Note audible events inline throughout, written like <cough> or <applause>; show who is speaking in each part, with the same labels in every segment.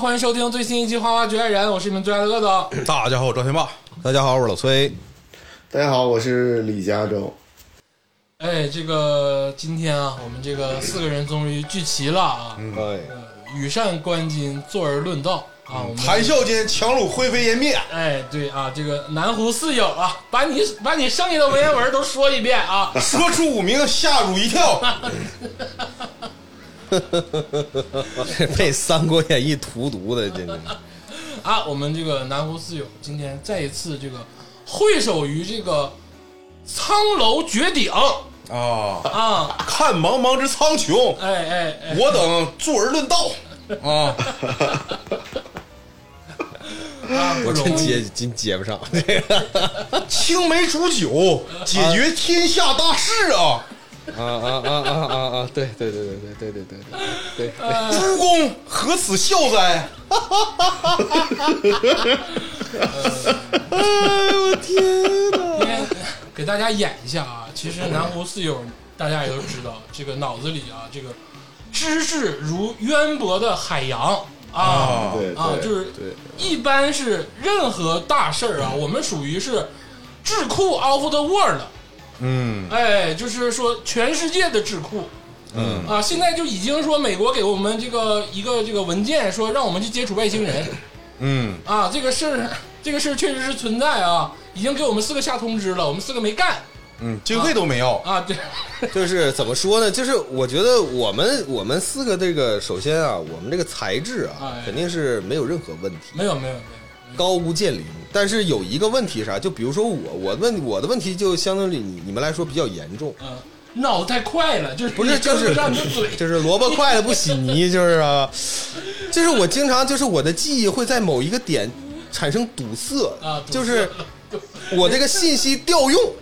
Speaker 1: 欢迎收听最新一期《花花绝爱人》，我是你们最爱的乐总。
Speaker 2: 大家好，我赵天霸。大家好，我是老崔。
Speaker 3: 大家好，我是李佳洲。
Speaker 1: 哎，这个今天啊，我们这个四个人终于聚齐了啊，
Speaker 2: 嗯
Speaker 3: 哎，
Speaker 1: 羽扇纶巾，坐而论道啊。我们
Speaker 2: 谈笑间，樯橹灰飞烟灭。
Speaker 1: 哎，对啊，这个南湖四友啊，把你把你剩下的文言文都说一遍啊。
Speaker 2: 说出五名，吓汝一跳。
Speaker 4: <laughs> 被《三国演义》荼毒的，真的。
Speaker 1: 啊，我们这个南湖四友今天再一次这个会首于这个苍楼绝顶
Speaker 2: 啊！
Speaker 1: 啊！
Speaker 2: 看茫茫之苍穹，
Speaker 1: 哎哎哎，
Speaker 2: 我等坐而论道啊！
Speaker 1: 啊不
Speaker 4: 我
Speaker 1: 容
Speaker 4: 真
Speaker 1: 易
Speaker 4: 接真接不上， <laughs>
Speaker 2: 青梅煮酒，解决天下大事啊！
Speaker 4: 啊啊啊啊啊啊！对对对对对对对对对对，
Speaker 2: 诸公何此笑哉？
Speaker 1: 今天 <laughs> 给大家演一下啊，其实南湖四友大家也都知道，这个脑子里啊，这个知识如渊博的海洋啊
Speaker 3: 对
Speaker 1: 啊，就是一般是任何大事儿啊，我们属于是智库 of the world，
Speaker 2: 嗯
Speaker 1: 哎，就是说全世界的智库。
Speaker 2: 嗯
Speaker 1: 啊，现在就已经说美国给我们这个一个这个文件，说让我们去接触外星人
Speaker 2: 嗯，
Speaker 1: 啊，这个事儿，这个事儿确实是存在啊，已经给我们四个下通知了，我们四个没干，
Speaker 2: 嗯，经费都没要。
Speaker 1: 啊，对，
Speaker 4: 就是怎么说呢？就是我觉得我们我们四个这个，首先啊，我们这个材质啊
Speaker 1: 哎，
Speaker 4: 肯定是没有任何问题，
Speaker 1: 没有没有没有，
Speaker 4: 高屋建瓴。但是有一个问题是啥？就比如说我，我问我的问题就相对于你你们来说比较严重，
Speaker 1: 嗯、脑子太快了，就是
Speaker 4: 不是就是
Speaker 1: 让你的嘴，
Speaker 4: 就是萝卜快了不洗
Speaker 1: <laughs>
Speaker 4: 泥，就是啊，就是我经常就是我的记忆会在某一个点产生堵塞
Speaker 1: 啊堵塞
Speaker 4: 就是我这个信息调用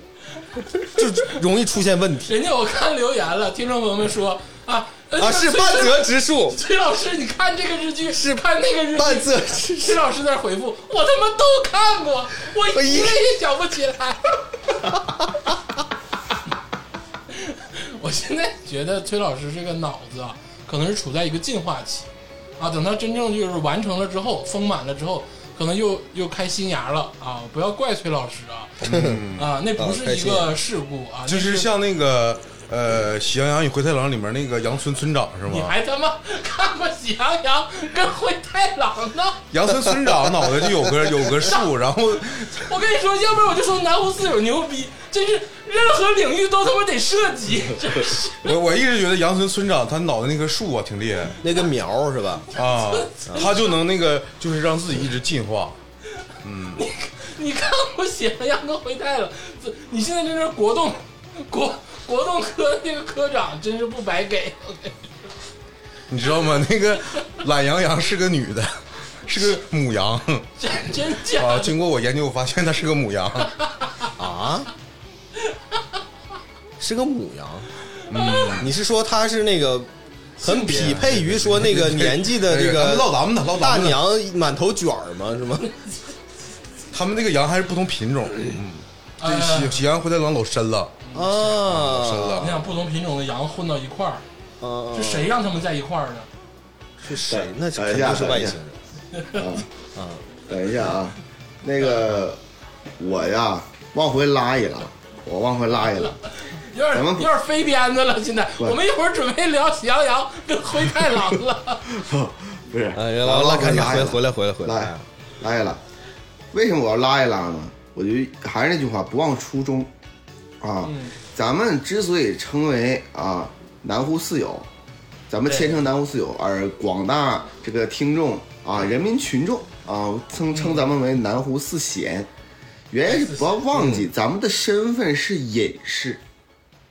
Speaker 4: 就容易出现问题
Speaker 1: 人家我看留言了，听众朋友们说啊
Speaker 4: 啊，是半泽直
Speaker 1: <laughs>
Speaker 4: 树，
Speaker 1: 崔老师，你看这个日剧
Speaker 4: 是
Speaker 1: 看那个日剧，
Speaker 4: 半泽
Speaker 1: <laughs>
Speaker 4: 直
Speaker 1: 崔老师在回复，我他妈都看过，我一个也想不起来。 <laughs> 我现在觉得崔老师这个脑子啊，可能是处在一个进化期啊，等他真正就是完成了之后，丰满了之后，可能又又开新芽了啊！不要怪崔老师啊，啊，那不
Speaker 4: 啊
Speaker 1: 是
Speaker 4: 开
Speaker 1: 一
Speaker 4: 新芽
Speaker 1: 个事故啊，
Speaker 2: 就
Speaker 1: 那
Speaker 2: 是像那个呃《喜羊羊与灰太狼》里面那个羊村村长是
Speaker 1: 你
Speaker 2: 吗？
Speaker 1: 还他妈 <laughs> 看过《喜羊羊》跟《灰太狼》呢？
Speaker 2: 羊村村长脑袋就有个有个树，然后
Speaker 1: 我跟你说，要不然我就说南湖四友牛逼，真是任何领域都他妈得涉及，真是
Speaker 2: 我我一直觉得羊村村长他脑袋那棵树啊挺厉害
Speaker 4: 那个苗是吧？
Speaker 2: 啊，他就能那个就是让自己一直进化。
Speaker 1: 你看我写了羊跟灰太狼，这你现在在这国栋国国栋科那个科长真是不白给，
Speaker 2: 你知道吗？那个懒羊羊是个女的， <laughs> 是个母羊
Speaker 1: 真真假
Speaker 2: 啊。
Speaker 1: 的
Speaker 2: 经过我研究，我发现她是个母羊。
Speaker 4: 啊，是个母羊，嗯，你是说它是那个很匹配于说那个年纪
Speaker 2: <laughs>
Speaker 4: 的这
Speaker 2: 哎呀咱们唠
Speaker 4: 个
Speaker 2: 咱们的，唠
Speaker 4: 大
Speaker 2: 咱们的。
Speaker 4: 娘满头卷儿吗？是吗？
Speaker 2: 他们那个羊还是不同品种。嗯，
Speaker 1: 哎
Speaker 2: 这喜喜羊灰太狼老深了，
Speaker 4: 嗯
Speaker 2: 深
Speaker 4: 啊
Speaker 1: 你
Speaker 2: 了。
Speaker 1: 想不同品种的羊混到一块儿，
Speaker 4: 啊啊！
Speaker 2: 嗯
Speaker 1: 是谁让他们在一块儿的？
Speaker 4: 是谁？哎那是
Speaker 3: 等
Speaker 4: 肯
Speaker 3: 一下
Speaker 4: 定是外星人。
Speaker 3: 等一下啊，那个我呀，往回拉一拉，我往回拉一 <laughs> 拉。
Speaker 1: 有点
Speaker 3: 咱们
Speaker 1: 有
Speaker 3: 不
Speaker 1: 点飞鞭子了，现在
Speaker 3: 不
Speaker 1: 我们一会儿准备聊喜羊羊跟灰太狼了。 <laughs>
Speaker 3: 不是，
Speaker 4: 哎，
Speaker 3: 我
Speaker 4: 来来，
Speaker 3: 往回
Speaker 4: 赶紧
Speaker 3: 拉一
Speaker 4: 回
Speaker 3: 拉
Speaker 4: 回来回来回来啊
Speaker 3: 拉！拉一拉。为什么我要拉一拉呢？我就还是那句话，不忘初衷啊。咱们之所以称为啊南湖四友，咱们
Speaker 1: 对
Speaker 3: 谦称南湖四友，而广大这个听众啊，人民群众啊，称称咱们为南湖四贤，原因是不要忘记咱们的身份是隐士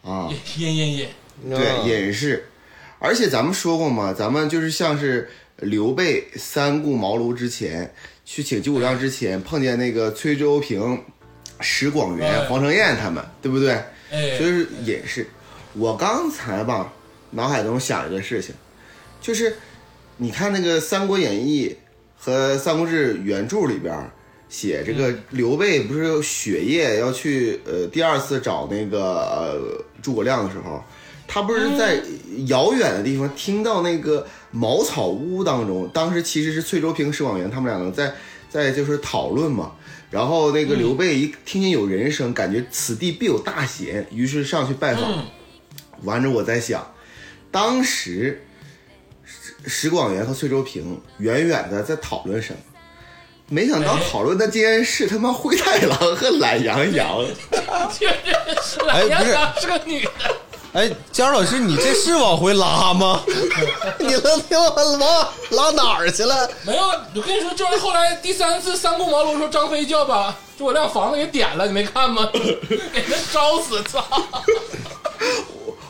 Speaker 3: 啊。
Speaker 1: 耶耶耶！
Speaker 4: 啊嗯
Speaker 3: 对，隐士。而且咱们说过嘛，咱们就是像是刘备三顾茅庐之前，去请诸葛亮之前，碰见那个崔州平、石广元
Speaker 1: 哎、
Speaker 3: 黄承彦他们，对不对？
Speaker 1: 哎
Speaker 3: 所以是隐士。我刚才吧，脑海中想一个事情，就是你看那个《三国演义》和《三国志》原著里边儿，写这个刘备不是雪夜要去呃第二次找那个呃诸葛亮的时候，他不是在遥远的地方听到那个茅草屋当中，当时其实是崔州平、石广元他们两个在在就是讨论嘛。然后那个刘备一听见有人声，感觉此地必有大险，于是上去拜访。完着我在想，当时石石广元和崔州平远远的在讨论什么。没想到
Speaker 1: 哎
Speaker 3: 讨论的竟然是他妈灰太狼和懒羊羊，
Speaker 1: 确实是懒
Speaker 4: 哎不
Speaker 1: 羊
Speaker 4: 是
Speaker 1: 羊是个女的，
Speaker 4: 哎，姜老师，你这是往回拉 <laughs> 吗？你能给我往拉哪儿去了？
Speaker 1: 没有，我跟你说，就是后来第三次三顾茅庐的时候，张飞就要把诸葛亮房子给点了，你没看吗？ <laughs> 给他烧死，操！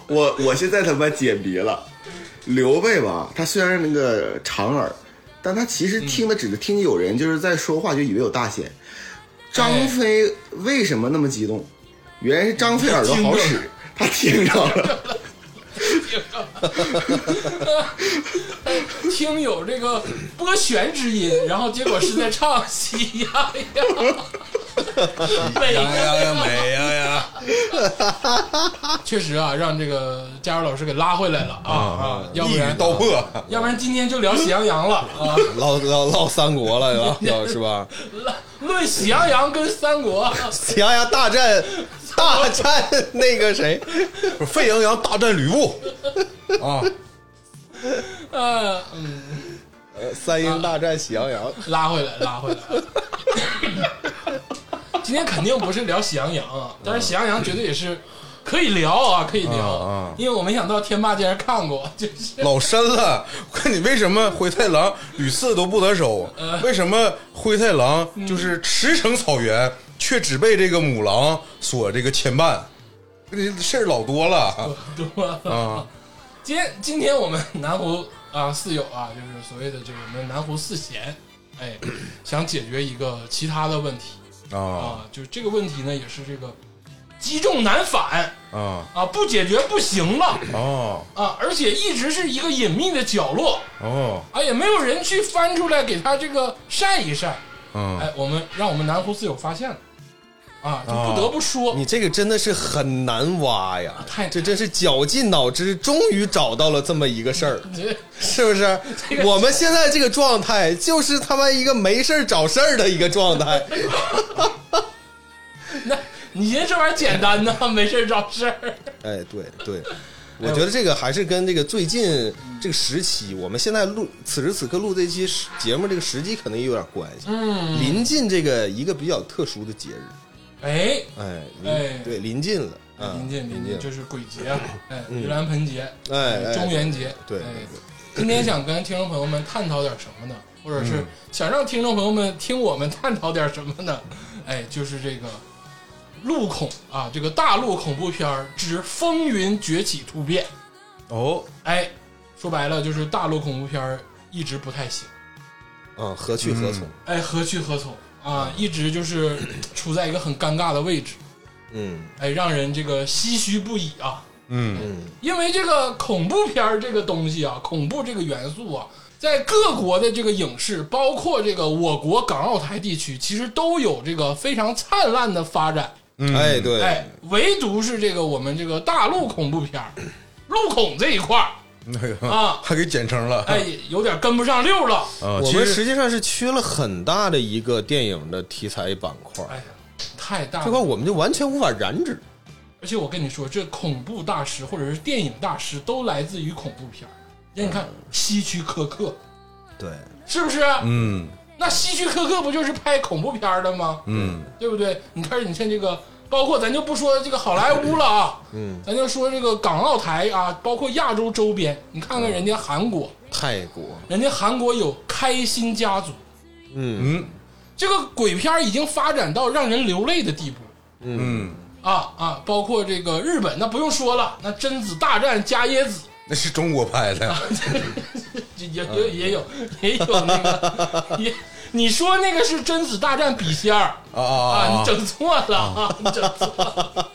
Speaker 3: 我我现在他妈解谜了。刘备吧，他虽然那个长耳，但他其
Speaker 4: 嗯
Speaker 3: 实听的只是听见有人就是在说话，就以为有大仙。
Speaker 4: 哎
Speaker 3: 张飞为什么那么激动？原来是张飞耳朵好使，他听着
Speaker 4: <laughs>
Speaker 3: 了。
Speaker 1: 听有这个拨弦之音，然后结果是在唱《喜羊羊》，美
Speaker 2: 羊
Speaker 1: 哎呀
Speaker 2: 羊呀，美羊羊，
Speaker 1: 确实啊，让这个加油老师给拉回来了啊啊，要
Speaker 2: 一
Speaker 1: 不
Speaker 2: 语
Speaker 1: 然
Speaker 2: 道破。
Speaker 1: 要不然今天就聊《喜羊羊》了啊，
Speaker 4: <laughs> 唠唠唠三国
Speaker 2: 哎
Speaker 4: 了 <laughs> 要要是吧？
Speaker 1: 论《喜羊羊》跟《三国》，
Speaker 4: 喜羊羊大战大战那个谁，
Speaker 2: 不是沸羊羊大战吕布啊！
Speaker 1: 呃嗯，
Speaker 4: 呃三英大战喜羊羊。
Speaker 1: 拉回来，拉回来。 <laughs> 今天肯定不是聊《喜羊羊》啊，
Speaker 2: 嗯
Speaker 1: 但是《喜羊羊》绝对也是可以聊啊，可以
Speaker 2: 啊
Speaker 1: 聊
Speaker 2: 啊，
Speaker 1: 因为我没想到天霸竟然看过，就是
Speaker 2: 老深了，我看你为什么灰太狼屡次都不得手？为什么灰太狼就是驰骋草原，却只被这个母狼所这个牵绊？这事儿老多了
Speaker 1: 多了。
Speaker 2: 啊！
Speaker 1: 今天今天我们南湖啊四友啊，就是所谓的这个我们南湖四贤，
Speaker 2: <clears throat>
Speaker 1: 哎，想解决一个其他的问题
Speaker 2: 啊
Speaker 1: 啊，就是这个问题呢，也是这个积重难返
Speaker 2: 啊
Speaker 1: 啊，不解决不行了
Speaker 2: 哦
Speaker 1: 啊，而且一直是一个隐秘的角落
Speaker 2: 哦
Speaker 1: 啊，也没有人去翻出来给他这个晒一晒。
Speaker 2: 嗯
Speaker 1: 哎，我们让我们南湖四友发现了啊，就不得不说，
Speaker 4: 哦
Speaker 1: <laughs>
Speaker 4: 你这个真的是很难挖呀，
Speaker 1: 太
Speaker 4: 这真是绞尽脑汁，终于找到了这么一个事儿，
Speaker 1: 这
Speaker 4: 是不是？我们现在这个状态就是他妈一个没事儿找事儿的一个状态，
Speaker 1: 那你这玩意儿简单呐，没事儿找事儿。
Speaker 4: 哎，对对，我觉得这个还是跟这个最近这个时期，我们现在录此时此刻录这期时节目这个时机可能也有点关系，
Speaker 1: 嗯，
Speaker 4: 临近这个一个比较特殊的节日，
Speaker 1: 哎，
Speaker 4: 哎，
Speaker 1: 哎
Speaker 4: 临对，临近了，啊
Speaker 1: 临近临
Speaker 4: 临
Speaker 1: 近
Speaker 4: 近，
Speaker 1: 就是鬼节，
Speaker 4: <laughs>
Speaker 1: 哎，盂兰盆节，
Speaker 4: 哎哎，
Speaker 1: 中元节，
Speaker 4: 对对
Speaker 1: 哎
Speaker 4: 对对，
Speaker 1: 今天想跟听众朋友们探讨点什么呢？或者
Speaker 4: 嗯
Speaker 1: 是想让听众朋友们听我们探讨点什么呢？哎，就是这个陆恐啊，这个大陆恐怖片儿之风云崛起突变。
Speaker 2: 哦
Speaker 1: 哎，说白了就是大陆恐怖片儿一直不太行，
Speaker 4: 啊，何去何从？
Speaker 1: 哎，何去何从啊？一直就是 <clears throat> 处在一个很尴尬的位置，
Speaker 4: 嗯
Speaker 1: 哎，让人这个唏嘘不已啊。
Speaker 2: 嗯
Speaker 4: 嗯，
Speaker 1: 因为这个恐怖片儿这个东西啊，恐怖这个元素啊，在各国的这个影视，包括这个我国港澳台地区，其实都有这个非常灿烂的发展。
Speaker 2: 嗯
Speaker 4: 哎，对，
Speaker 1: 哎，唯独是这个我们这个大陆恐怖片儿，陆恐这一块儿
Speaker 2: 那个
Speaker 1: 啊，
Speaker 2: 哎还给简称了
Speaker 1: 哎，有点跟不上溜了。
Speaker 2: 啊！
Speaker 4: 我
Speaker 2: 其
Speaker 4: 们
Speaker 2: 实
Speaker 4: 实际上是缺了很大的一个电影的题材板块，
Speaker 1: 哎呀，太大
Speaker 4: 这块
Speaker 1: 了！
Speaker 4: 我们就完全无法染指。
Speaker 1: 而且我跟你说，这恐怖大师或者是电影大师，都来自于恐怖片儿。那你看希区柯克
Speaker 4: 对，
Speaker 1: 是不是？
Speaker 2: 嗯
Speaker 1: 那希区柯克不就是拍恐怖片儿的吗？
Speaker 2: 嗯
Speaker 1: 对不对？你看，你看这个，包括咱就不说这个好莱坞了啊，嗯，咱就说这个港澳台啊，包括亚洲周边，你看看人家韩国，
Speaker 2: 嗯
Speaker 4: 泰国，
Speaker 1: 人家韩国有《开心家族》，
Speaker 4: 嗯
Speaker 2: 嗯
Speaker 1: 这个鬼片儿已经发展到让人流泪的地步
Speaker 2: 嗯，
Speaker 1: 啊啊！包括这个日本，那不用说了，那《贞子大战伽椰子
Speaker 2: 那是中国拍的，》
Speaker 1: 也也
Speaker 4: 嗯
Speaker 1: 也有也有那个也。你说那个是贞子大战笔仙儿
Speaker 2: 啊
Speaker 1: 啊，
Speaker 2: 啊
Speaker 1: 你整错了啊，你整错了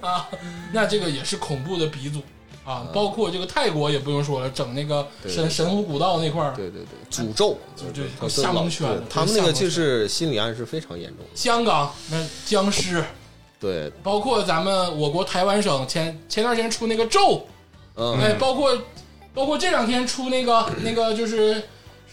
Speaker 1: 啊，那这个也是恐怖的鼻祖。
Speaker 4: 嗯
Speaker 1: 啊，包括这个泰国也不用说了，整那个神神湖古道那块儿，
Speaker 4: 对对对，诅咒，
Speaker 1: 就这
Speaker 4: 他
Speaker 1: 下蒙圈了
Speaker 4: 对他们那个就是心理暗示非常严重。
Speaker 1: 香港那僵尸，
Speaker 4: 对，
Speaker 1: 包括咱们我国台湾省前前段时间出那个咒，
Speaker 4: 嗯，
Speaker 1: 哎，包括包括这两天出那个那个就是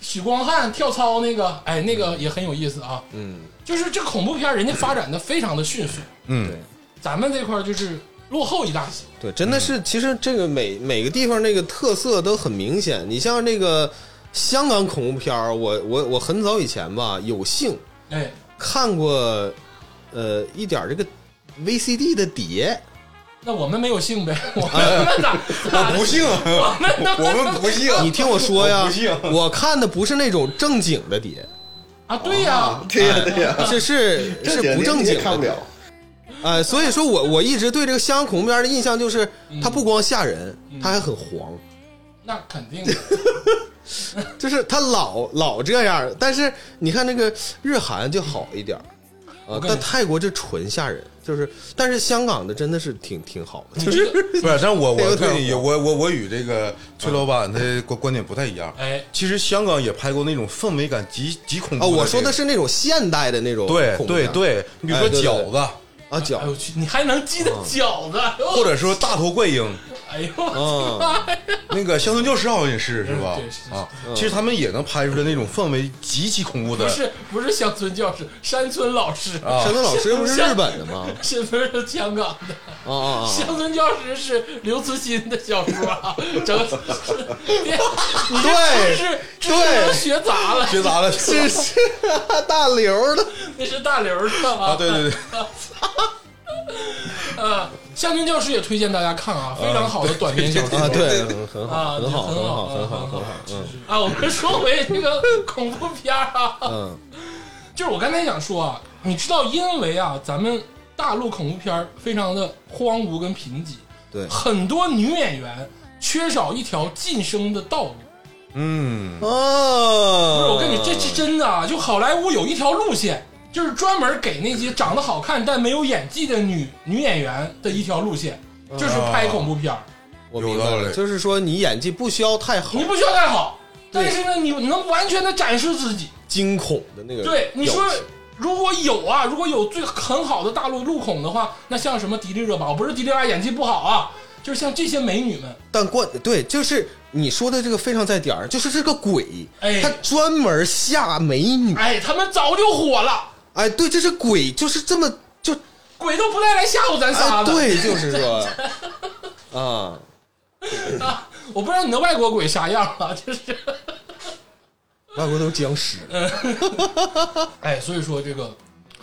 Speaker 1: 许光汉跳操那个，哎，那个也很有意思啊。
Speaker 4: 嗯，
Speaker 1: 就是这恐怖片儿人家发展的非常的迅速，
Speaker 2: 嗯
Speaker 4: 对，
Speaker 1: 咱们这块儿就是落后一大截。
Speaker 4: 对，真的是，其实这个每每个地方那个特色都很明显。你像那个香港恐怖片儿，我我我很早以前吧，有幸
Speaker 1: 哎，
Speaker 4: 看过，呃，一点儿这个 VCD 的碟，
Speaker 1: 那我们没有性呗，我们咋咋
Speaker 2: 我不信，我们不信，
Speaker 4: <laughs> 你听我说呀
Speaker 2: 我不信，
Speaker 4: 我看的不是那种正经的碟，
Speaker 1: 啊？对呀，
Speaker 3: 对呀对呀，
Speaker 4: 这哎是
Speaker 3: 这
Speaker 4: 是不正
Speaker 3: 你也
Speaker 4: 经
Speaker 3: 看
Speaker 4: 的
Speaker 3: 不
Speaker 4: 碟
Speaker 3: 了。
Speaker 4: 呃，所以说我我一直对这个香港恐怖片的印象就是，它不光吓人，它还很黄，
Speaker 1: 那肯定的。
Speaker 4: 就是它老老这样。但是你看那个日韩就好一点儿，
Speaker 1: 我
Speaker 4: 呃，
Speaker 1: 感觉
Speaker 4: 但泰国就纯吓人，就是但是香港的真的是挺挺好的，就是 <laughs>
Speaker 2: 不是，但我我
Speaker 4: 这
Speaker 2: 对
Speaker 4: 个特
Speaker 2: 你，
Speaker 4: 有
Speaker 2: 我我我与这个崔老板的观观点不太一样。
Speaker 1: 哎，
Speaker 2: 其实香港也拍过那种氛围感极极恐怖
Speaker 4: 啊，
Speaker 2: 的
Speaker 4: 我说
Speaker 2: 这个
Speaker 4: 的是那种现代的那种
Speaker 2: 对
Speaker 4: 恐怖
Speaker 2: 对
Speaker 4: 片
Speaker 2: 对，你比如
Speaker 4: 哎
Speaker 2: 说
Speaker 4: 对对对
Speaker 2: 饺子，
Speaker 4: 啊，饺
Speaker 1: 哎呦我去，你还能记得饺子？
Speaker 2: 或者说大头怪
Speaker 4: <laughs>
Speaker 2: 鹰，
Speaker 1: 哎呦我的
Speaker 4: 嗯
Speaker 1: 妈呀！
Speaker 2: 那个乡村教师好像也是是吧
Speaker 1: 对是？是
Speaker 2: 啊，
Speaker 4: 嗯
Speaker 2: 其实他们也能拍出来那种氛围极其恐怖
Speaker 1: <laughs>
Speaker 2: 的
Speaker 1: 不。是不是乡村教师，山村老师，
Speaker 2: 啊
Speaker 4: 山村老师不是日本的吗？
Speaker 1: <laughs> 身份是香港的。
Speaker 4: 啊啊啊！
Speaker 1: 乡村教师是刘慈欣的小说啊，整你这知识
Speaker 4: 对
Speaker 1: 知识
Speaker 4: 对
Speaker 1: 都学杂了，
Speaker 2: 学咋了？
Speaker 4: 这 <laughs> 是大刘的，
Speaker 1: 那是大刘的
Speaker 2: 啊，
Speaker 1: 啊。
Speaker 2: 对对对，
Speaker 1: 啊，乡村教师也推荐大家看啊，非常好的短篇小说
Speaker 4: 啊，对，嗯很
Speaker 1: 啊，
Speaker 4: 好，很好，
Speaker 1: 很
Speaker 4: 很好，
Speaker 1: 好，
Speaker 4: 很好，很好，
Speaker 1: 是是啊，我们说回这个恐怖片儿啊，
Speaker 4: 嗯，
Speaker 1: <laughs> 就是我刚才想说啊，你知道，因为啊，咱们大陆恐怖片儿非常的荒芜跟贫瘠，
Speaker 4: 对，
Speaker 1: 很多女演员缺少一条晋升的道路。
Speaker 2: 嗯，
Speaker 1: 不
Speaker 4: 哦，
Speaker 1: 是，我跟你这是真的啊，就好莱坞有一条路线，就是专门给那些长得好看但没有演技的女女演员的一条路线，
Speaker 4: 嗯
Speaker 1: 就是拍恐怖片儿。
Speaker 4: 我
Speaker 2: 有
Speaker 4: 明白
Speaker 2: 道
Speaker 4: 了，
Speaker 2: 理
Speaker 4: 就是说你演技不需要太好
Speaker 1: 你，不需要太好，
Speaker 4: 对
Speaker 1: 但是呢，你能完全的展示自己。
Speaker 4: 惊恐的那个表情，
Speaker 1: 对，你说如果有啊，如果有最很好的大陆路孔的话，那像什么迪丽热巴，我不是迪丽热巴演技不好啊，就是像这些美女们，
Speaker 4: 但关对，就是你说的这个非常在点儿，就是这个鬼，
Speaker 1: 哎
Speaker 4: 他专门吓美女，
Speaker 1: 哎，她们早就火了，
Speaker 4: 哎，对，这是鬼，就是这么就，
Speaker 1: 鬼都不带来吓唬咱仨
Speaker 4: 哎，
Speaker 1: 的。
Speaker 4: 对，就是说，啊，
Speaker 1: 啊，我不知道你的外国鬼啥样啊， <laughs> 就是。
Speaker 4: 外国都是僵尸，
Speaker 1: 哎，所以说这个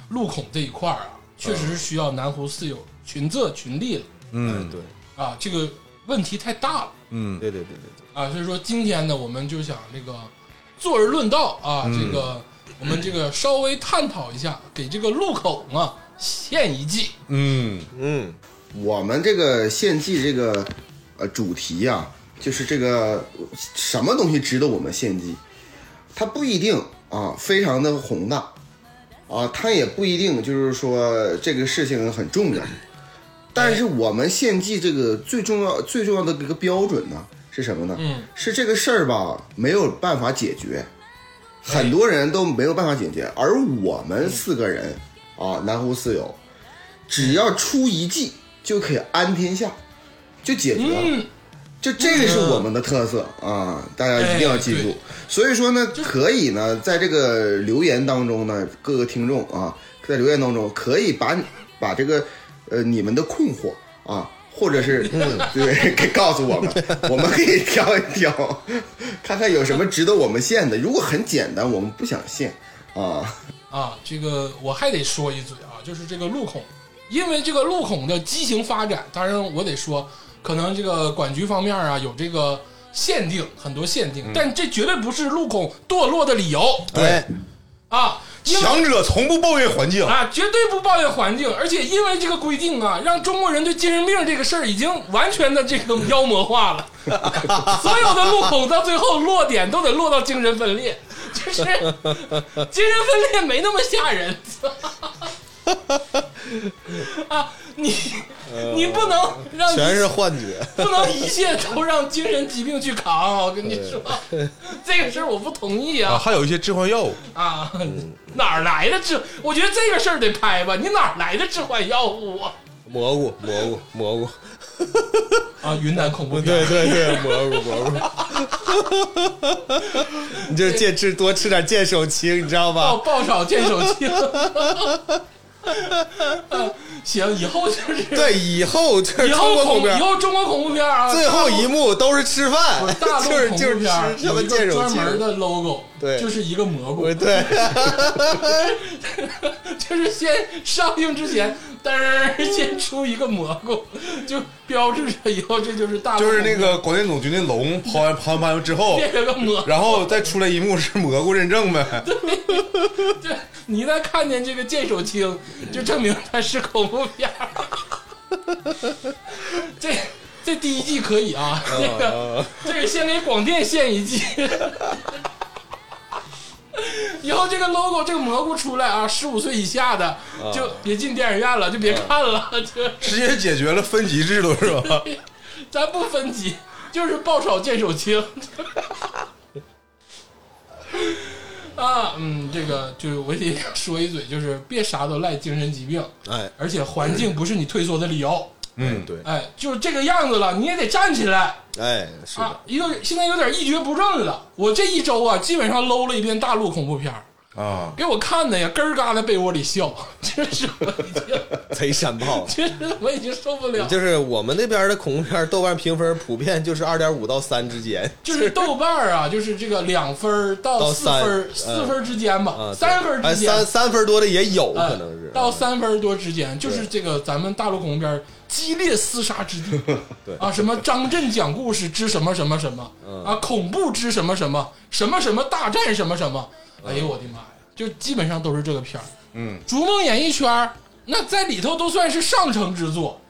Speaker 1: 路孔这一块儿啊，确实是需要南湖四友群策群力了
Speaker 4: 嗯，对，
Speaker 1: 啊，这个问题太大了
Speaker 2: 嗯，
Speaker 4: 对对对对
Speaker 1: 啊，所以说今天呢，我们就想这个坐而论道啊，
Speaker 4: 嗯
Speaker 1: 这个我们这个稍微探讨一下，给这个路口啊献一计。
Speaker 2: 嗯，
Speaker 4: 对，嗯，
Speaker 3: 我们这个献祭这个呃主题呀、就是这个什么东西值得我们献祭，它不一定啊非常的宏大啊，它也不一定就是说这个事情很重要，但是我们献祭这个最重要最重要的一个标准呢是什么呢？
Speaker 1: 嗯，
Speaker 3: 是这个事儿吧没有办法解决，很多人都没有办法解决，而我们四个人啊，南湖四友，只要出一计就可以安天下，就解决了。
Speaker 1: 嗯，
Speaker 3: 就这个是我们的特色啊，大家一定要记
Speaker 1: 哎
Speaker 3: 住。所以说呢，可以呢，在这个留言当中呢，各个听众啊，在留言当中可以把把这个呃你们的困惑啊，或者
Speaker 1: <laughs>
Speaker 3: 是对给告诉我们，我们可以挑一挑，看看有什么值得我们献的。如果很简单，我们不想献啊。
Speaker 1: 啊，这个我还得说一嘴啊，就是这个路孔，因为这个路孔的畸形发展，当然我得说，可能这个管局方面啊有这个限定，很多限定，但这绝对不是路孔堕落的理由
Speaker 4: 对，
Speaker 1: 啊，因为
Speaker 2: 强者从不抱怨环境，
Speaker 1: 啊，绝对不抱怨环境，而且因为这个规定啊，让中国人对精神病这个事儿已经完全的这个妖魔化了，所有的路孔到最后落点都得落到精神分裂， <laughs> 就是精神分 <laughs> 裂没那么吓人。啊，你你不能让
Speaker 4: 全是幻觉。
Speaker 1: 不能一切都让精神疾病去扛，我跟你说， <laughs> 这个事儿我不同意
Speaker 2: 啊，
Speaker 1: 啊
Speaker 2: 还有一些致幻药
Speaker 4: <laughs>
Speaker 2: 物，
Speaker 1: 啊！
Speaker 4: 嗯
Speaker 1: 哪儿来的治？我觉得这个事儿得拍吧，你哪儿来的致幻药物啊？
Speaker 4: 蘑菇，蘑菇，蘑菇，
Speaker 1: 啊，云南恐怖
Speaker 4: <laughs> 对
Speaker 1: 片，
Speaker 4: 对对，蘑菇，蘑菇。你就见吃多吃点见手青，你知道
Speaker 1: 爆哦
Speaker 4: 吧？
Speaker 1: 爆炒见手青。啊行，以后就是
Speaker 4: 对，以后就是
Speaker 1: 以
Speaker 4: 中
Speaker 1: 后恐
Speaker 4: 国恐怖
Speaker 1: 以
Speaker 4: 片，
Speaker 1: 后中国恐怖片啊，
Speaker 4: 最后一幕都是吃饭 <laughs>
Speaker 1: 大，陆
Speaker 4: 就是
Speaker 1: 恐
Speaker 4: 就是
Speaker 1: 怖片儿
Speaker 4: 吃什
Speaker 1: 有
Speaker 4: 么
Speaker 1: 一个
Speaker 4: 见手
Speaker 1: 专
Speaker 4: 青。
Speaker 1: 门的 logo，
Speaker 4: 对
Speaker 1: 就是一个蘑菇
Speaker 4: 我，对，
Speaker 1: <laughs> 就是先上映之前，嘚儿先出一个蘑菇，就标志着以后这就是大陆
Speaker 2: 就是那
Speaker 1: 恐怖
Speaker 2: 个广电总局那龙刨完刨完盘
Speaker 1: <laughs>
Speaker 2: 之后，
Speaker 1: 片变成个蘑菇。
Speaker 2: 然后再出来一幕是蘑菇认
Speaker 1: <laughs>
Speaker 2: 证呗，
Speaker 1: 对，你一旦看见这个剑手青，就证明它是恐怖片儿。这这第一季可以啊，这个 <laughs> 这个先给广电限一季。以后这个 logo 这个蘑菇出来啊，十五岁以下的就别进电影院了，就别看了，就
Speaker 2: 直接解决了分级制度是吧？
Speaker 1: 咱不分级，就是爆炒见手青。啊，嗯，这个就是我得说一嘴，就是别啥都赖精神疾病，
Speaker 4: <laughs> 哎，
Speaker 1: 而且环境不是你退缩的理由。
Speaker 2: 嗯，
Speaker 4: 对，
Speaker 1: 哎，就是这个样子了，你也得站起来
Speaker 4: 哎，是的
Speaker 1: 啊！，一个现在有点一蹶不振了。我这一周啊，基本上搂了一遍大陆恐怖片儿，
Speaker 2: 啊，
Speaker 1: 给我看的呀，根儿嘎在被窝里笑， <laughs> 这是我已经，
Speaker 4: 贼山炮。
Speaker 1: 这是我已经受不了。
Speaker 4: 就是我们那边的恐怖片，豆瓣评分普遍就是二点五到三之间。
Speaker 1: 就是豆瓣儿啊，就是这个两分儿到
Speaker 4: 到
Speaker 1: 四分儿，
Speaker 4: 三
Speaker 1: 四
Speaker 4: 嗯
Speaker 1: 分儿之间吧，
Speaker 4: 啊，
Speaker 1: 三分儿
Speaker 4: 哎
Speaker 1: 之间，
Speaker 4: 三三分多的也有
Speaker 1: 哎
Speaker 4: 可能是嗯
Speaker 1: 到三分儿多之间，就是这个咱们大陆恐怖片儿激烈厮杀之地，
Speaker 4: <laughs> 对嗯
Speaker 1: 啊，什么张震讲故事之什么什么什么，啊，恐怖之什么什么什么什么大战什么什么，
Speaker 4: 嗯
Speaker 1: 哎呦我的妈呀，就基本上都是这个片儿，
Speaker 2: 嗯，
Speaker 1: 《逐梦演艺圈》那在里头都算是上乘之作，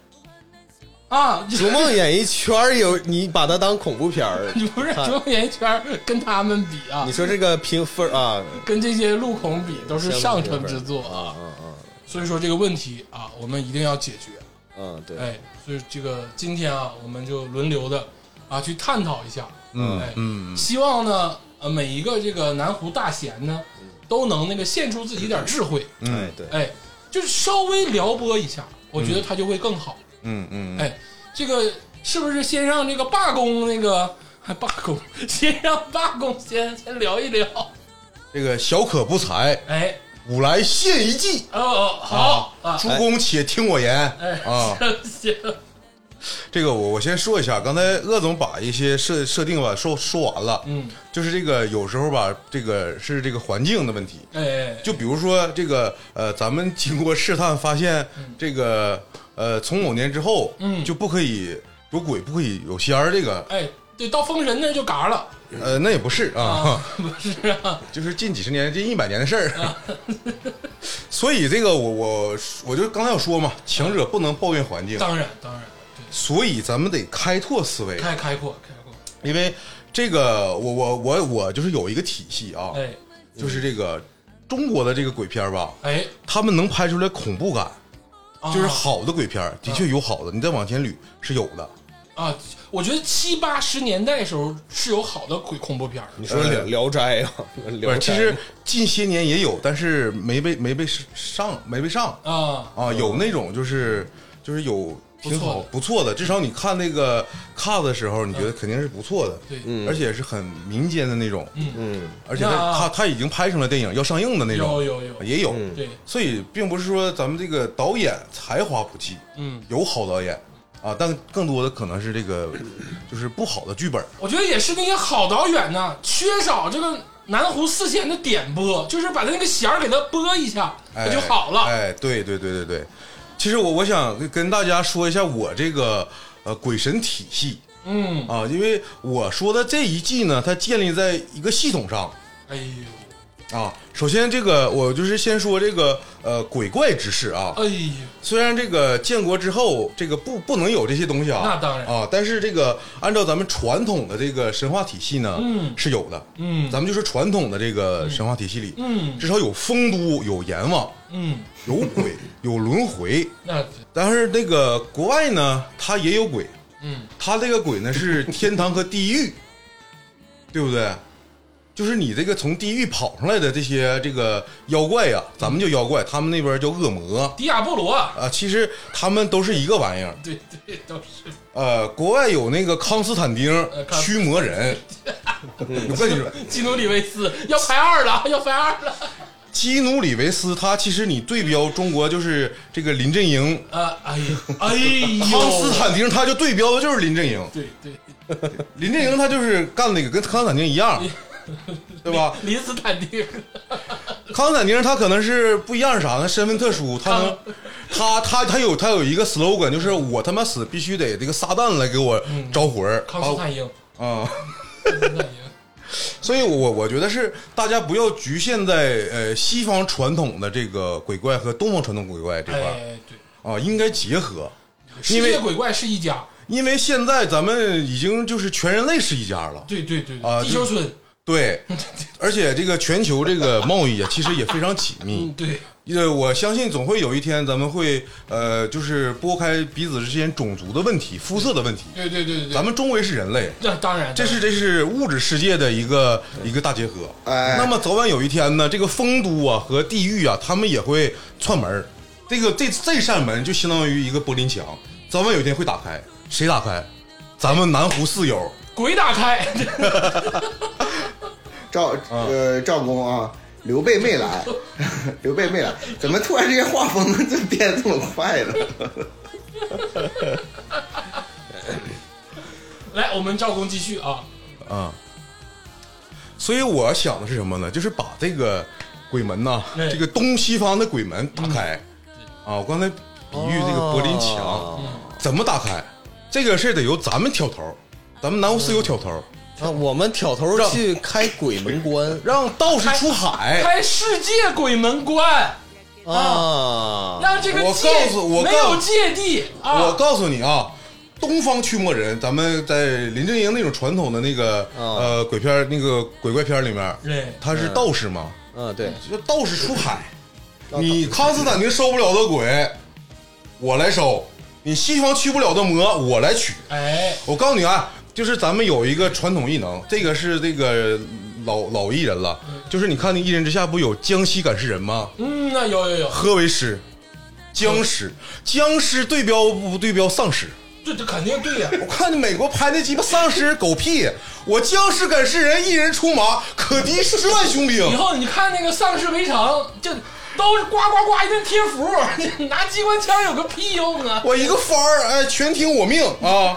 Speaker 1: 啊， <laughs>
Speaker 4: 《逐梦演艺圈》有你把它当恐怖
Speaker 1: <laughs>
Speaker 4: 片儿，
Speaker 1: 不是《逐梦演艺圈》跟他们比啊
Speaker 4: 你，说这个评分啊，
Speaker 1: 跟这些路孔比都是上乘之作啊。所以说这个问题啊，我们一定要解决。
Speaker 4: 嗯，对，
Speaker 1: 哎，所以这个今天啊，我们就轮流的啊去探讨一下。
Speaker 2: 嗯
Speaker 1: 哎，
Speaker 2: 嗯，
Speaker 1: 希望呢，呃，每一个这个南湖大贤呢，
Speaker 2: 嗯
Speaker 1: 都能那个献出自己点智慧，
Speaker 4: 哎，对，
Speaker 1: 哎，就是稍微撩拨一下，我觉得他就会更好。
Speaker 2: 嗯嗯，
Speaker 1: 哎，这个是不是先让这个罢工那个 <laughs> 还罢工，先让罢工先先聊一聊？
Speaker 2: 这个小可不才，
Speaker 1: 哎，
Speaker 2: 吾来献一计，
Speaker 1: 哦哦，好啊，
Speaker 2: 诸公且听我言
Speaker 1: 哎，
Speaker 2: 啊。
Speaker 1: 行行。
Speaker 2: 这个我我先说一下，刚才鄂总把一些设设定吧说说完了，
Speaker 1: 嗯，
Speaker 2: 就是这个有时候吧，这个是这个环境的问题，
Speaker 1: 哎，
Speaker 2: 就比如说这个呃，咱们经过试探发现，这个呃，从某年之后，
Speaker 1: 嗯
Speaker 2: 就不可以有鬼，不可以有仙儿，这个
Speaker 1: 哎，对，到封神那就嘎了
Speaker 2: 呃，那也不是啊
Speaker 1: 啊，，不是啊，
Speaker 2: 就是近几十年、近一百年的事儿。 <laughs> 所以这个我我我就刚才有说嘛，强者不能抱怨环境，
Speaker 1: 当然当然，对，
Speaker 2: 所以咱们得开拓思维，
Speaker 1: 开开阔开阔，
Speaker 2: 因为这个我我我我就是有一个体系啊，
Speaker 1: 哎
Speaker 2: 就是这个中国的这个鬼片儿吧，
Speaker 1: 哎，
Speaker 2: 他们能拍出来恐怖感。
Speaker 1: 啊
Speaker 2: 就是好的鬼片儿，的确有好的，你再往前捋是有的。
Speaker 1: 啊，我觉得七八十年代时候是有好的鬼恐怖片儿的
Speaker 4: 你说聊《聊斋》啊，
Speaker 2: 不
Speaker 4: 聊
Speaker 2: 是，
Speaker 4: 斋
Speaker 2: 其实近些年也有，但是没被没被上没被上
Speaker 1: 啊，
Speaker 2: 啊，有那种就是就是有挺好不错的，至少你看那个 cut 的时候，你觉得肯定是不错的，
Speaker 1: 嗯对，
Speaker 2: 而且是很民间的那种，
Speaker 4: 嗯，
Speaker 2: 而且他
Speaker 1: 那
Speaker 2: 他他已经拍成了电影，要上映的那
Speaker 1: 有
Speaker 2: 种
Speaker 1: 有有，
Speaker 2: 也有，
Speaker 4: 嗯
Speaker 1: 对，
Speaker 2: 所以并不是说咱们这个导演才华不济，
Speaker 1: 嗯，
Speaker 2: 有好导演啊，但更多的可能是这个就是不好的剧本。
Speaker 1: 我觉得也是那些好导演呐，缺少这个南湖四贤的点播，就是把他那个弦儿给他拨一下，
Speaker 2: 哎
Speaker 1: 他就好了，
Speaker 2: 哎，对对对对对，其实我我想跟大家说一下我这个呃鬼神体系
Speaker 1: 嗯，
Speaker 2: 啊，因为我说的这一季呢，它建立在一个系统上，
Speaker 1: 哎呦，
Speaker 2: 啊，首先这个我就是先说这个呃鬼怪之事啊，
Speaker 1: 哎呀，
Speaker 2: 虽然这个建国之后，这个不不能有这些东西啊，
Speaker 1: 那当然
Speaker 2: 啊，但是这个按照咱们传统的这个神话体系呢，
Speaker 1: 嗯
Speaker 2: 是有的，
Speaker 1: 嗯
Speaker 2: 咱们就说传统的这个神话体系里，
Speaker 1: 嗯
Speaker 2: 至少有丰都、有阎王、
Speaker 1: 嗯，
Speaker 2: 有鬼、有轮回，
Speaker 1: 那
Speaker 2: 但是那个国外呢，它也有鬼，
Speaker 1: 嗯
Speaker 2: 它这个鬼呢是天堂和地狱，对不对？就是你这个从地狱跑上来的这些这个妖怪呀、咱们叫妖怪，他们那边叫恶魔，
Speaker 1: 迪亚波罗，
Speaker 2: 啊，其实他们都是一个玩意儿。
Speaker 1: <laughs> 对对，都是 <laughs>
Speaker 2: 呃，国外有那个康斯坦丁
Speaker 1: 呃康
Speaker 2: 驱魔人，我跟你
Speaker 1: <laughs>
Speaker 2: 说，
Speaker 1: 基努里维斯要排二了，要排二了，
Speaker 2: 基努里维斯他其实你对标中国就是这个林正英，
Speaker 1: 啊，哎呀，哎呦，
Speaker 2: 康斯坦丁他就对标的就是林正英，
Speaker 1: 对对，
Speaker 2: 林正英他就是干那个跟康斯坦丁
Speaker 1: <laughs>
Speaker 2: 一样，对吧？
Speaker 1: 林斯坦丁，
Speaker 2: 康斯坦丁他可能是不一样是啥呢？身份特殊，他能，他他他有他有一个 slogan，就是我他妈死必须得这个撒旦来给我招魂儿，
Speaker 1: 嗯康斯坦因，
Speaker 2: 把我啊。
Speaker 1: 康斯坦因，
Speaker 2: 所以我，我觉得是大家不要局限在呃西方传统的这个鬼怪和东方传统鬼怪这块儿、
Speaker 1: 哎，对，
Speaker 2: 啊，应该结合，
Speaker 1: 世
Speaker 2: 因
Speaker 1: 界
Speaker 2: 为
Speaker 1: 鬼怪是一家，
Speaker 2: 因为现在咱们已经就是全人类是一家了，
Speaker 1: 对对对，
Speaker 2: 啊
Speaker 1: 地球村， <laughs>
Speaker 2: 对，而且这个全球这个贸易啊，其实也非常紧密
Speaker 1: 嗯，，对，
Speaker 2: 呃，我相信总会有一天咱们会呃，就是拨开彼此之间种族的问题、肤色的问题，
Speaker 1: 对对对对对
Speaker 2: 咱，们终归是人类，
Speaker 1: 那当然，
Speaker 2: 这是这是物质世界的一个一个大结合。
Speaker 3: 哎
Speaker 2: 那么早晚有一天呢，这个丰都啊和地狱啊，他们也会串门儿。这个这这扇门就相当于一个柏林墙，早晚有一天会打开。谁打开？咱们南湖四友。
Speaker 1: 鬼打
Speaker 2: <laughs>
Speaker 1: 开，
Speaker 3: 赵呃赵公啊，刘备没来，刘备没来，怎么突然之间画风就变得这么快了？
Speaker 1: 来，我们赵公继续啊，
Speaker 2: 啊、所以我想的是什么呢？就是把这个鬼门呐、
Speaker 1: 哎嗯
Speaker 2: 这个东西方的鬼门打开。啊，我刚才比喻这个柏林墙、嗯
Speaker 4: 哦
Speaker 2: 怎么打开，这个事儿得由咱们挑头儿，咱们南湖四友挑头儿，
Speaker 1: 嗯
Speaker 4: 啊，我们挑头
Speaker 2: 让
Speaker 4: 去开鬼门关
Speaker 2: <laughs> 让道士出海。
Speaker 1: 开世界鬼门关，
Speaker 4: 啊，
Speaker 1: 让这个
Speaker 2: 我
Speaker 1: 界
Speaker 2: 告诉我
Speaker 1: 没
Speaker 2: 告
Speaker 1: 有芥蒂啊，
Speaker 2: 我告诉你啊，东方驱魔人，咱们在林正英那种传统的那个、
Speaker 4: 啊
Speaker 2: 呃鬼片儿那个鬼怪片儿里面，
Speaker 1: 对
Speaker 2: 他是道士嘛，
Speaker 4: 嗯，对，
Speaker 2: 就道士出海，你康斯坦丁收不了的鬼，我来收；你西方驱不了的魔，我来取。
Speaker 1: 哎，
Speaker 2: 我告诉你啊，就是咱们有一个传统艺能，这个是这个老老艺人了，就是你看那《一人之下》不有江西赶尸
Speaker 1: <laughs>
Speaker 2: 人吗？
Speaker 1: 嗯，那有有有，
Speaker 2: 何为尸？僵
Speaker 1: 嗯
Speaker 2: 尸，僵尸对标不对标丧尸？
Speaker 1: 这这肯定对呀、
Speaker 2: 我看美国拍那鸡巴丧尸狗屁，我僵尸敢是人，一人出马，可敌十万雄
Speaker 1: 以
Speaker 2: 兵。
Speaker 1: 后你看那个《丧尸围城》，就都是呱呱呱一顿贴符， <laughs> 拿机关枪有个屁用啊！
Speaker 2: 我一个番儿，哎，全听我命啊！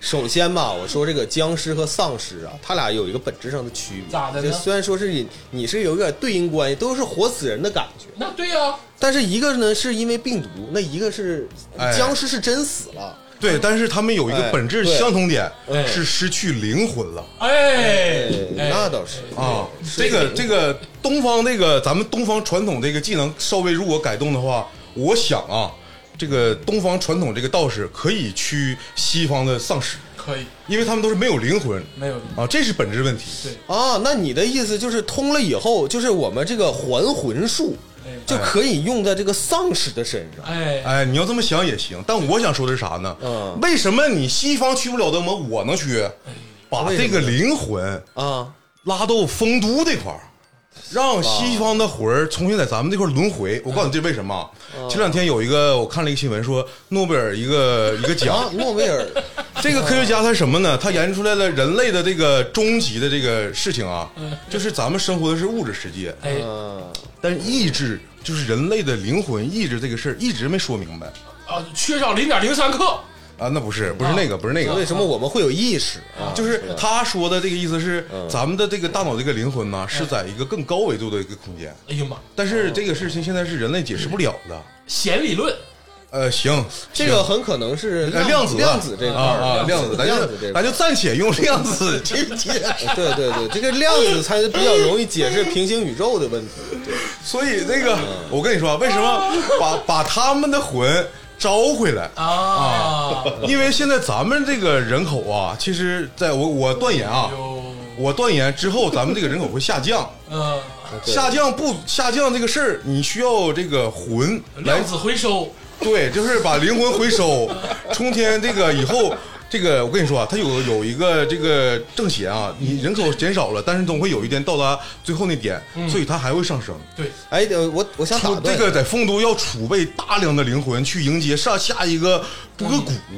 Speaker 4: 首先吧，我说这个僵尸和丧尸啊，它俩有一个本质上的区别。
Speaker 1: 咋的呢
Speaker 4: 就虽然说是你你是有点对应关系，都是活死人的感觉，
Speaker 1: 那对呀、
Speaker 4: 但是一个呢是因为病毒，那一个是
Speaker 2: 哎
Speaker 4: 僵尸是真死了。
Speaker 2: 对，但是他们有一个本质相同点，
Speaker 1: 哎对
Speaker 2: 是失去灵魂了
Speaker 1: 哎
Speaker 4: 哎，那倒是
Speaker 2: 啊。
Speaker 4: 是
Speaker 2: 这个这个东方这个咱们东方传统这个技能稍微如果改动的话，我想啊，这个东方传统这个道士可以驱西方的丧尸，
Speaker 1: 可以，
Speaker 2: 因为他们都是没有灵魂
Speaker 1: 没有
Speaker 2: 啊，这是本质问题。
Speaker 1: 对，
Speaker 4: 啊，那你的意思就是通了以后，就是我们这个还魂术
Speaker 1: 哎
Speaker 4: 就可以用在这个丧尸的身上。
Speaker 1: 哎，
Speaker 2: 哎，你要这么想也行，但我想说的是啥呢？
Speaker 4: 嗯
Speaker 2: 为什么你西方驱不了的魔，我能驱？
Speaker 1: 哎
Speaker 2: 把
Speaker 4: 为什
Speaker 2: 这
Speaker 4: 么
Speaker 2: 个灵魂
Speaker 4: 啊，
Speaker 2: 拉到丰都这块儿，让西方的魂儿重新在咱们这块儿轮回。我告诉你这为什么啊？前两天有一个我看了一个新闻说，诺贝尔一个一个
Speaker 4: 啊
Speaker 2: 奖，，
Speaker 4: 诺贝尔，
Speaker 2: 这个科学家他什么呢？他研究出来了人类的这个终极的这个事情啊，就是咱们生活的是物质世界，
Speaker 1: 哎，
Speaker 4: 嗯，
Speaker 2: 但是意志就是人类的灵魂意志这个事儿一直没说明白
Speaker 1: 啊，缺少零点零三克，
Speaker 2: 啊。那不是不是那个不是那个
Speaker 4: 为，什么我们会有意识啊？嗯
Speaker 2: 就是他说的这个意思是，咱们的这个大脑这个灵魂呢，是在一个更高维度的一个空间。
Speaker 1: 哎呀妈，
Speaker 2: 但是这个事情现在是人类解释不了的，
Speaker 1: 弦理论，
Speaker 2: 呃，行，
Speaker 4: 这个很可能是
Speaker 2: 行
Speaker 4: 量
Speaker 2: 量子
Speaker 4: 量子这一块
Speaker 2: 啊
Speaker 4: 儿
Speaker 2: 啊，量子，咱哎
Speaker 4: 量子这
Speaker 2: 就
Speaker 4: 块
Speaker 2: 咱
Speaker 4: 儿。
Speaker 2: 就暂且用量
Speaker 4: <laughs>
Speaker 2: 子去解，
Speaker 4: 对对对，这个量子才比较容易解释平行宇宙的问题。
Speaker 2: 所以那个我跟你说，啊为什么把把他们的魂招回来？
Speaker 1: 啊，
Speaker 2: 因为现在咱们这个人口啊，其实在我我断言啊，
Speaker 1: 有，
Speaker 2: 我断言之后，咱们这个人口会下降，
Speaker 1: 嗯，
Speaker 4: <laughs> 对
Speaker 2: 下降不下降这个事儿，你需要这个魂来
Speaker 1: 量子回收，
Speaker 2: 对，就是把灵魂回收，冲天这个以后。这个我跟你说啊，它有有一个这个正邪啊，你人口减少了，但是总会有一天到达最后那点，
Speaker 4: 嗯
Speaker 2: 所以它还会上升。
Speaker 1: 对，
Speaker 4: 哎，呃我我想打
Speaker 2: 出这
Speaker 4: 断，
Speaker 2: 个在丰都要储备大量的灵魂去迎接上下一个波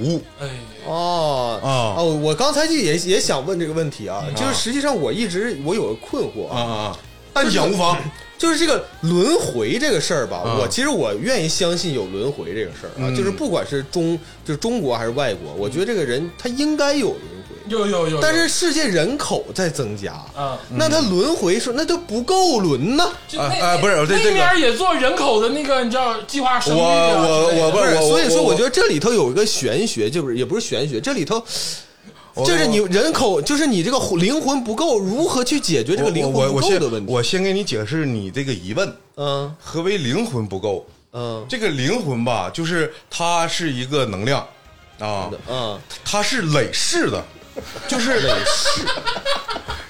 Speaker 2: 谷。
Speaker 1: 哎，
Speaker 4: 哦
Speaker 2: 啊
Speaker 4: 哦，我刚才就也也想问这个问题啊，就是实际上我一直我有个困惑
Speaker 2: 啊，啊啊！但讲无妨，
Speaker 4: 就是这个轮回这个事儿吧，
Speaker 2: 啊
Speaker 4: 我其实我愿意相信有轮回这个事儿啊，
Speaker 2: 嗯
Speaker 4: 就是不管是中就是中国还是外国，我觉得这个人他应该有轮回，
Speaker 1: 有有有，
Speaker 4: 但是世界人口在增加，
Speaker 1: 啊，
Speaker 4: 那他轮回说那就不够轮呢。
Speaker 1: 就
Speaker 2: 啊
Speaker 1: 那
Speaker 2: 啊不是我这
Speaker 1: 那
Speaker 2: 这个
Speaker 1: 面也做人口的那个，你知道计划生育
Speaker 2: 我
Speaker 1: 啊
Speaker 2: 我
Speaker 1: 之类的
Speaker 2: 我不
Speaker 4: 不是，
Speaker 2: 我
Speaker 4: 所以说
Speaker 2: 我
Speaker 4: 我觉得这里头有一个玄学，就是也不是玄学，这里头
Speaker 2: 我
Speaker 4: 就是你
Speaker 2: 我
Speaker 4: 人口，就是你这个魂灵魂不够，如何去解决这个灵
Speaker 2: 我
Speaker 4: 魂
Speaker 2: 我
Speaker 4: 不
Speaker 2: 我
Speaker 4: 够
Speaker 2: 先
Speaker 4: 的问题？
Speaker 2: 我先给你解释你这个疑问，
Speaker 4: 嗯
Speaker 2: 何为灵魂不够？
Speaker 4: 嗯
Speaker 2: 这个灵魂吧，就是它是一个能量啊，
Speaker 4: 嗯，
Speaker 2: 它是累世的，就是累世，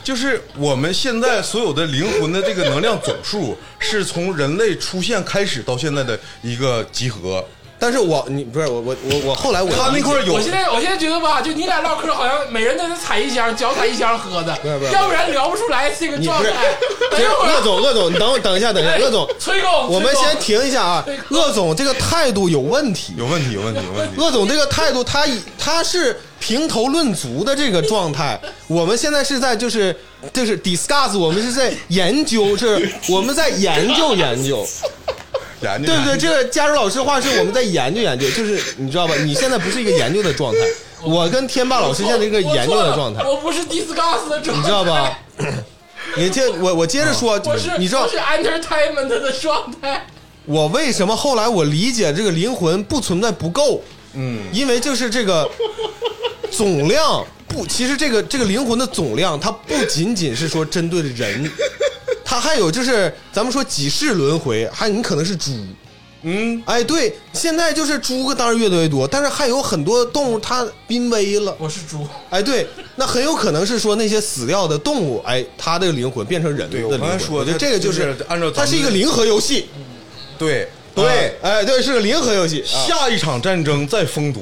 Speaker 2: 就是我们现在所有的灵魂的这个能量总数，是从人类出现开始到现在的一个集合。
Speaker 4: 但是我你不是我我我我后来我
Speaker 2: 他那块儿有
Speaker 1: 我现在我现在觉得吧，就你俩唠嗑，好像每人都得踩一箱，脚踩一箱喝的，
Speaker 4: 不是不是
Speaker 1: 要不然聊不出来这个
Speaker 4: 你
Speaker 1: 状
Speaker 4: 不是
Speaker 1: 态。 <laughs> 等一会儿，
Speaker 4: 鄂总鄂总，你等等一下等一下，
Speaker 1: 哎
Speaker 4: 鄂总，
Speaker 1: 崔总，
Speaker 4: 我们
Speaker 1: 崔总
Speaker 4: 先停一下啊
Speaker 1: 崔，总
Speaker 4: 鄂总这个态度有问题，
Speaker 2: 有问题，有问题，有问题。
Speaker 4: 鄂总这个态度，他以他是评头论足的这个状
Speaker 1: <laughs>
Speaker 4: 态。我们现在是在就是就是 discuss，我们是在研究，是我们在研究
Speaker 1: <laughs>
Speaker 4: 研究，
Speaker 2: 研究
Speaker 4: 对不对？
Speaker 2: 研究
Speaker 4: 这个佳茹老师的话是我们在研究研究，就是你知道吧？你现在不是一个研究的状态，我跟天霸老师现在这个研究的状态
Speaker 1: 哦我，错了我哦不是 discuss 的状态，
Speaker 4: 你知道吧？你接我我接着说
Speaker 1: <laughs> 哦我是，
Speaker 4: 你知道
Speaker 1: 我是 entertainment 的状态，
Speaker 4: 我为什么后来我理解这个灵魂不存在不够，嗯，因为就是这个总量不，其实这个这个灵魂的总量，它不仅仅是说针对的人，它还有就是咱们说几世轮回，还有你可能是猪。
Speaker 2: 嗯，
Speaker 4: 哎，对，现在就是猪当然越来越多，但是还有很多动物它濒危了。
Speaker 1: 我是猪，
Speaker 4: 哎，对，那很有可能是说那些死掉的动物，哎，它的灵魂变成人的
Speaker 2: 对
Speaker 4: 灵
Speaker 2: 我
Speaker 4: 魂。
Speaker 2: 刚才说
Speaker 4: 我觉得
Speaker 2: 它
Speaker 4: 这个就
Speaker 2: 就是
Speaker 4: 是
Speaker 2: 按照咱们
Speaker 4: 它是一个零和游戏，
Speaker 2: 对
Speaker 4: 对，哎，对，是个零和游戏。啊
Speaker 2: 下一场战争在丰都，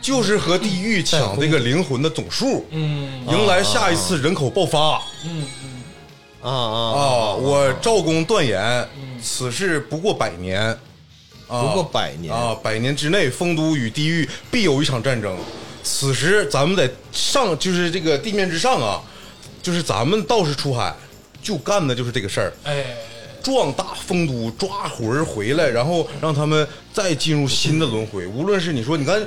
Speaker 2: 就是和地狱抢这个灵魂的总数，
Speaker 1: 嗯
Speaker 2: 迎来下一次人口爆发
Speaker 1: 嗯
Speaker 4: 啊
Speaker 2: 啊
Speaker 4: 啊！
Speaker 2: 我赵公断言，此事不过百年，啊，
Speaker 4: 不过百年
Speaker 2: 啊，百年之内，丰都与地狱必有一场战争。此时咱们在上，就是这个地面之上啊，就是咱们道士出海，就干的就是这个事儿。
Speaker 1: 哎，
Speaker 2: 壮大丰都，抓魂儿回来，然后让他们再进入新的轮回。无论是你说，你看，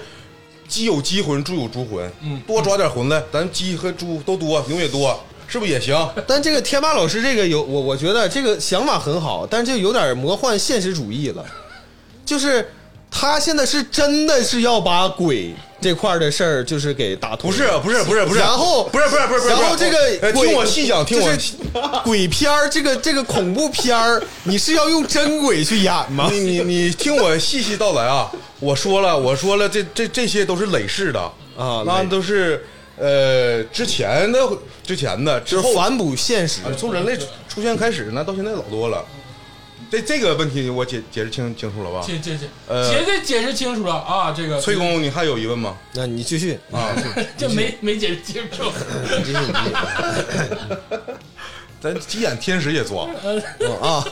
Speaker 2: 鸡有鸡魂，猪有猪魂，嗯，多抓点魂来，咱鸡和猪都多，牛也多，是不是也行？
Speaker 4: 但这个天霸老师这个有我，我觉得这个想法很好，但是就有点魔幻现实主义了。就是他现在是真的是要把鬼这块儿的事儿，就是给打通。
Speaker 2: 不是，不是，不是，不是，
Speaker 4: 然后
Speaker 2: 不是，不是，不是，不是
Speaker 4: 然后这
Speaker 2: 呃
Speaker 4: 个鬼
Speaker 2: 听我细讲，听我
Speaker 4: 就是
Speaker 2: 细
Speaker 4: 鬼片儿，这个这个恐怖片儿，你是要用真鬼去演吗？
Speaker 2: 你你你听我细细道来啊！我说了，我说了，这这这些都是累世的
Speaker 4: 啊
Speaker 2: 那
Speaker 4: 累
Speaker 2: 都是呃之前的之前的之
Speaker 4: 就
Speaker 2: 后
Speaker 4: 是反哺现实
Speaker 2: 啊，从人类出现开始呢，到现在老多了。这这个问题我解解释清清楚了吧？
Speaker 1: 这这这，
Speaker 2: 呃
Speaker 1: 绝对解释清楚了啊！这个
Speaker 2: 崔工，你还有疑问吗？
Speaker 4: 那你继续啊，
Speaker 1: <laughs>
Speaker 4: <laughs>
Speaker 1: 这没没解释清楚，
Speaker 4: 继续你继续
Speaker 2: 咱鸡眼天使也
Speaker 4: <laughs>
Speaker 2: 抓，
Speaker 4: 啊，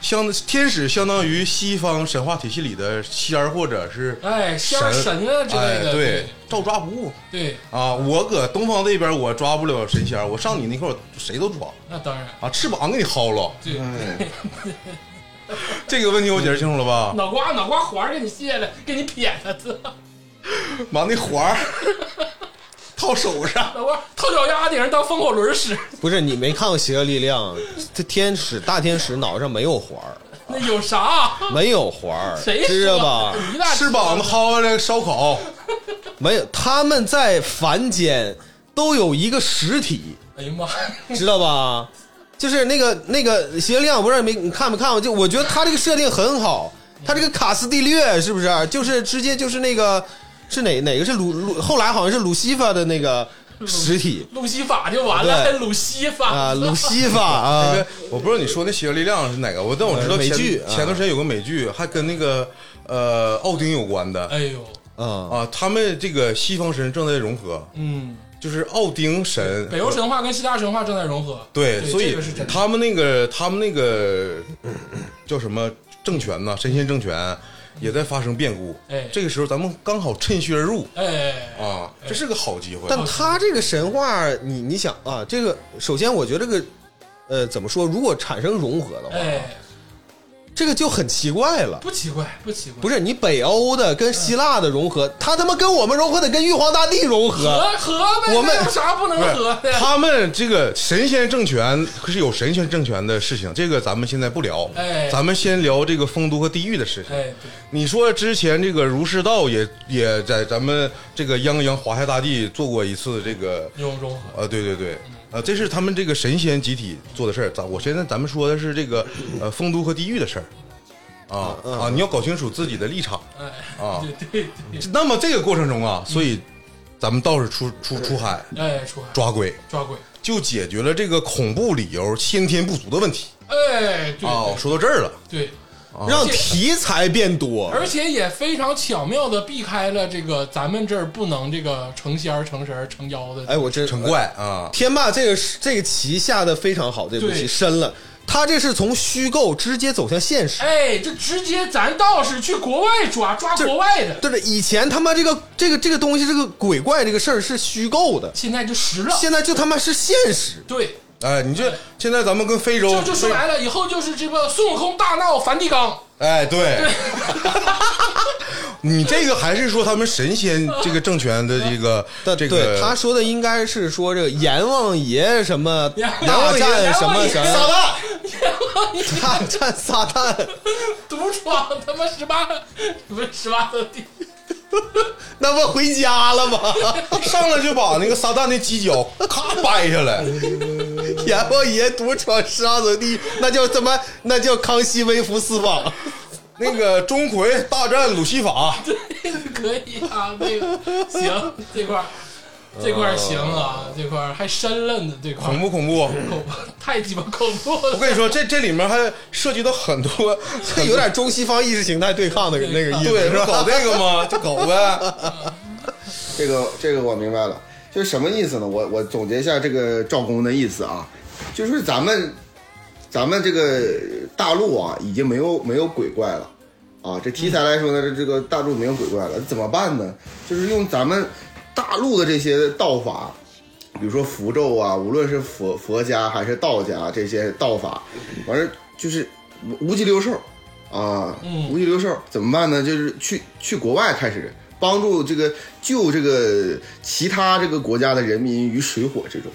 Speaker 2: 相天使相当于西方神话体系里的仙儿或者是
Speaker 1: 哎，仙儿
Speaker 2: 神
Speaker 1: 神啊之类
Speaker 2: 哎
Speaker 1: 的，
Speaker 2: 对，照抓不误
Speaker 1: 对，
Speaker 2: 啊！我搁东方这边我抓不了神仙儿，我上你那块儿我谁都抓。
Speaker 1: 那当然，
Speaker 2: 啊，翅膀给你薅了。
Speaker 1: 对，
Speaker 3: 哎
Speaker 2: 这个问题我解释清楚了吧？
Speaker 1: 脑瓜脑瓜环儿给你卸了，给你撇了，知道吗
Speaker 2: 把那环儿套手上，
Speaker 1: 脑瓜套脚丫顶上当风火轮使，
Speaker 4: 不是你没看过《邪恶力量》，这天使大天使脑上没有环儿。
Speaker 1: 那有啥？啊
Speaker 4: 没有环儿，
Speaker 1: 谁
Speaker 4: 知道
Speaker 1: 说
Speaker 4: 吧？？
Speaker 1: 一大
Speaker 2: 翅膀子薅下来烧烤，
Speaker 4: 没有，他们在凡间都有一个实体，
Speaker 1: 哎呀妈呀！
Speaker 4: 知道吧？就是那个那个邪灵，我不知道你没你看没看过，就我觉得他这个设定很好，他这个卡斯蒂略是不是？就是直接就是那个是哪哪个是鲁鲁，后来好像是鲁西法的那个实体
Speaker 1: 路西法就完了，还
Speaker 4: 对
Speaker 1: 鲁西法
Speaker 4: 啊，鲁西法啊
Speaker 2: 那，个呃我不知道你说那邪恶力量是哪个，我但我知道
Speaker 4: 呃美
Speaker 2: 前
Speaker 4: 剧啊
Speaker 2: 前段时间有个美剧，还跟那个呃奥丁有关的
Speaker 1: 哎呦，
Speaker 4: 嗯，
Speaker 2: 啊，他们这个西方神正在融合，
Speaker 1: 嗯，
Speaker 2: 就是奥丁神
Speaker 1: 北欧神话跟希腊神话正在融合，
Speaker 2: 对，所
Speaker 1: 这
Speaker 2: 以
Speaker 1: 个是真的。
Speaker 2: 他们那个他们那个叫什么政权呐，神仙政权也在发生变故。
Speaker 1: 哎
Speaker 2: 这个时候咱们刚好趁虚而入
Speaker 1: 哎，
Speaker 2: 啊，这是个好机会。
Speaker 4: 但他这个神话，你你想啊，这个首先我觉得这个呃怎么说，如果产生融合的话，
Speaker 1: 哎，
Speaker 4: 这个就很奇怪了。
Speaker 1: 不奇怪，不奇怪，
Speaker 4: 不
Speaker 1: 是
Speaker 4: 是你北欧的跟希腊的融合，他他妈跟我们融合得跟玉皇大帝融合，
Speaker 1: 合合呗，
Speaker 4: 我们
Speaker 1: 那有啥不能
Speaker 2: 啊不是
Speaker 1: 合的？
Speaker 2: 他们这个神仙政权是有神仙政权的事情，这个咱们现在不聊，
Speaker 1: 哎
Speaker 2: 咱们先聊这个丰都和地狱的事情。
Speaker 1: 哎，
Speaker 2: 你说之前这个儒释道也也在咱们这个泱泱华夏大地做过一次这个
Speaker 1: 对，有融合，
Speaker 2: 啊，对对对，啊，这是他们这个神仙集体做的事儿。咱我现在咱们说的是这个呃丰都和地狱的事儿，啊
Speaker 1: 嗯
Speaker 2: 啊，你要搞清楚自己的立场。
Speaker 1: 哎，
Speaker 2: 啊
Speaker 1: 对对对，
Speaker 2: 那么这个过程中啊，所以咱们道士出出出海
Speaker 1: 哎，出海
Speaker 2: 抓鬼，
Speaker 1: 抓鬼，
Speaker 2: 就解决了这个恐怖理由先天不足的问题。
Speaker 1: 哎，
Speaker 2: 哦，
Speaker 1: 对
Speaker 2: 说到这儿了，
Speaker 1: 对对，
Speaker 4: 让题材变多。
Speaker 1: 而且也非常巧妙的避开了这个咱们这儿不能这个成仙儿、成神儿、成妖的，
Speaker 4: 哎，我真
Speaker 2: 成怪啊，
Speaker 4: 天霸这个是这个棋下的非常好，这步棋
Speaker 1: 对
Speaker 4: 深了。他这是从虚构直接走向现实。
Speaker 1: 哎，这直接咱道士去国外抓，抓
Speaker 4: 这
Speaker 1: 国外的，
Speaker 4: 对对，以前他妈这个这个这个东西，这个鬼怪这个事儿是虚构的，
Speaker 1: 现在就实了，
Speaker 4: 现在就他妈是现实。
Speaker 1: 对，
Speaker 2: 哎，你这现在咱们跟非洲
Speaker 1: 这就说白了，以后就是这个孙悟空大闹梵蒂冈，
Speaker 2: 哎，对， <laughs> 你这个还是说他们神仙这个政权的这个
Speaker 4: 但
Speaker 2: 这
Speaker 4: 对
Speaker 2: 个
Speaker 4: 他说的应该是说这个阎王爷什么
Speaker 1: 阎王爷
Speaker 4: 大战什
Speaker 1: 阎王
Speaker 4: 么
Speaker 1: 爷
Speaker 4: 什
Speaker 1: 撒
Speaker 4: 么 <laughs>
Speaker 2: 旦
Speaker 4: 大战撒旦，
Speaker 1: 独闯他妈十八，不是十八层地，
Speaker 4: 那不回家了吗？
Speaker 2: <laughs> 上来就把那个撒旦那犄角咔掰下来，
Speaker 4: 阎王爷独闯十二层地，那叫什么？那叫康熙微服私访。
Speaker 2: <laughs> 那个钟馗大战鲁西
Speaker 4: <laughs>
Speaker 2: 法，
Speaker 1: 可以啊，那个行，这块儿这块儿行啊，
Speaker 4: 呃
Speaker 1: 这块儿还深了呢，这块
Speaker 2: 恐
Speaker 4: 嗯
Speaker 1: 儿
Speaker 2: 不恐怖？
Speaker 1: 恐怖， <laughs> 太鸡巴恐怖
Speaker 2: 我
Speaker 1: 了，
Speaker 2: 跟你说，这这里面还涉及到很
Speaker 4: <laughs>
Speaker 2: 多，
Speaker 4: 这有点中西方意识形态对抗的那个意思，
Speaker 2: 对，
Speaker 4: 是吧？
Speaker 2: 搞这个吗？就搞呗。
Speaker 3: 这个这个我明白了，就是什么意思呢？我我总结一下这个赵公的意思啊，就是咱们咱们这个大陆啊，已经没有没有鬼怪了。啊，这题材来说呢，这这个大陆没有鬼怪了，怎么办呢？就是用咱们大陆的这些道法，比如说符咒啊，无论是佛佛家还是道家这些道法，完事儿就是无无极溜兽啊，无极溜兽怎么办呢？就是去去国外开始帮助这个救这个其他这个国家的人民于水火之中。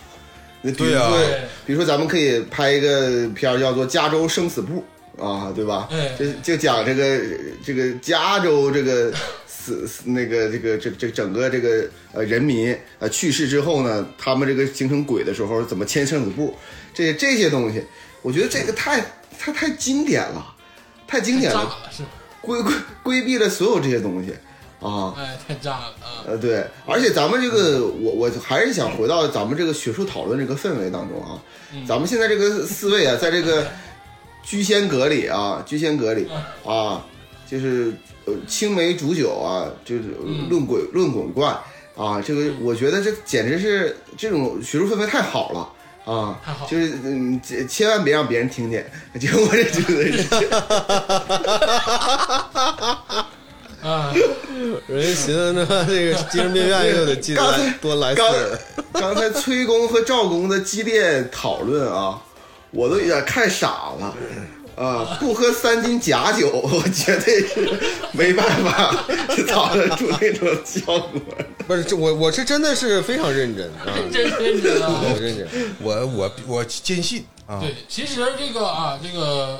Speaker 3: 那比如
Speaker 2: 对啊
Speaker 3: 说
Speaker 1: 对
Speaker 3: 比如说咱们可以拍一个片儿叫做《加州生死簿》啊，对吧？
Speaker 1: 哎
Speaker 3: 这就讲这个这个加州这个死死那个这个这这整个这个呃人民呃去世之后呢，他们这个形成鬼的时候怎么签生死簿，这这些东西，我觉得这个太太太经典了，太经典
Speaker 1: 炸
Speaker 3: 了，
Speaker 1: 了是吧？
Speaker 3: 规规规避了所有这些东西啊。
Speaker 1: 哎，太炸了啊！
Speaker 3: 呃，对，而且咱们这个，我我还是想回到咱们这个学术讨论这个氛围当中啊。
Speaker 1: 嗯
Speaker 3: 咱们现在这个四位啊，在这个居仙阁里啊，居仙阁里
Speaker 1: 嗯
Speaker 3: 啊，就是呃青梅煮酒啊，就是
Speaker 1: 嗯
Speaker 3: 论鬼、论滚怪啊，这个我觉得这简直是这种学术氛围太好了。啊，
Speaker 1: 太好了
Speaker 3: 就是嗯，千千万别让别人听见，就我这觉得是，
Speaker 1: 啊，
Speaker 4: <laughs> 人家寻思那这个精神病院又得进
Speaker 3: 刚
Speaker 4: 来
Speaker 3: 才
Speaker 4: 多来四
Speaker 3: 刚
Speaker 4: 儿，
Speaker 3: 刚才崔工和赵工的激烈讨论啊，我都有点看傻了。啊、不喝三斤假酒，我绝对是没办法 <laughs> 讨论出那种效果。
Speaker 4: 不是这我我是真的是非常认真啊，
Speaker 1: 真认真啊！
Speaker 4: <laughs> 我认真。
Speaker 2: 我我我坚信啊，
Speaker 1: 对，其实这个啊，这个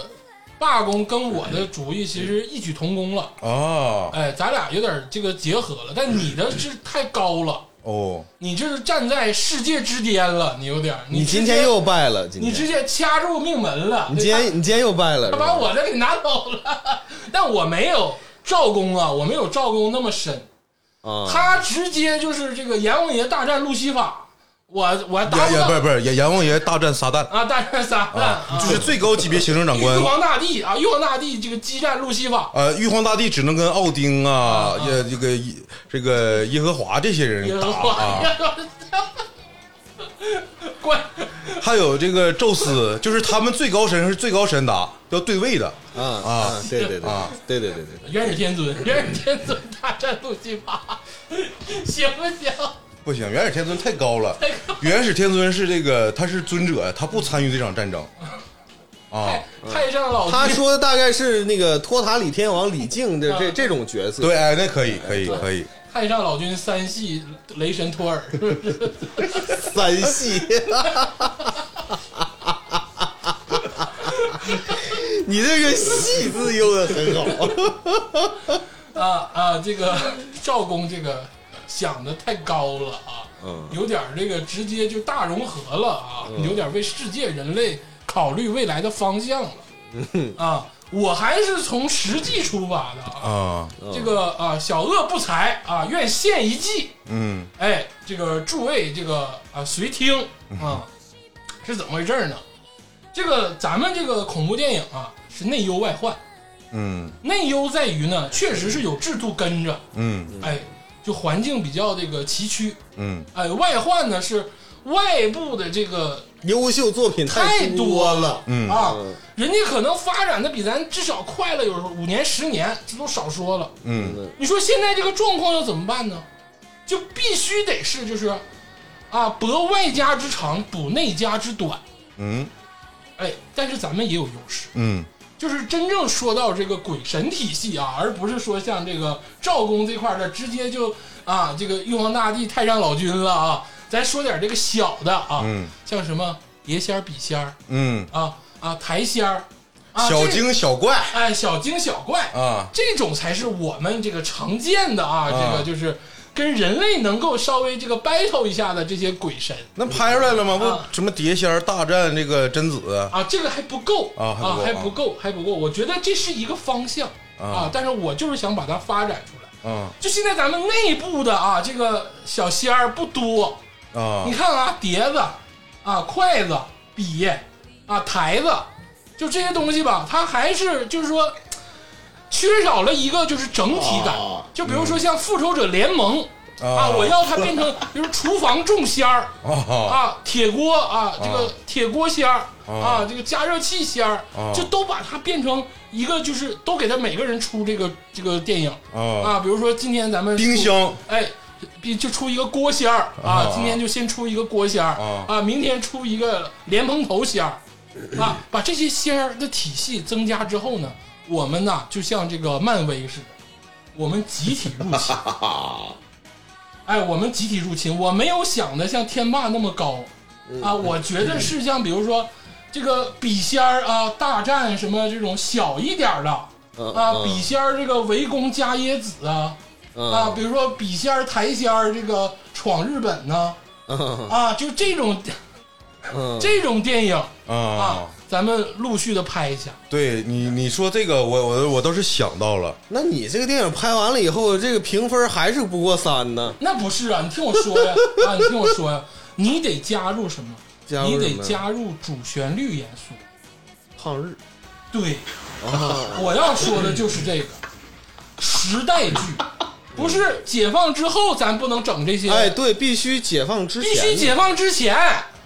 Speaker 1: 罢工跟我的主意其实异曲同工了。
Speaker 2: 啊，
Speaker 1: 哎，咱俩有点这个结合了，但你的是太高了，
Speaker 2: 哦，
Speaker 1: 你这是站在世界之巅了，你有点儿，
Speaker 4: 你
Speaker 1: 直接
Speaker 4: 今天又败了，今
Speaker 1: 你直
Speaker 4: 天
Speaker 1: 接掐住命门了，
Speaker 4: 你今天你今天又败了，
Speaker 1: 他
Speaker 4: 是
Speaker 1: 把
Speaker 4: 吧？
Speaker 1: 我的给拿走了，但我没有赵公啊，我没有赵公那么深，
Speaker 4: 啊，
Speaker 1: 他直接就是这个阎王爷大战路西法，我我打
Speaker 2: 阎
Speaker 1: 不
Speaker 2: 阎不
Speaker 1: 了
Speaker 2: 是不是阎阎王爷大战撒旦
Speaker 1: 啊，大战撒旦
Speaker 2: 啊，
Speaker 1: 啊
Speaker 2: 就是最高级别行政长
Speaker 1: 玉
Speaker 2: 官。
Speaker 1: 皇大帝啊，玉皇大帝这个激战路西法，
Speaker 2: 呃，玉皇大帝只能跟奥丁啊，
Speaker 1: 啊
Speaker 2: 耶这个耶这个耶和华这些人
Speaker 1: 耶
Speaker 2: 打
Speaker 1: <laughs> 和华
Speaker 2: 啊，，
Speaker 1: <laughs> 怪
Speaker 2: 还有这个宙斯，就是他们最高神是最高神打，要对位的。
Speaker 4: 啊啊，对对对
Speaker 2: 啊，
Speaker 4: 对对对对，
Speaker 1: 元始天尊，元始天尊大战路西法，行不行？
Speaker 2: 不行，元始天尊太高了。元始天尊是这个，他是尊者，他不参与这场战争。啊
Speaker 1: 太，太上老君，
Speaker 4: 他说的大概是那个托塔李天王李靖的
Speaker 1: 啊
Speaker 4: 这这种角色，
Speaker 2: 对，哎，那可以，可以，可以。
Speaker 1: 太上老君三系雷神托尔，
Speaker 4: 三
Speaker 1: <laughs>
Speaker 4: 系。你这个“戏”字用的很好，
Speaker 1: 啊啊，这个赵公这个想的太高了啊，
Speaker 4: 嗯
Speaker 1: 有点儿这个直接就大融合了啊，有点儿为世界人类考虑未来的方向了，啊，我还是从实际出发的啊，
Speaker 2: 啊，
Speaker 1: 这个啊，小恶不才啊，愿献一计，
Speaker 2: 嗯，
Speaker 1: 哎，这个诸位这个啊随听啊，是怎么回事呢？这个咱们这个恐怖电影啊是内忧外患，
Speaker 2: 嗯，
Speaker 1: 内忧在于呢，确实是有制度跟着，
Speaker 2: 嗯，
Speaker 1: 哎，就环境比较这个崎岖，
Speaker 2: 嗯，
Speaker 1: 哎，外患呢是外部的这个
Speaker 4: 优秀作品
Speaker 1: 太
Speaker 4: 多
Speaker 1: 了，
Speaker 2: 嗯
Speaker 1: 啊，人家可能发展的比咱至少快了有时候五年十年，这都少说了。
Speaker 2: 嗯，
Speaker 1: 你说现在这个状况要怎么办呢？就必须得是就是，啊，博外家之长，补内家之短。
Speaker 2: 嗯，
Speaker 1: 哎，但是咱们也有优势，
Speaker 2: 嗯，
Speaker 1: 就是真正说到这个鬼神体系啊，而不是说像这个赵公这块儿的，直接就啊，这个玉皇大帝、太上老君了啊。咱说点这个小的啊，
Speaker 2: 嗯
Speaker 1: 像什么碟仙儿、笔仙儿
Speaker 2: 嗯，
Speaker 1: 啊啊，台仙儿，啊、
Speaker 2: 小
Speaker 1: 这
Speaker 2: 精小怪
Speaker 1: 哎小精小怪
Speaker 2: 啊，
Speaker 1: 这种才是我们这个常见的啊，
Speaker 2: 啊
Speaker 1: 这个就是跟人类能够稍微这个 battle 一下的这些鬼神
Speaker 2: 那拍出来了吗？
Speaker 1: 啊
Speaker 2: 不，什么碟仙儿大战这个贞子
Speaker 1: 啊，这个还不够
Speaker 2: 啊还不
Speaker 1: 还不
Speaker 2: 够
Speaker 1: 够，还不够。我觉得这是一个方向啊
Speaker 2: 啊，
Speaker 1: 但是我就是想把它发展出来。
Speaker 2: 啊
Speaker 1: 就现在咱们内部的啊，这个小仙儿不多，
Speaker 2: 啊
Speaker 1: 你看啊，碟子啊、筷子、笔啊、台子，就这些东西吧，它还是就是说缺少了一个就是整体感。
Speaker 3: 啊
Speaker 1: 就比如说像《复仇者联盟》啊，
Speaker 2: 嗯啊
Speaker 1: 我要它变成就是厨房种仙
Speaker 2: <laughs>
Speaker 1: 儿
Speaker 2: 啊
Speaker 1: 啊，铁锅啊，这
Speaker 2: 哦
Speaker 1: 个铁锅仙儿啊
Speaker 2: 啊，
Speaker 1: 这个加热器仙儿
Speaker 2: 啊，
Speaker 1: 就都把它变成一个，就是都给他每个人出这个这个电影
Speaker 2: 啊，
Speaker 1: 啊，比如说今天咱们
Speaker 2: 冰
Speaker 1: 出
Speaker 2: 箱
Speaker 1: 哎，比就出一个锅仙儿啊
Speaker 2: 啊，
Speaker 1: 今天就先出一个锅仙儿
Speaker 2: 啊
Speaker 1: 啊，明天出一个莲蓬头仙儿啊，把这些仙儿的体系增加之后呢，我们呐就像这个漫威似的，我们集体入侵，哎，我们集体入侵，我没有想的像天霸那么高啊，我觉得是像比如说这个笔仙儿啊，大战什么这种小一点儿的
Speaker 4: 嗯
Speaker 1: 啊，笔仙儿这个围攻伽椰子啊。
Speaker 4: 嗯
Speaker 1: 啊，比如说笔仙儿、台仙儿这个闯日本呢，
Speaker 4: 嗯
Speaker 1: 啊，就这种
Speaker 4: 嗯，哦
Speaker 1: 这种电影
Speaker 2: 啊
Speaker 1: 啊，，咱们陆续的拍一下。
Speaker 2: 对你你说这个，我我我倒是想到了，
Speaker 4: 那你这个电影拍完了以后，这个评分还是不过三呢？
Speaker 1: 那不是啊，你听我说
Speaker 4: <laughs>
Speaker 1: 呀，啊，你听我说呀，你得加入什么？
Speaker 4: 加入
Speaker 1: 你
Speaker 4: 什
Speaker 1: 得
Speaker 4: 么呀
Speaker 1: 加入主旋律元素。
Speaker 4: 抗日
Speaker 1: 对，
Speaker 4: 啊，
Speaker 1: 我要说的就是这个时代剧，不是解放之后咱不能整这些，
Speaker 4: 哎，对，必须解放之前
Speaker 1: 必须解放之前。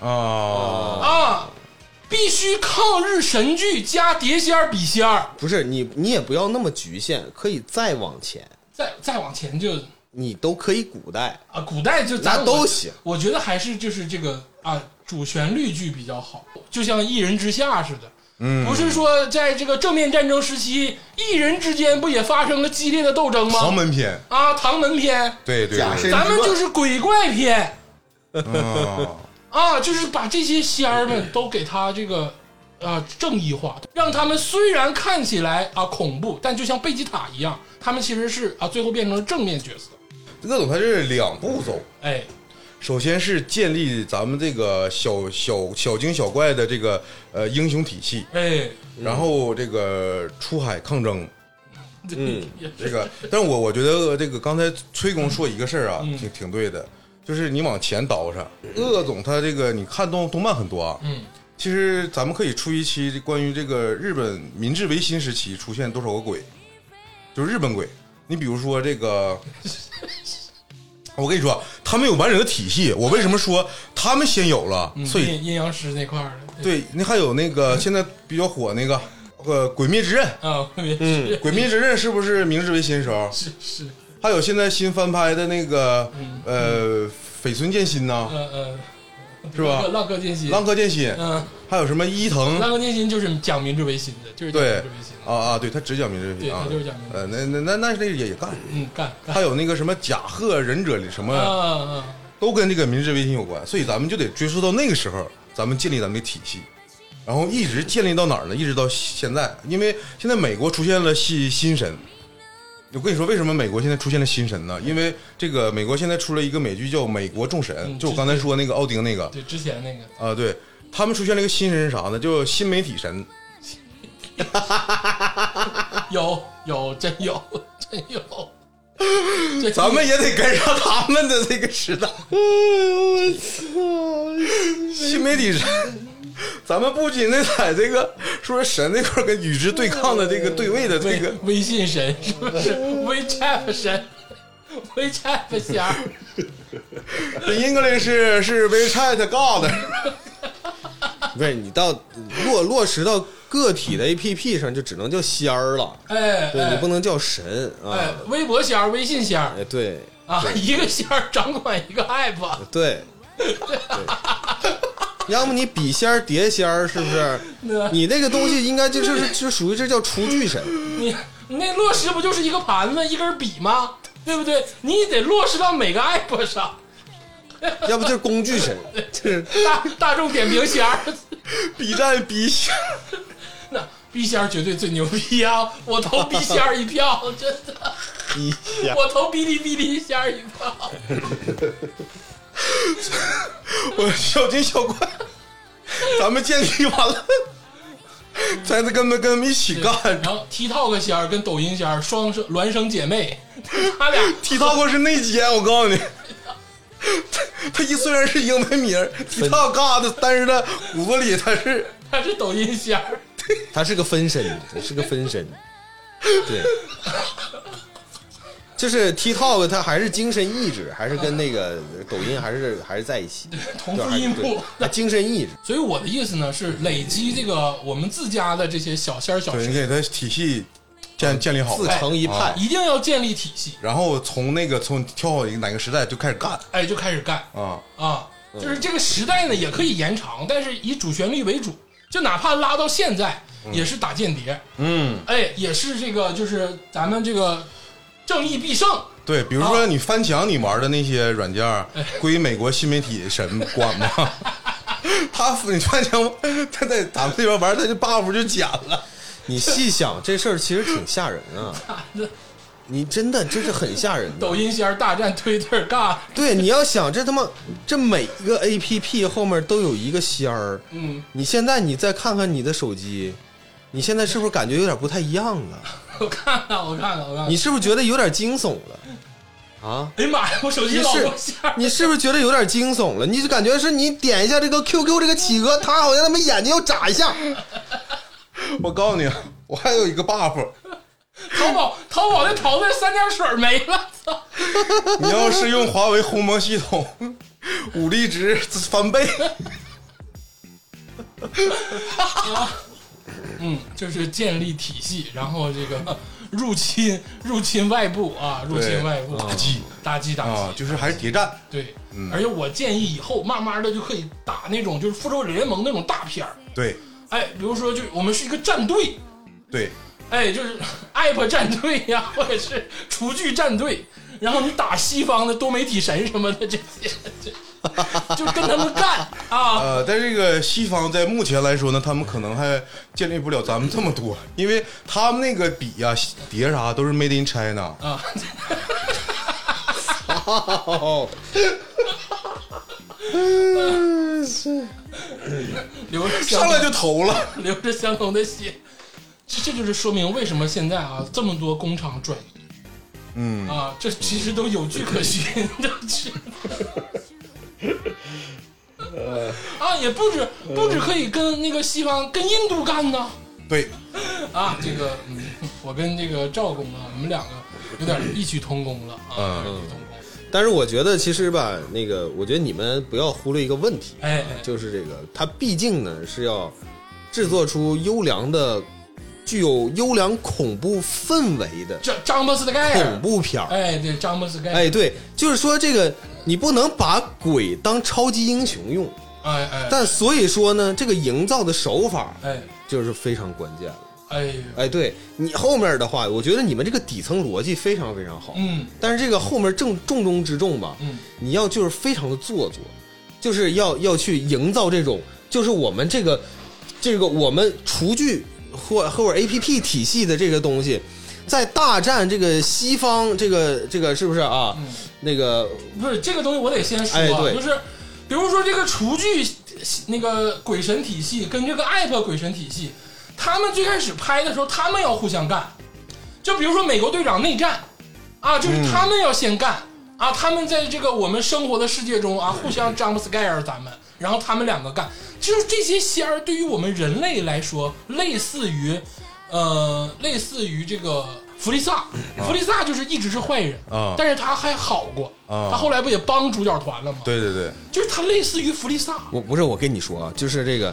Speaker 2: 啊
Speaker 1: 啊，必须抗日神剧加碟仙儿、笔仙儿，
Speaker 4: 不是你，你也不要那么局限，可以再往前，
Speaker 1: 再再往前就
Speaker 4: 你都可以古代。
Speaker 1: 啊，古代就
Speaker 4: 那
Speaker 1: 咱
Speaker 4: 都行
Speaker 1: 我。我觉得还是就是这个啊，主旋律剧比较好，就像《一人之下》似的。嗯，不是说在这个正面战争时期，一人之间不也发生了激烈的斗争
Speaker 2: 唐
Speaker 1: 吗？
Speaker 2: 门篇，
Speaker 1: 啊，唐门篇，
Speaker 2: 对对
Speaker 3: 假
Speaker 2: 对，
Speaker 3: 身
Speaker 1: 咱们就是鬼怪篇
Speaker 2: 啊哦
Speaker 1: 啊，就是把这些仙儿们都给他这个啊、正义化，让他们虽然看起来啊、恐怖，但就像贝吉塔一样，他们其实是啊、最后变成了正面角色。
Speaker 2: 恶总他是两步走，
Speaker 1: 哎，
Speaker 2: 首先是建立咱们这个小小小精小怪的这个呃英雄体系，
Speaker 1: 哎，
Speaker 2: 然后这个出海抗争，
Speaker 1: 嗯，
Speaker 2: <laughs> 这个，但是我我觉得呃这个刚才崔工说一个事儿啊，
Speaker 1: 嗯
Speaker 2: 挺挺对的，就是你往前倒饬，鄂总他这个你看动动漫很多啊，
Speaker 1: 嗯，
Speaker 2: 其实咱们可以出一期关于这个日本明治维新时期出现多少个鬼，就是日本鬼，你比如说这个。我跟你说，啊他们有完整的体系。我为什么说他们先有了？
Speaker 1: 嗯
Speaker 2: 所以
Speaker 1: 阴阴阳师那块儿的，
Speaker 2: 对，那还有那个现在比较火那个，呃，《鬼灭之刃》。
Speaker 1: 啊，别是
Speaker 2: 《鬼灭之刃》是不是明治维新时候？
Speaker 1: 是是，
Speaker 2: 还有现在新翻拍的那个，
Speaker 1: 嗯
Speaker 2: 呃，绯村剑心呐，
Speaker 1: 呃呃，
Speaker 2: 是吧
Speaker 1: 浪客浪客剑心，
Speaker 2: 浪客剑心，
Speaker 1: 嗯，
Speaker 2: 还有什么伊藤
Speaker 1: 浪客剑心就是讲明治维新的，就是讲
Speaker 2: 对
Speaker 1: 明治维新的，
Speaker 2: 啊啊，对他只讲明治维
Speaker 1: 对
Speaker 2: 新啊
Speaker 1: 他，就是讲明治
Speaker 2: 呃，那那那那那也也干。
Speaker 1: 嗯，干干，
Speaker 2: 还有那个什么甲贺忍者里什
Speaker 1: 啊
Speaker 2: 么，
Speaker 1: 啊，
Speaker 2: 都跟这个明治维新有关，所以咱们就得追溯到那个时候，咱们建立咱们的体系，然后一直建立到哪儿呢？一直到现在，因为现在美国出现了新新神。我跟你说，为什么美国现在出现了新神呢？因为这个美国现在出了一个美剧叫《美国众神》，
Speaker 1: 嗯
Speaker 2: 就我刚才说那个奥丁那个
Speaker 1: 对，之前那个
Speaker 2: 啊、对他们出现了一个新神是啥呢？叫新媒体神。
Speaker 1: 有有真有 <laughs> 真有，这
Speaker 2: 咱们也得跟上他们的这个时代。哎我操！新媒体神，咱们不仅得在这个说神这块儿跟与之对抗的这个对位的这个，
Speaker 1: 微信神是不是 WeChat 神？WeChat 侠，
Speaker 2: English 是 WeChat God，
Speaker 4: 不是你到落落实到个体的 APP 上，就只能叫仙儿了，
Speaker 1: 哎
Speaker 4: 对你
Speaker 1: 哎
Speaker 4: 不能叫神
Speaker 1: 哎
Speaker 4: 啊，，
Speaker 1: 微博仙儿、微信仙儿
Speaker 4: 哎对
Speaker 1: 啊，一个仙儿掌管一个 app，
Speaker 4: 对 <laughs> 对，要么你笔仙儿碟仙儿是不是？
Speaker 1: <laughs> 那
Speaker 4: 你那个东西应该就就是就属于这叫厨具神，
Speaker 1: 你你那落实不就是一个盘子、一根笔吗？对不对？你得落实到每个 app 上，
Speaker 4: 要不就是工具神，就是
Speaker 1: 大大众点评仙儿， <laughs>
Speaker 2: B 站 B 侠，
Speaker 1: 那逼仙儿绝对最牛逼啊！我投逼仙儿一票，真的。
Speaker 4: 笔
Speaker 1: <laughs>
Speaker 4: 仙
Speaker 1: 我投哔哩哔哩仙儿一票，
Speaker 2: <laughs> 我小金小怪，咱们建立完了，咱得跟他们跟他们一起干。
Speaker 1: 然后 TikTok 仙儿跟抖音仙儿双生孪生姐
Speaker 2: <laughs>
Speaker 1: 妹，他俩
Speaker 2: T 大哥是内奸，我告诉你。他 <laughs> 他一虽然是英文名，T 大嘎的，但是他骨子里他是
Speaker 1: <laughs> 他是抖音仙儿，
Speaker 4: 它是个分身，是个分身，对，就是 TikTok 它还是精神意志，还是跟那个抖音还是还是在一起，
Speaker 1: 同父异
Speaker 4: 对
Speaker 1: 母。
Speaker 4: 还精神意志。
Speaker 1: 所以我的意思呢是累积这个我们自家的这些小仙儿小
Speaker 2: 对你
Speaker 1: 神，
Speaker 2: 给他体系建建立好
Speaker 4: 自，成一派。
Speaker 1: 一定要建立体系，
Speaker 2: 然后从那个从挑好一个哪个时代就开始干
Speaker 1: 哎，就开始干
Speaker 2: 啊，
Speaker 1: 啊。就是这个时代呢也可以延长，但是以主旋律为主，就哪怕拉到现在也是打间谍，
Speaker 2: 嗯，
Speaker 1: 哎，也是这个就是咱们这个正义必胜，
Speaker 2: 对，比如说你翻墙你玩的那些软件 <laughs> 儿归美国新媒体神管吗？ <laughs> 他你翻墙，他在咱们这边玩，他就 buff 就减了。
Speaker 4: 你细想，这事儿其实挺吓人啊！你真的这是很吓人的。
Speaker 1: 抖音仙儿大战推特尬，
Speaker 4: 对，你要想这他妈这每个 A P P 后面都有一个仙儿，
Speaker 1: 嗯，
Speaker 4: 你现在你再看看你的手机，你现在是不是感觉有点不太一样了？
Speaker 1: <laughs> 我看看，我看看，我看看。
Speaker 4: 你是不是觉得有点惊悚了？啊？
Speaker 1: 哎呀妈呀，我手机
Speaker 4: 你
Speaker 1: 老
Speaker 4: 是
Speaker 1: 掉线儿
Speaker 4: 你是不是觉得有点惊悚了？你就感觉是你点一下这个 QQ 这个企鹅，它好像他妈眼睛要眨一下。
Speaker 2: 我告诉你，我还有一个 buff，
Speaker 1: 淘宝淘宝的淘字三点水儿没了，操！
Speaker 2: 你要是用华为鸿蒙系 <laughs> 统，武力值翻倍。
Speaker 1: 嗯，就是建立体系，然后这个入侵入侵外部啊，入侵外部打击打击打
Speaker 2: 啊，
Speaker 1: 击，
Speaker 2: 就是还是谍战。
Speaker 1: 对。而且我建议以后慢慢的就可以打那种就是复仇者联盟那种大片儿，
Speaker 2: 对
Speaker 1: 哎，比如说就我们是一个战队，
Speaker 2: 对，
Speaker 1: 哎，就是 <laughs> App 战队呀、或者是厨具战队，然后你打西方的多媒体神什么的这些，这 <laughs> 就跟他们干啊！
Speaker 2: 呃，但这个西方在目前来说呢，他们可能还建立不了咱们这么多，因为他们那个笔呀、碟啥都是 Made in China
Speaker 1: <laughs>
Speaker 2: <laughs>
Speaker 1: 啊。流着相
Speaker 2: 上来就投了。
Speaker 1: <laughs> 流着相同的血，这这就是说明为什么现在啊这么多工厂转移
Speaker 2: 嗯，
Speaker 1: 啊，这其实都有据可循， <laughs> 都是。 <laughs> 啊，也不止不止可以跟那个西方跟印度干呢
Speaker 2: 对，
Speaker 1: 啊！这个、嗯、我跟这个赵工啊，我们两个有点异曲同工了啊，异曲同工。
Speaker 4: 但是我觉得其实吧，那个我觉得你们不要忽略一个问题，
Speaker 1: 哎哎，
Speaker 4: 就是这个它毕竟呢是要制作出优良的、具有优良恐怖氛围的
Speaker 1: 张张巴斯的盖
Speaker 4: 恐
Speaker 1: 尔，
Speaker 4: 怖片儿。
Speaker 1: 哎，对，张巴斯盖尔，
Speaker 4: 哎，对，就是说这个你不能把鬼当超级英雄用，
Speaker 1: 哎哎，
Speaker 4: 但所以说呢，这个营造的手法
Speaker 1: 哎
Speaker 4: 就是非常关键了。
Speaker 1: 哎呦，
Speaker 4: 哎，对你后面的话，我觉得你们这个底层逻辑非常非常好，
Speaker 1: 嗯
Speaker 4: 但是这个后面正重中之重吧，
Speaker 1: 嗯，
Speaker 4: 你要就是非常的做作，就是要要去营造这种，就是我们这个这个我们厨具或或者 A P P 体系的这个东西，在大战这个西方这个这个是不是啊？
Speaker 1: 嗯。
Speaker 4: 那个
Speaker 1: 不是这个东西，我得先说、啊
Speaker 4: 哎对
Speaker 1: 就是比如说这个厨具那个鬼神体系跟这个 app 鬼神体系，他们最开始拍的时候，他们要互相干，啊就比如说美国队长内战啊，就是他们要先干、啊，他们在这个我们生活的世界中啊，互相 jump scare 咱们，然后他们两个干，就是这些仙儿对于我们人类来说，类似于呃，类似于这个。弗利萨，弗利萨就是一直是坏人
Speaker 2: 啊
Speaker 1: 但是他还好过，
Speaker 2: 啊
Speaker 1: 他后来不也帮主角团了吗？，
Speaker 2: 对对对，
Speaker 1: 就是他类似于弗利萨，
Speaker 4: 我不是我跟你说啊，就是这个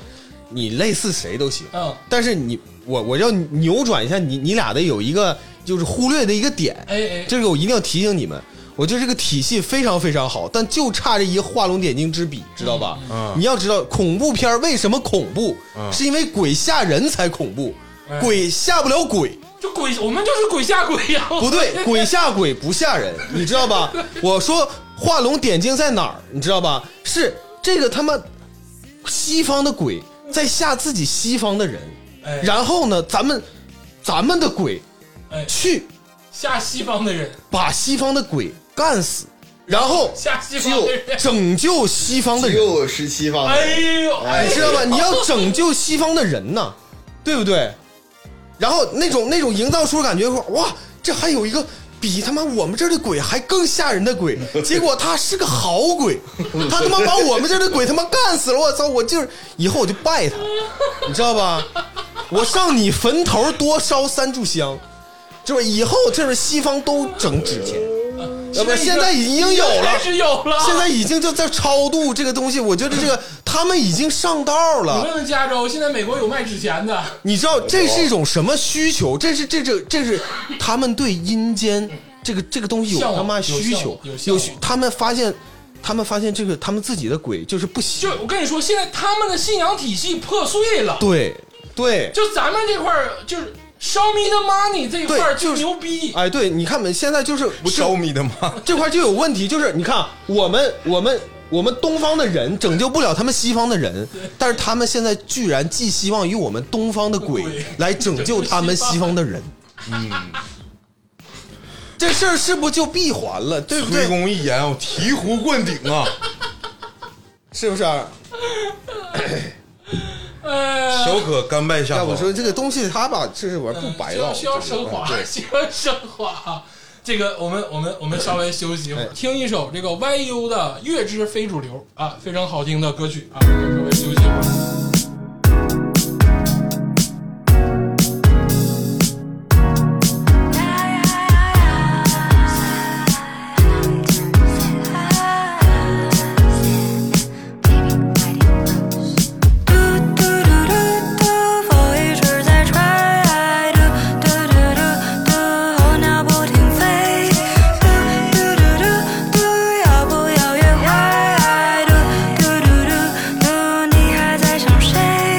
Speaker 4: 你类似谁都行，
Speaker 1: 嗯，
Speaker 4: 但是你我我要扭转一下你你俩的有一个就是忽略的一个点，
Speaker 1: 哎哎，
Speaker 4: 这个我一定要提醒你们，我觉得这个体系非常非常好，但就差这一个画龙点睛之笔，知道吧？
Speaker 2: 嗯
Speaker 4: 你要知道，恐怖片为什么恐怖，
Speaker 2: 嗯
Speaker 4: 是因为鬼吓人才恐怖，
Speaker 1: 哎
Speaker 4: 鬼吓不了鬼，
Speaker 1: 就鬼，我们就是鬼吓鬼呀、
Speaker 4: 不对，鬼吓鬼不吓人，你知道吧？我说画龙点睛在哪儿，你知道吧？是这个他妈西方的鬼在吓自己西方的人，
Speaker 1: 哎
Speaker 4: 然后呢，咱们咱们的鬼
Speaker 1: 哎，
Speaker 4: 去
Speaker 1: 吓西方的人，
Speaker 4: 把西方的鬼干死，然后
Speaker 1: 吓西方
Speaker 4: 就
Speaker 1: 的人，
Speaker 4: 拯救西方的人，
Speaker 3: 又是西方
Speaker 1: 哎
Speaker 3: 人，
Speaker 1: 呦，哎呦，
Speaker 4: 你啊知
Speaker 1: <laughs>
Speaker 4: 道吧？你要拯救西方的人呐，对不对？然后那种那种营造出感觉说哇，这还有一个比他妈我们这儿的鬼还更吓人的鬼，结果他是个好鬼，他他妈把我们这儿的鬼他妈干死了！我操，我就是以后我就拜他，你知道吧？我上你坟头多烧三炷香，就是以后这是西方都整纸钱，要不然现在已经有了
Speaker 1: 开。始有了，
Speaker 4: 现在已经就在超度这个东西，我觉得这个他们已经上道
Speaker 1: 你
Speaker 4: 了。
Speaker 1: 问问加州，现在美国有卖纸钱的，
Speaker 4: 你知道这是一种什么需求？这是这这这是他们对阴间这个这个东西有
Speaker 1: 向往
Speaker 4: 他妈
Speaker 1: 有
Speaker 4: 需
Speaker 1: 向
Speaker 4: 求
Speaker 1: 往有，向
Speaker 4: 有
Speaker 1: 往
Speaker 4: 需他们发现他们发现这个他们自己的鬼就是不行
Speaker 1: 就，我跟你说，现在他们的信仰体系破碎了，
Speaker 4: 对对。
Speaker 1: 就咱们这块儿就是。烧迷的 money 这一块儿
Speaker 4: 对就是
Speaker 1: 牛逼，
Speaker 4: 哎，对，你看，我们现在就是
Speaker 2: 不
Speaker 4: 这
Speaker 2: 烧米 <laughs> 的吗？
Speaker 4: 这块就有问题，就是你看啊我们我们我们东方的人拯救不了他们西方的人，但是他们现在居然寄希望于我们东方的鬼
Speaker 1: 鬼
Speaker 4: 来拯救他们西方
Speaker 1: <laughs>
Speaker 4: 的人，嗯，这事儿是不是就闭环了，对不
Speaker 2: 推
Speaker 4: 对？
Speaker 2: 公一言，我醍醐灌顶 <laughs> 啊！
Speaker 4: 是不啊是？
Speaker 1: 呃，
Speaker 2: 小可甘拜下
Speaker 4: 要
Speaker 2: 风
Speaker 4: 我。说这个东西，他把这是玩不白
Speaker 1: 需要
Speaker 4: 了，
Speaker 1: 需要升华，需要升华。这个我们我们我们稍微休息一会儿，
Speaker 4: 哎
Speaker 1: 听一首这个 YU 的《月之非主流》啊，非常好听的歌曲啊，我们稍微休息一会儿。
Speaker 5: 嘟嘟嘟嘟嘟，我一直在揣度，嘟嘟嘟嘟，候鸟不停飞，嘟嘟嘟嘟嘟，要不要约会？嘟嘟嘟嘟，你还在想啊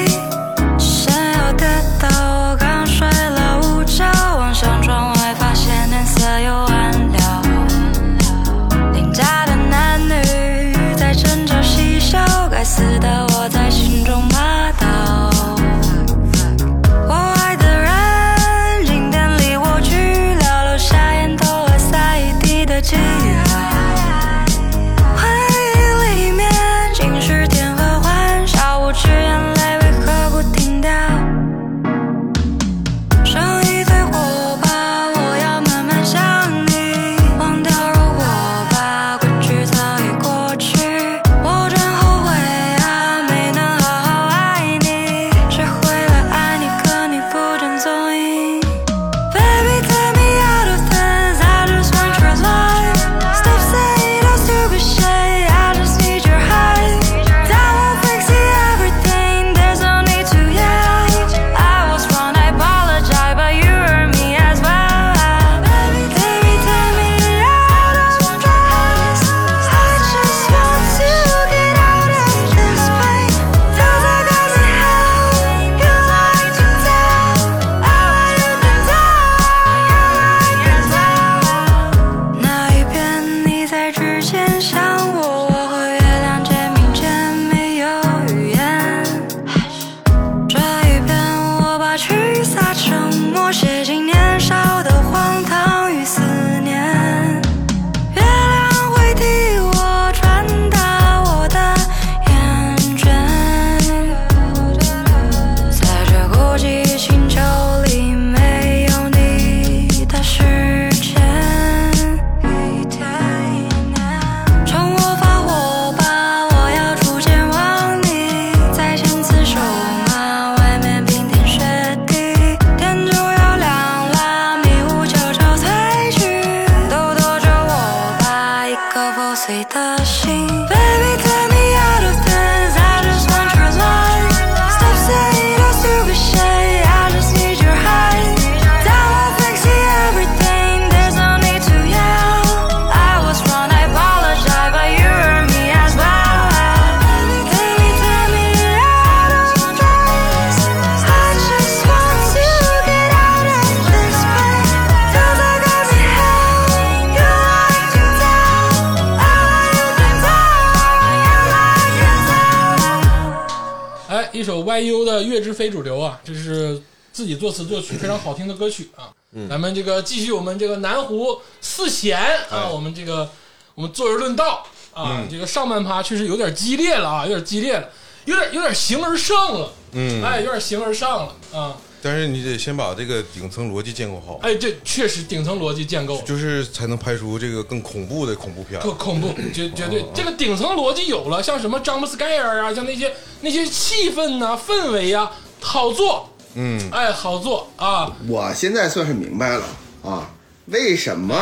Speaker 1: 哎一首 YU 的《月之非主流》啊，这是自己作词作曲，非常好听的歌曲啊。
Speaker 4: 嗯
Speaker 1: 咱们这个继续我们这个南湖四贤
Speaker 4: 哎
Speaker 1: 啊，我们这个我们坐而论道啊，
Speaker 4: 嗯
Speaker 1: 这个上半趴确实有点激烈了啊，有点激烈了，有点有点形而上了，
Speaker 2: 嗯
Speaker 1: 哎，有点形而上了啊，
Speaker 2: 但是你得先把这个顶层逻辑建构好，
Speaker 1: 哎，这确实顶层逻辑建构了。
Speaker 2: 就是才能拍出这个更恐怖的恐怖片。
Speaker 1: 不恐怖，绝绝对
Speaker 3: 哦
Speaker 1: 这个顶层逻辑有了，像什么詹姆斯盖尔啊，像那些那些气氛呐、氛围呀、好做，
Speaker 2: 嗯，
Speaker 1: 哎，好做啊，
Speaker 3: 我现在算是明白了啊，为什么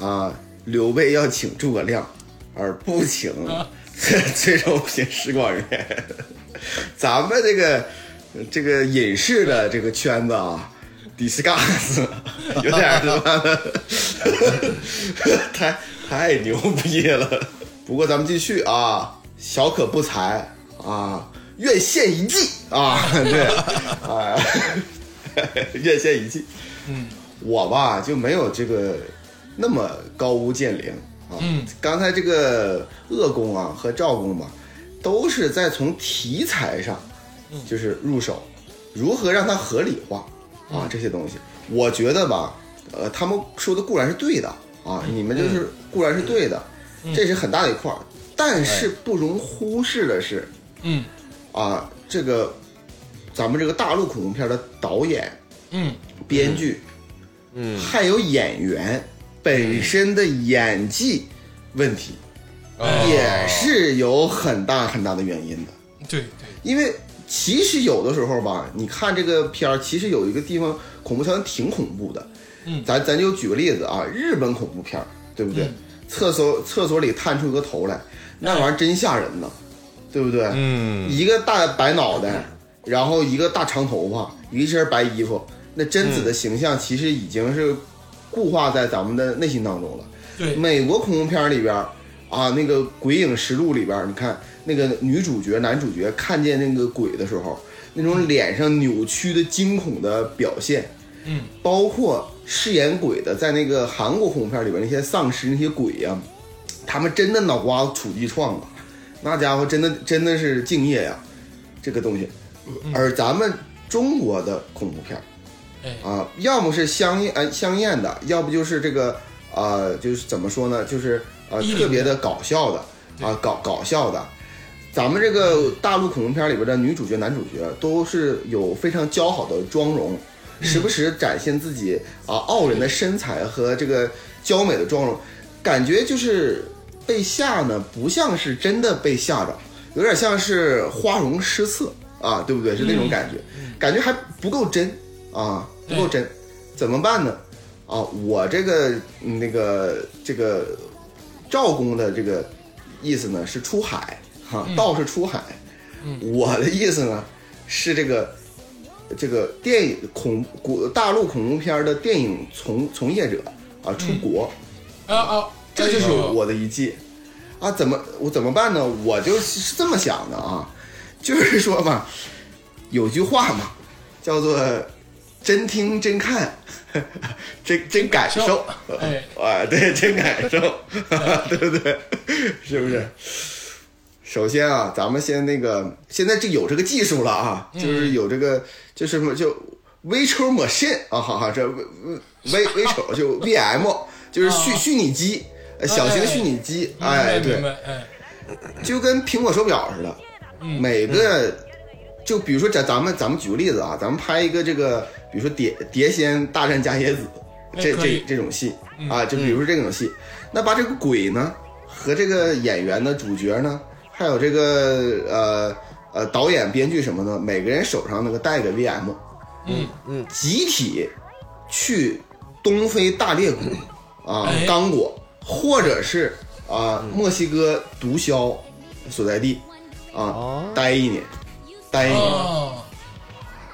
Speaker 3: 啊刘备要请诸葛亮，而不请 <laughs> 崔寿平、石广元？咱们这个这个隐士的这个圈子啊。迪斯嘎斯， <laughs> 有点儿他妈的， <laughs> 太太牛逼了。不过咱们继续啊，小可不才啊，愿献一计啊，对，啊， <laughs> 愿献一计。
Speaker 1: 嗯
Speaker 3: 我吧就没有这个那么高屋建瓴啊。
Speaker 1: 嗯
Speaker 3: 刚才这个鄂公啊和赵公吧，都是在从题材上，
Speaker 1: 嗯
Speaker 3: 就是入手，如何让它合理化
Speaker 1: 嗯
Speaker 3: 啊这些东西。我觉得吧，呃，他们说的固然是对的啊，你们
Speaker 1: 嗯
Speaker 3: 就是固然是对的，这是很大的一块儿。但是不容忽视的是，
Speaker 1: 嗯
Speaker 3: 啊，这个咱们这个大陆恐怖片的导演
Speaker 1: 嗯，
Speaker 3: 编剧，嗯，还有演员本身的演技问题，也是有很大很大的原因的。
Speaker 1: 对对，
Speaker 3: 因为其实有的时候吧，你看这个片儿，其实有一个地方恐怖桥段挺恐怖的。
Speaker 1: 嗯
Speaker 3: 咱咱就举个例子啊，日本恐怖片儿，对不对？厕所厕所里探出个头来，那玩意儿真吓人呐，对不对？
Speaker 2: 嗯，
Speaker 3: 一个大白脑袋，然后一个大长头发，一身白衣服，那贞子的形象其实已经是固化在咱们的内心当中了。
Speaker 1: 对
Speaker 3: 美国恐怖片里边儿啊，那个《鬼影实录》里边儿，你看那个女主角、男主角看见那个鬼的时候，那种脸上扭曲的惊恐的表现，
Speaker 1: 嗯，
Speaker 3: 包括饰演鬼的在那个韩国恐怖片里边那些丧尸那些鬼啊呀、他们真的脑瓜子杵地创了，那家伙真的真的是敬业呀、这个东西。而咱们中国的恐怖片儿，
Speaker 1: 哎
Speaker 3: 啊，要么是香艳呃香艳的，要不就是这个呃，就是怎么说呢，就是呃
Speaker 1: 一零
Speaker 3: 特别的搞笑的啊，搞搞笑的。咱们这个大陆恐怖片里边的女主角、男主角都是有非常姣好的妆容，时不时展现自己啊傲人的身材和这个娇美的妆容，感觉就是被吓呢，不像是真的被吓着，有点像是花容失色啊，对不对？是
Speaker 1: 嗯
Speaker 3: 那种感觉，感觉还不够真啊，不够真，怎么办呢？啊，我这个嗯那个这个赵公的这个意思呢是出海哈，道士出海。我的意思呢是这个这个电影恐古大陆恐怖片的电影从从业者啊出国，
Speaker 1: 啊啊，
Speaker 3: 这就是
Speaker 1: 我
Speaker 3: 我的一计啊！怎么我怎么办呢？我就是是这么想的啊，就是说吧，有句话嘛，叫做“真听真看，真真感受”，
Speaker 1: 哎
Speaker 3: <laughs> 啊，对，真感受， <laughs> 对不对？是不是？首先啊，咱们先那个，现在这有这个技术了啊，就是有这个，就是什么就微抽抹肾啊，哈哈，这微微微抽就 VM，就是虚虚拟机，呃小型虚拟机，
Speaker 1: 明白
Speaker 3: 哎，对
Speaker 1: 明，白，哎，
Speaker 3: 就跟苹果手表似的，
Speaker 1: 嗯
Speaker 3: 每个就比如说咱咱们咱们举个例子啊，咱们拍一个这个，比如说碟碟仙大战伽椰子
Speaker 1: 哎
Speaker 3: 这
Speaker 1: 可以嗯
Speaker 3: 这这种戏啊，就比如说这种戏，那把这个鬼呢和这个演员呢、主角呢，还有这个呃呃导演、编剧什么的，每个人手上那个带个 VM，
Speaker 1: 嗯
Speaker 3: 嗯，集体去东非大裂谷啊
Speaker 1: 哎，
Speaker 3: 刚果，或者是啊墨西哥毒枭所在地啊待一年，待一年。
Speaker 1: 哦，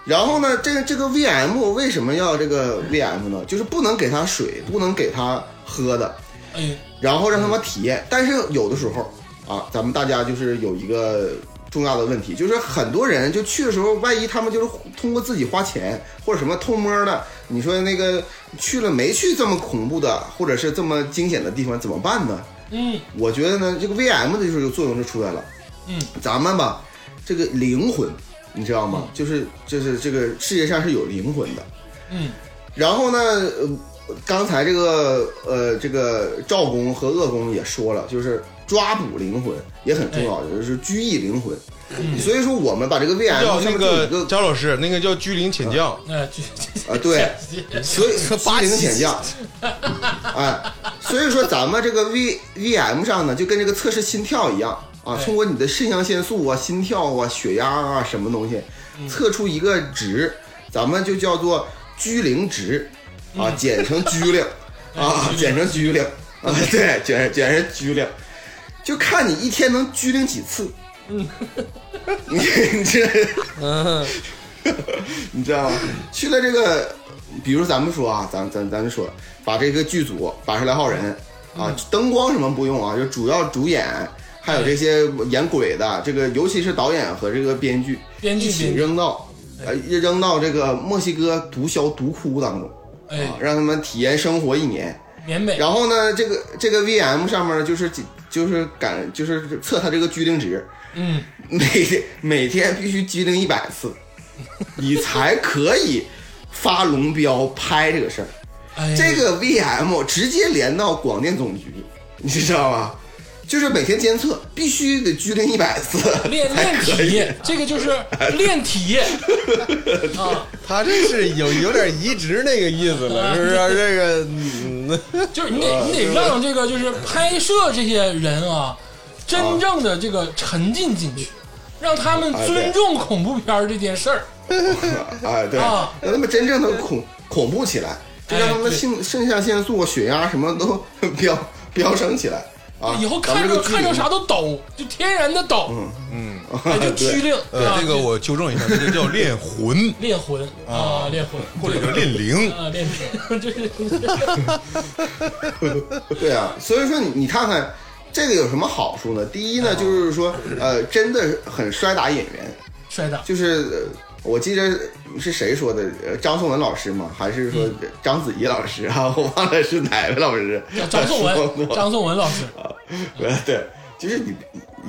Speaker 3: 然后呢，这个这个 VM 为什么要这个 VM 呢？就是不能给他水，不能给他喝的，
Speaker 1: 哎，
Speaker 3: 然后让他们体验。但是有的时候啊，咱们大家就是有一个重要的问题，就是很多人就去的时候，万一他们就是通过自己花钱或者什么偷摸的，你说那个去了没去这么恐怖的或者是这么惊险的地方怎么办呢？
Speaker 1: 嗯
Speaker 3: 我觉得呢，这个 VM 的就是有作用就出来了。
Speaker 1: 嗯，
Speaker 3: 咱们吧，这个灵魂你知道吗？
Speaker 2: 嗯
Speaker 3: 就是就是这个世界上是有灵魂的。
Speaker 1: 嗯，
Speaker 3: 然后呢，呃，刚才这个呃这个赵公和鄂公也说了，就是抓捕灵魂也很重要，就是拘役灵魂。所以说，我们把这个
Speaker 1: 哎
Speaker 3: VM
Speaker 2: 叫
Speaker 3: 上
Speaker 2: 嗯那
Speaker 3: 面就有一
Speaker 2: 个
Speaker 3: 个
Speaker 2: 张老师，那个叫居灵遣将，
Speaker 1: 那就
Speaker 3: 啊，对，所以
Speaker 4: 这八
Speaker 3: 八零
Speaker 4: 级
Speaker 3: 显降，哎，所以说咱们这个 V V M 上呢，就跟这个测试心跳一样啊，
Speaker 1: 对
Speaker 3: 通过你的肾上腺素啊、心跳啊、血压啊什么东西，测出一个值，咱们就叫做居零值啊，简称居令啊，简称居令啊，对，简简称居令，就看你一天能居令几次。嗯，你你这。
Speaker 1: <laughs>
Speaker 4: 嗯，
Speaker 3: <laughs> 你知道吗？去了这个，比如咱们说啊，咱咱咱们说，把这个剧组把十来号人
Speaker 1: 嗯
Speaker 3: 啊，灯光什么不用啊，就主要主演，还有这些演鬼的，这个尤其是导演和这个编剧，
Speaker 1: 编剧
Speaker 3: 一起
Speaker 1: 编剧
Speaker 3: 扔到，呃，扔到这个墨西哥毒枭毒窟当中
Speaker 1: <laughs> 哎
Speaker 3: 啊，，让他们体验生活一年。
Speaker 1: 缅北
Speaker 3: 然后呢，这个这个 VM 上面就是就是感就是测他这个居零值，
Speaker 1: 嗯，
Speaker 3: 每天每天必须居零一百次，你才可以发龙标拍这个事儿。
Speaker 1: 哎，
Speaker 3: 这个 VM 直接连到广电总局，你知道吗？就是每天监测，必须得居零一百次
Speaker 1: 练
Speaker 3: 才
Speaker 1: 练
Speaker 3: 可
Speaker 1: 体
Speaker 3: 以。
Speaker 1: 验，这个就是练体
Speaker 3: <laughs>
Speaker 1: 验啊，
Speaker 4: 他这是有有点移植那个意
Speaker 1: <laughs>
Speaker 4: 思了，是不是？这个，嗯，
Speaker 1: 就是你
Speaker 3: 呃
Speaker 1: 得你得让这个就是拍摄这些人啊，真正的这个沉浸进去，让他们尊重恐怖片儿这件事儿。
Speaker 3: 哎，对，
Speaker 1: 啊
Speaker 3: 让他们真正的恐恐怖起来，就让他
Speaker 1: 哎
Speaker 3: 们
Speaker 1: 对
Speaker 3: 性肾上腺素、血压什么都 <laughs> 飙飙升起来啊！
Speaker 1: 以后
Speaker 3: 咱
Speaker 1: 看
Speaker 3: 们这
Speaker 1: 着
Speaker 3: 个嗯
Speaker 1: 看着啥
Speaker 3: 都
Speaker 1: 都抖，就天然的抖，哎就拘令，啊
Speaker 2: 呃，这个
Speaker 1: 就，
Speaker 2: 我纠正一下，这个叫练魂
Speaker 1: <laughs> 练魂啊，练魂
Speaker 2: 或者叫练灵。
Speaker 1: 啊，练魂， <laughs> 这是
Speaker 3: <laughs> 对啊，所以说你你看看这个有什么好处呢？第
Speaker 1: 嗯
Speaker 3: 一呢，就是说呃，真的很摔打演员，
Speaker 1: 摔倒，
Speaker 3: 就是呃我记得是谁说的，呃张颂文老师吗？还是说章子怡老师啊？ <laughs> 我忘了是哪位老师。
Speaker 1: 嗯张颂
Speaker 3: <laughs> 说
Speaker 1: 文，
Speaker 3: 过
Speaker 1: 张颂文老师，
Speaker 3: 呃对，就是你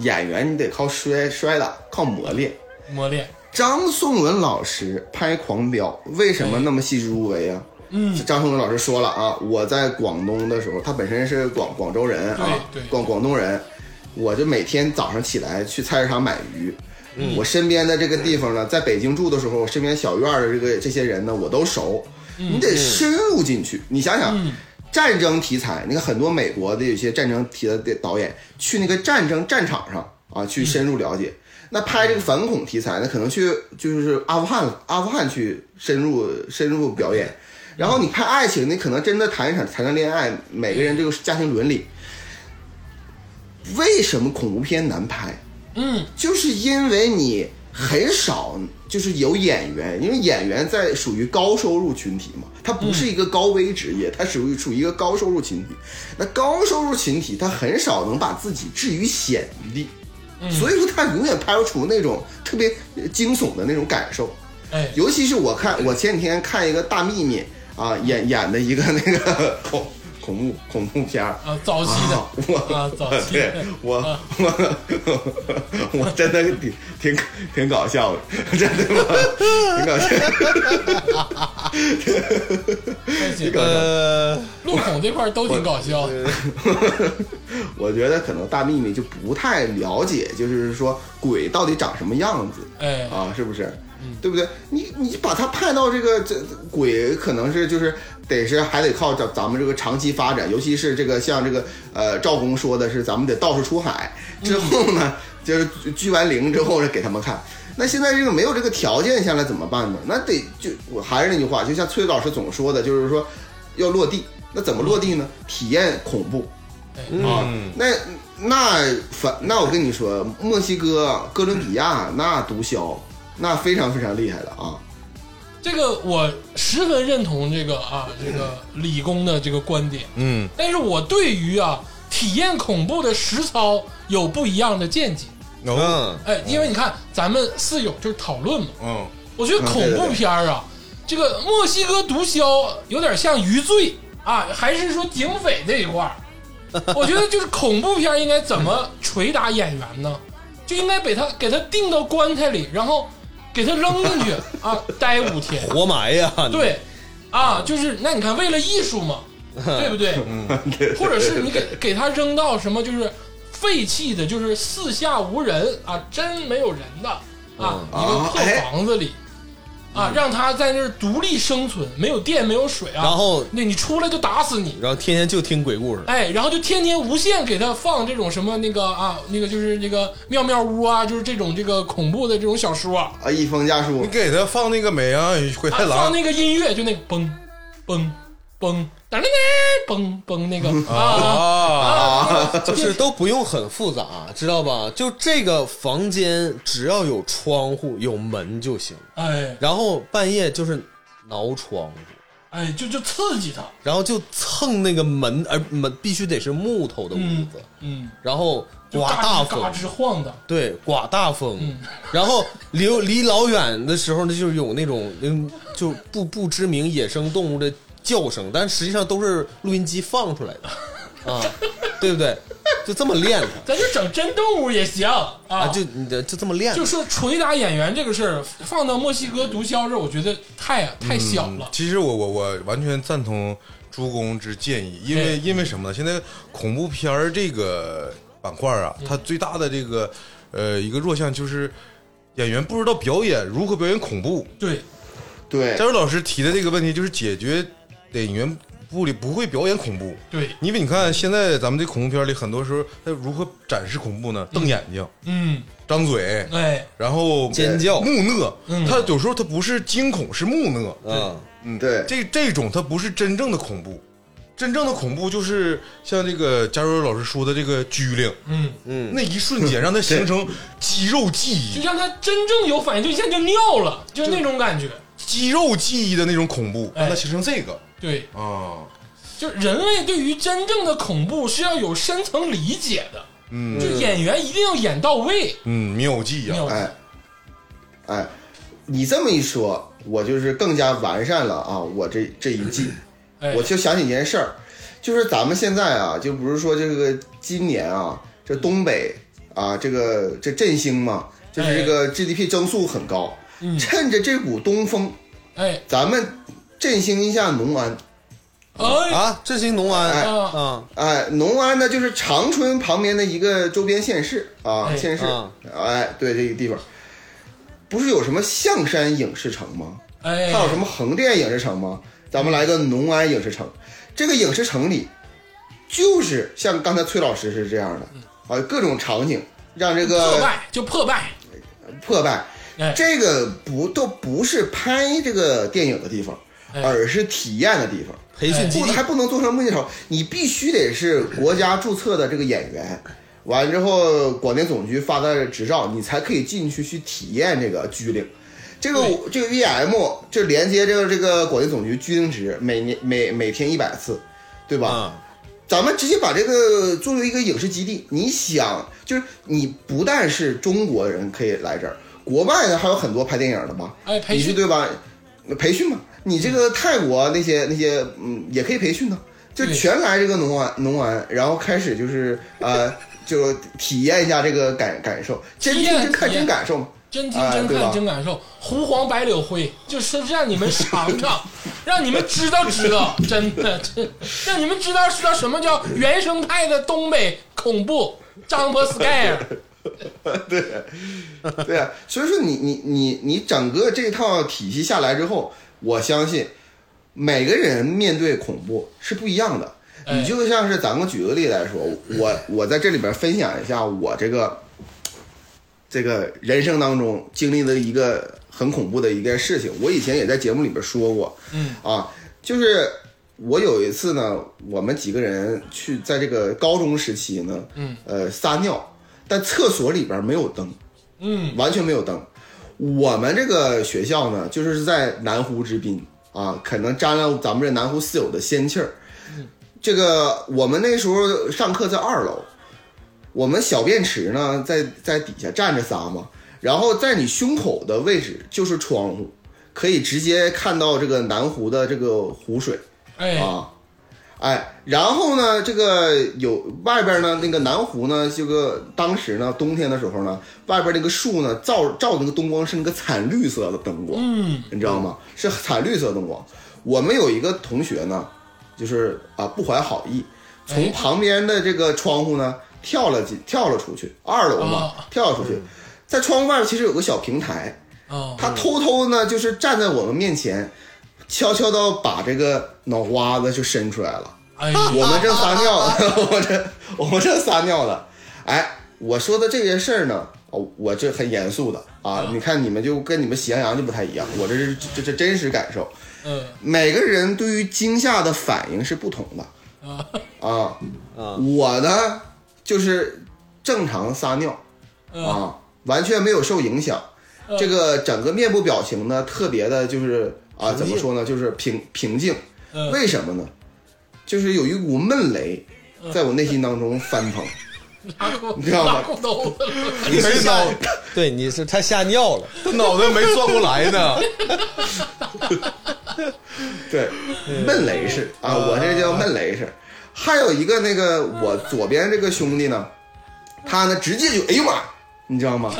Speaker 3: 演员，你得靠摔摔打，靠磨练。
Speaker 1: 磨练，
Speaker 3: 张颂文老师拍《狂飙》为什么那么细致入微啊？嗯，张颂文老师说了啊，我在广东的时候，他本身是广广州人啊，
Speaker 1: 对对
Speaker 3: 广广东人，我就每天早上起来去菜市场买鱼。我身边的这个地方呢，在北京住的时候，我身边小院儿的这个这些人呢，我都熟。你得深入进去，你想想，战争题材，你看很多美国的有些战争题的导演去那个战争战场上啊，去深入了解。那拍这个反恐题材，那可能去就是阿富汗，阿富汗去深入深入表演。然后你拍爱情，你可能真的谈一场谈谈恋爱，每个人这个家庭伦理。为什么恐怖片难拍？
Speaker 1: 嗯，
Speaker 3: 就是因为你很少就是有演员，因为演员在属于高收入群体嘛，他不是一个高危职业，他属于属于一个高收入群体。那高收入群体他很少能把自己置于险地，所以说他永远拍不出那种特别呃惊悚的那种感受。
Speaker 1: 哎，
Speaker 3: 尤其是我看，我前几天看一个大秘密啊，演演的一个那个恐恐怖恐怖片儿，
Speaker 1: 啊，早期的
Speaker 3: 啊我
Speaker 1: 啊，早期
Speaker 3: <laughs> 对
Speaker 1: 的，
Speaker 3: 我、
Speaker 1: 啊
Speaker 3: 我我真的挺挺挺搞笑的，真
Speaker 1: <laughs>
Speaker 3: 的吗？挺搞笑，
Speaker 1: 还行
Speaker 3: 挺搞笑。
Speaker 4: 呃，
Speaker 1: 路孔这块儿都挺搞笑的，
Speaker 3: 我觉得可能大秘密就不太了解，就是说鬼到底长什么样子
Speaker 1: 哎，
Speaker 3: 啊，是不是？对不对？你你把它派到这个这这鬼，可能是就是得是还得靠咱咱们这个长期发展，尤其是这个像这个呃赵公说的是，咱们得到处出海之后呢，就是聚完灵之后呢给他们看。那现在这个没有这个条件下来怎么办呢？那得就我还是那句话，就像崔老师总说的，就是说要落地。那怎么落地呢？体验恐怖
Speaker 2: 嗯
Speaker 3: 啊！那那反那我跟你说，墨西哥、哥伦
Speaker 2: 嗯
Speaker 3: 比亚那毒枭那非常非常厉害的啊！
Speaker 1: 这个我十分认同这个啊，这个理工的这个观点，
Speaker 2: 嗯，
Speaker 1: 但是我对于啊体验恐怖的实操有不一样的见解。
Speaker 2: 嗯
Speaker 1: 哎，因为你看咱们四友就是讨论嘛，
Speaker 2: 嗯，
Speaker 1: 我觉得恐怖片儿啊，这个墨西哥毒枭有点像余罪啊，还是说警匪这一块儿？我觉得就是恐怖片儿应该怎么捶打演员呢？就应该给他给他定到棺材里，然后给它扔进去啊，待五天。
Speaker 4: 活埋呀！你，
Speaker 1: 对，啊，就是那你看，为了艺术嘛，对不对？或者是你给给它扔到什么就是废弃的，就是四下无人啊，真没有人的啊，一个
Speaker 3: 啊
Speaker 1: 破
Speaker 3: 哎
Speaker 1: 房子里。啊，让它在那儿独立生存，没有电，没有水啊。
Speaker 4: 然后
Speaker 1: 那你出来就打死你，
Speaker 4: 然后天天就听鬼故事，
Speaker 1: 哎，然后就天天无限给他放这种什么那个啊，那个就是那个妙妙屋啊，就是这种这个恐怖的这种小说啊，
Speaker 3: 啊，一封家书
Speaker 2: 你，给他放那个美羊与灰
Speaker 1: 啊
Speaker 2: 太
Speaker 1: 放
Speaker 2: 狼，
Speaker 1: 那个音乐就那个嘣嘣嘣噔噔噔嘣嘣那个啊啊，就
Speaker 4: 就
Speaker 1: 是
Speaker 4: 都不用很复杂，知道吧？就这个房间只要有窗户有门就行，
Speaker 1: 哎
Speaker 4: 然后半夜就是挠窗户，
Speaker 1: 哎，就就刺激他，
Speaker 4: 然后就蹭那个门，而门必须得是木头的屋
Speaker 1: 嗯
Speaker 4: 子，
Speaker 1: 嗯，
Speaker 4: 然后
Speaker 1: 就
Speaker 4: 刮
Speaker 1: 嘎
Speaker 4: 大
Speaker 1: 吱
Speaker 4: 风，
Speaker 1: 嘎吱嗯晃的，
Speaker 4: 对，刮大风，然后离离老远的时候呢，就是有那种嗯，就不不知名野生动物的叫声，但实际上都是录音机放出来的啊，对不对？就这么练它
Speaker 1: 咱就整真动物也行
Speaker 4: 啊，
Speaker 1: 啊，
Speaker 4: 就你的就这么练它
Speaker 1: 就说捶打演员这个事儿，放到墨西哥毒枭这儿，我觉得太太小了。
Speaker 2: 其实我我我完全赞同朱公之建议，因
Speaker 1: 哎
Speaker 2: 为因为什么呢？现在恐怖片儿这个板块啊，它
Speaker 1: 嗯
Speaker 2: 最大的这个呃一个弱项就是演员不知道表演如何表演恐怖。
Speaker 1: 对，
Speaker 3: 对
Speaker 2: 佳，茹老师提的这个问题就是解决演员部里不会表演恐怖。
Speaker 1: 对，
Speaker 2: 因为你看现在咱们这恐怖片里，很多时候他如何展示恐怖呢？瞪眼睛、
Speaker 1: 嗯，
Speaker 2: 张嘴，
Speaker 1: 哎，
Speaker 2: 然后
Speaker 4: 尖叫
Speaker 2: 木讷
Speaker 1: 嗯。
Speaker 2: 他有时候他不是惊恐，是木讷。
Speaker 4: 啊，
Speaker 3: 嗯对，
Speaker 2: 这这种它不是真正的恐怖，真正的恐怖就是像这个加州老师说的这个拘灵，
Speaker 1: 嗯，
Speaker 2: 那一瞬间让它形成肌肉记
Speaker 1: 就
Speaker 2: 忆，
Speaker 1: 像他真正有反应，就一下就尿了，就是那种感觉。
Speaker 2: 肌肉记忆的那种恐怖，
Speaker 1: 哎
Speaker 2: 让它形成这个
Speaker 1: 对，
Speaker 2: 啊，
Speaker 1: 就人类对于真正的恐怖是要有深层理解的，
Speaker 2: 嗯
Speaker 1: 就演员一定要演到位。
Speaker 2: 嗯，妙计呀、
Speaker 1: 尿
Speaker 3: 哎，哎，你这么一说，我就是更加完善了啊！我这这一季，
Speaker 2: 嗯
Speaker 1: 哎，
Speaker 3: 我就想起一件事儿，就是咱们现在啊，就不是说这个今年啊，这东北啊，这个这振兴嘛，就是
Speaker 2: 哎
Speaker 3: 这个 GDP 增速很高，
Speaker 1: 嗯
Speaker 3: 趁着这股东风，
Speaker 1: 哎
Speaker 3: 咱们振兴一下农安。
Speaker 1: 哎
Speaker 4: 啊，振兴农安
Speaker 1: 啊
Speaker 4: 啊
Speaker 3: 哎，农安呢，就是长春旁边的一个周边县市啊
Speaker 1: 哎，
Speaker 3: 县市
Speaker 4: 啊，
Speaker 3: 哎，对这个地方，不是有什么象山影视城吗？
Speaker 1: 哎，
Speaker 3: 还有什么横店影视城吗？咱们来个农安影视城。这个影视城里，就是像刚才崔老师是这样的啊，各种场景让这
Speaker 1: 嗯破
Speaker 3: 个
Speaker 1: 败就破败，
Speaker 3: 破败。
Speaker 1: 哎
Speaker 3: 这个不都不是拍这个电影的地方，
Speaker 1: 哎
Speaker 3: 而是体验的地方。
Speaker 4: 培训基
Speaker 3: 不
Speaker 4: 地
Speaker 3: 还不能做成木镜头，你必须得是国家注册的这个演员，完之后广电总局发的执照，你才可以进去去体验这个居令。这个
Speaker 1: 对
Speaker 3: 这个 VM 就连接这个这个广电总局居令值，每年每每天一百次，对吧？
Speaker 4: 啊，
Speaker 3: 咱们直接把这个作为一个影视基地，你想，就是你不但是中国人可以来这儿，国外的还有很多拍电影的吧？
Speaker 1: 哎培训
Speaker 3: 你去对吧？培训嘛，你这个泰国那些那些，嗯，也可以培训呢，就
Speaker 1: 对
Speaker 3: 全来这个农安农安，然后开始就是呃，就体验一下这个感感受，真
Speaker 1: 体
Speaker 3: 听
Speaker 1: 验
Speaker 3: 真看
Speaker 1: 体验
Speaker 3: 真感受嘛。
Speaker 1: 真听
Speaker 3: 哎
Speaker 1: 真
Speaker 3: 对
Speaker 1: 看
Speaker 3: 吧
Speaker 1: 真感受。胡黄白柳灰，就是让你们尝
Speaker 3: <laughs>
Speaker 1: 尝，让你们知道知道，真的，真让你们知道知道什么叫原生态的东北恐怖。张博 sky，
Speaker 3: <laughs> 对啊，所以说你你你你整个这套体系下来之后，我相信每个人面对恐怖是不一样的。
Speaker 1: 哎
Speaker 3: 你就像是咱们举个例来说，我我在这里边分享一下我这个这个人生当中经历的一个很恐怖的一件事情。我以前也在节目里边说过，
Speaker 1: 嗯
Speaker 3: 啊，就是我有一次呢，我们几个人去在这个高中时期呢，
Speaker 1: 嗯，
Speaker 3: 呃，撒尿，但厕所里边没有灯，
Speaker 1: 嗯，
Speaker 3: 完全没有灯。我们这个学校呢，就是在南湖之滨啊，可能沾了咱们这南湖室友的仙气儿。这个我们那时候上课在二楼，我们小便池呢在在底下站着仨嘛，然后在你胸口的位置就是窗户，可以直接看到这个南湖的这个湖水
Speaker 1: 哎，
Speaker 3: 啊。哎，然后呢，这个有外边呢，那个南湖呢，这个当时呢，冬天的时候呢，外边那个树呢，照照那个灯光是那个惨绿色的灯光，嗯，你知道吗？是惨绿色灯光。我们有一个同学呢，就是啊不怀好意，从旁边的这个窗户呢跳了进跳了出去，二楼嘛
Speaker 1: 啊
Speaker 3: 跳了出去，在窗户外面其实有个小平台，
Speaker 1: 啊，
Speaker 3: 他偷偷呢，就是站在我们面前，悄悄的把这个脑瓜子就伸出来了。 <laughs>
Speaker 1: 哎呀，
Speaker 3: 我们正撒尿，我这我们正撒尿呢。哎，我说的这些事儿呢，哦我这很严肃的啊。你看你们就跟你们喜羊羊就不太一样，我这是这这真实感受。
Speaker 1: 嗯
Speaker 3: 每个人对于惊吓的反应是不同的
Speaker 1: 啊，
Speaker 3: 啊。
Speaker 4: 啊
Speaker 3: 我呢就是正常撒尿
Speaker 1: 嗯
Speaker 3: 啊，完全没有受影响。这个整个面部表情呢，特别的就是啊，怎么说呢，就是平平静。
Speaker 1: 嗯
Speaker 3: 为什么呢？就是有一股闷雷
Speaker 1: 嗯
Speaker 3: 在我内心当中翻腾。
Speaker 1: 拉裤
Speaker 3: 你知道吗
Speaker 1: 拉裤兜子了，
Speaker 2: 你这脑
Speaker 4: 对，你是他吓尿了，
Speaker 2: 脑袋没转过来
Speaker 4: <laughs>
Speaker 2: 呢，
Speaker 3: 对，闷雷式啊，我这叫闷雷式。还有一个那个我左边这个兄弟呢，他呢直接就哎呦妈，你知道吗？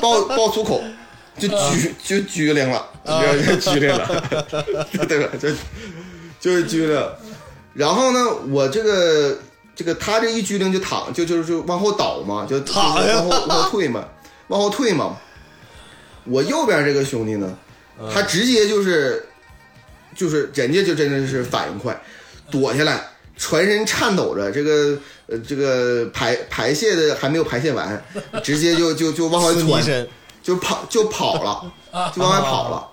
Speaker 3: 爆爆粗口，就
Speaker 4: 呃
Speaker 3: 举就狙灵了，
Speaker 4: 啊
Speaker 3: 你知道就狙灵
Speaker 4: <laughs>
Speaker 3: 了，对吧？就就是狙灵。然后呢，我这个这个他这一狙灵就躺就就就往后倒嘛，就躺
Speaker 4: 呀
Speaker 3: 往后往后退嘛，往后退嘛。我右边这个兄弟呢，
Speaker 4: 嗯
Speaker 3: 他直接就是就是人家就真的是反应快，躲下来，全身颤抖着，这个呃这个排排泄的还没有排泄
Speaker 4: <laughs>
Speaker 3: 完，直接就就就往外
Speaker 4: 呲泥
Speaker 3: 窜，
Speaker 2: <laughs>
Speaker 4: 身
Speaker 3: 就跑就
Speaker 1: <laughs>
Speaker 3: 跑了，就往外跑了。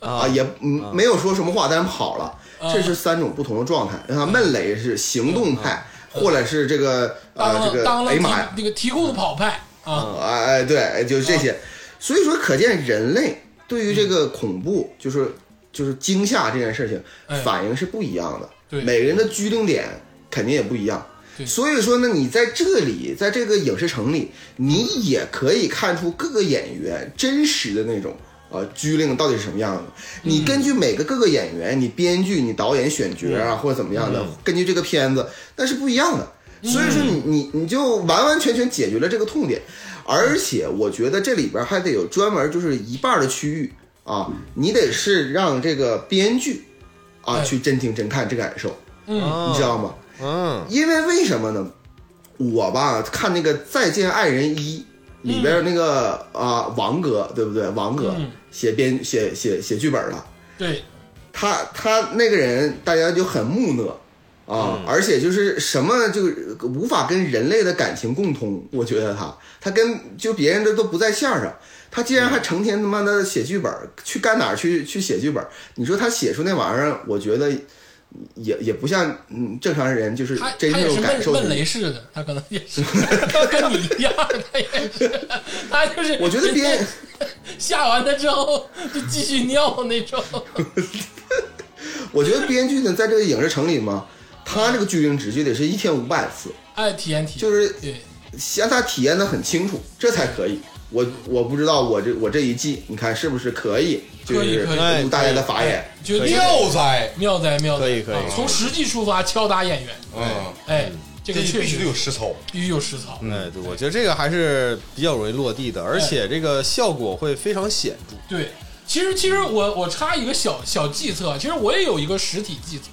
Speaker 3: 啊，也嗯没有说什么话，但是跑了。
Speaker 1: 啊
Speaker 3: 这是三种不同的状态。你看，闷雷是行动派，或者是这个
Speaker 1: 当
Speaker 3: 呃这
Speaker 1: 了
Speaker 3: 个
Speaker 1: 当了
Speaker 3: 哎
Speaker 1: 提
Speaker 3: 呀妈呀，
Speaker 1: 那个提裤子跑派啊，
Speaker 3: 哎哎对，哎就是这些。所以说，可见人类对
Speaker 1: 嗯
Speaker 3: 于这个恐怖，就是就是惊吓这件事
Speaker 1: 哎
Speaker 3: 情，反应是不一样的。
Speaker 1: 对
Speaker 3: 每个人的居定点肯定也不一样。
Speaker 1: 对
Speaker 3: 所以说呢，你在这里，在这个影视城里，你也可以看出各个演员真实的那种呃居令到底是什么样的。
Speaker 1: 嗯
Speaker 3: 你根据每个各个演员，你编剧、你导演选角
Speaker 1: 嗯
Speaker 3: 啊，或者怎么样的，根据这个片子，那是不一样的。所以说
Speaker 1: 嗯
Speaker 3: 你你你就完完全全解决了这个痛点，而且我觉得这里边还得有专门就是一半的区域啊，
Speaker 1: 嗯
Speaker 3: 你得是让这个编剧啊
Speaker 1: 哎
Speaker 3: 去真听真看这感受，
Speaker 1: 嗯
Speaker 3: 你知道吗？
Speaker 4: 嗯，
Speaker 3: 因为为什么呢？我吧看那个《再见爱人一》里边那个啊、王哥对不对？王哥
Speaker 1: 嗯
Speaker 3: 写编写写写剧本了，
Speaker 1: 对，
Speaker 3: 他他那个人大家就很木讷啊，
Speaker 1: 嗯
Speaker 3: 而且就是什么就无法跟人类的感情共通。我觉得他他跟就别人这都不在线上，他竟然
Speaker 1: 嗯
Speaker 3: 还成天他妈的写剧本，去干哪儿去去写剧本？你说他写出那玩意儿，我觉得。也也不像嗯正常人就是
Speaker 1: 他
Speaker 3: 真
Speaker 1: 他也
Speaker 3: 正有
Speaker 1: 是
Speaker 3: 感
Speaker 1: 闷
Speaker 3: 受
Speaker 1: 闷
Speaker 3: 的。
Speaker 1: 雷式的，他可能也是跟你一样，他也是，他就是
Speaker 3: 我觉得别
Speaker 1: 人家下完了之后就继续尿那种，
Speaker 3: 我觉得编剧呢，在这个影视城里嘛，他这个剧情值就得是一天五百次，
Speaker 1: 哎，体验体验，
Speaker 3: 就是
Speaker 1: 对，
Speaker 3: 让他体验的很清楚，这才可以。我我不知道我这我这一季，你看是不是可以，就
Speaker 1: 可以
Speaker 3: 是
Speaker 1: 可以
Speaker 3: 入大家的法眼。
Speaker 1: 绝对
Speaker 2: 妙哉，
Speaker 1: 妙哉妙哉，
Speaker 4: 可以可以
Speaker 1: 啊从实际出发敲打演员，
Speaker 2: 嗯，
Speaker 1: 哎，这
Speaker 2: 这
Speaker 1: 个确
Speaker 2: 必须
Speaker 1: 实
Speaker 2: 得有实操，
Speaker 1: 必须有实操，
Speaker 4: 哎，对，我觉得这个还是比较容易落地的，而且这个效果会非常显著。
Speaker 1: 对，其实其实我我插一个小小计策，啊其实我也有一个实体计策，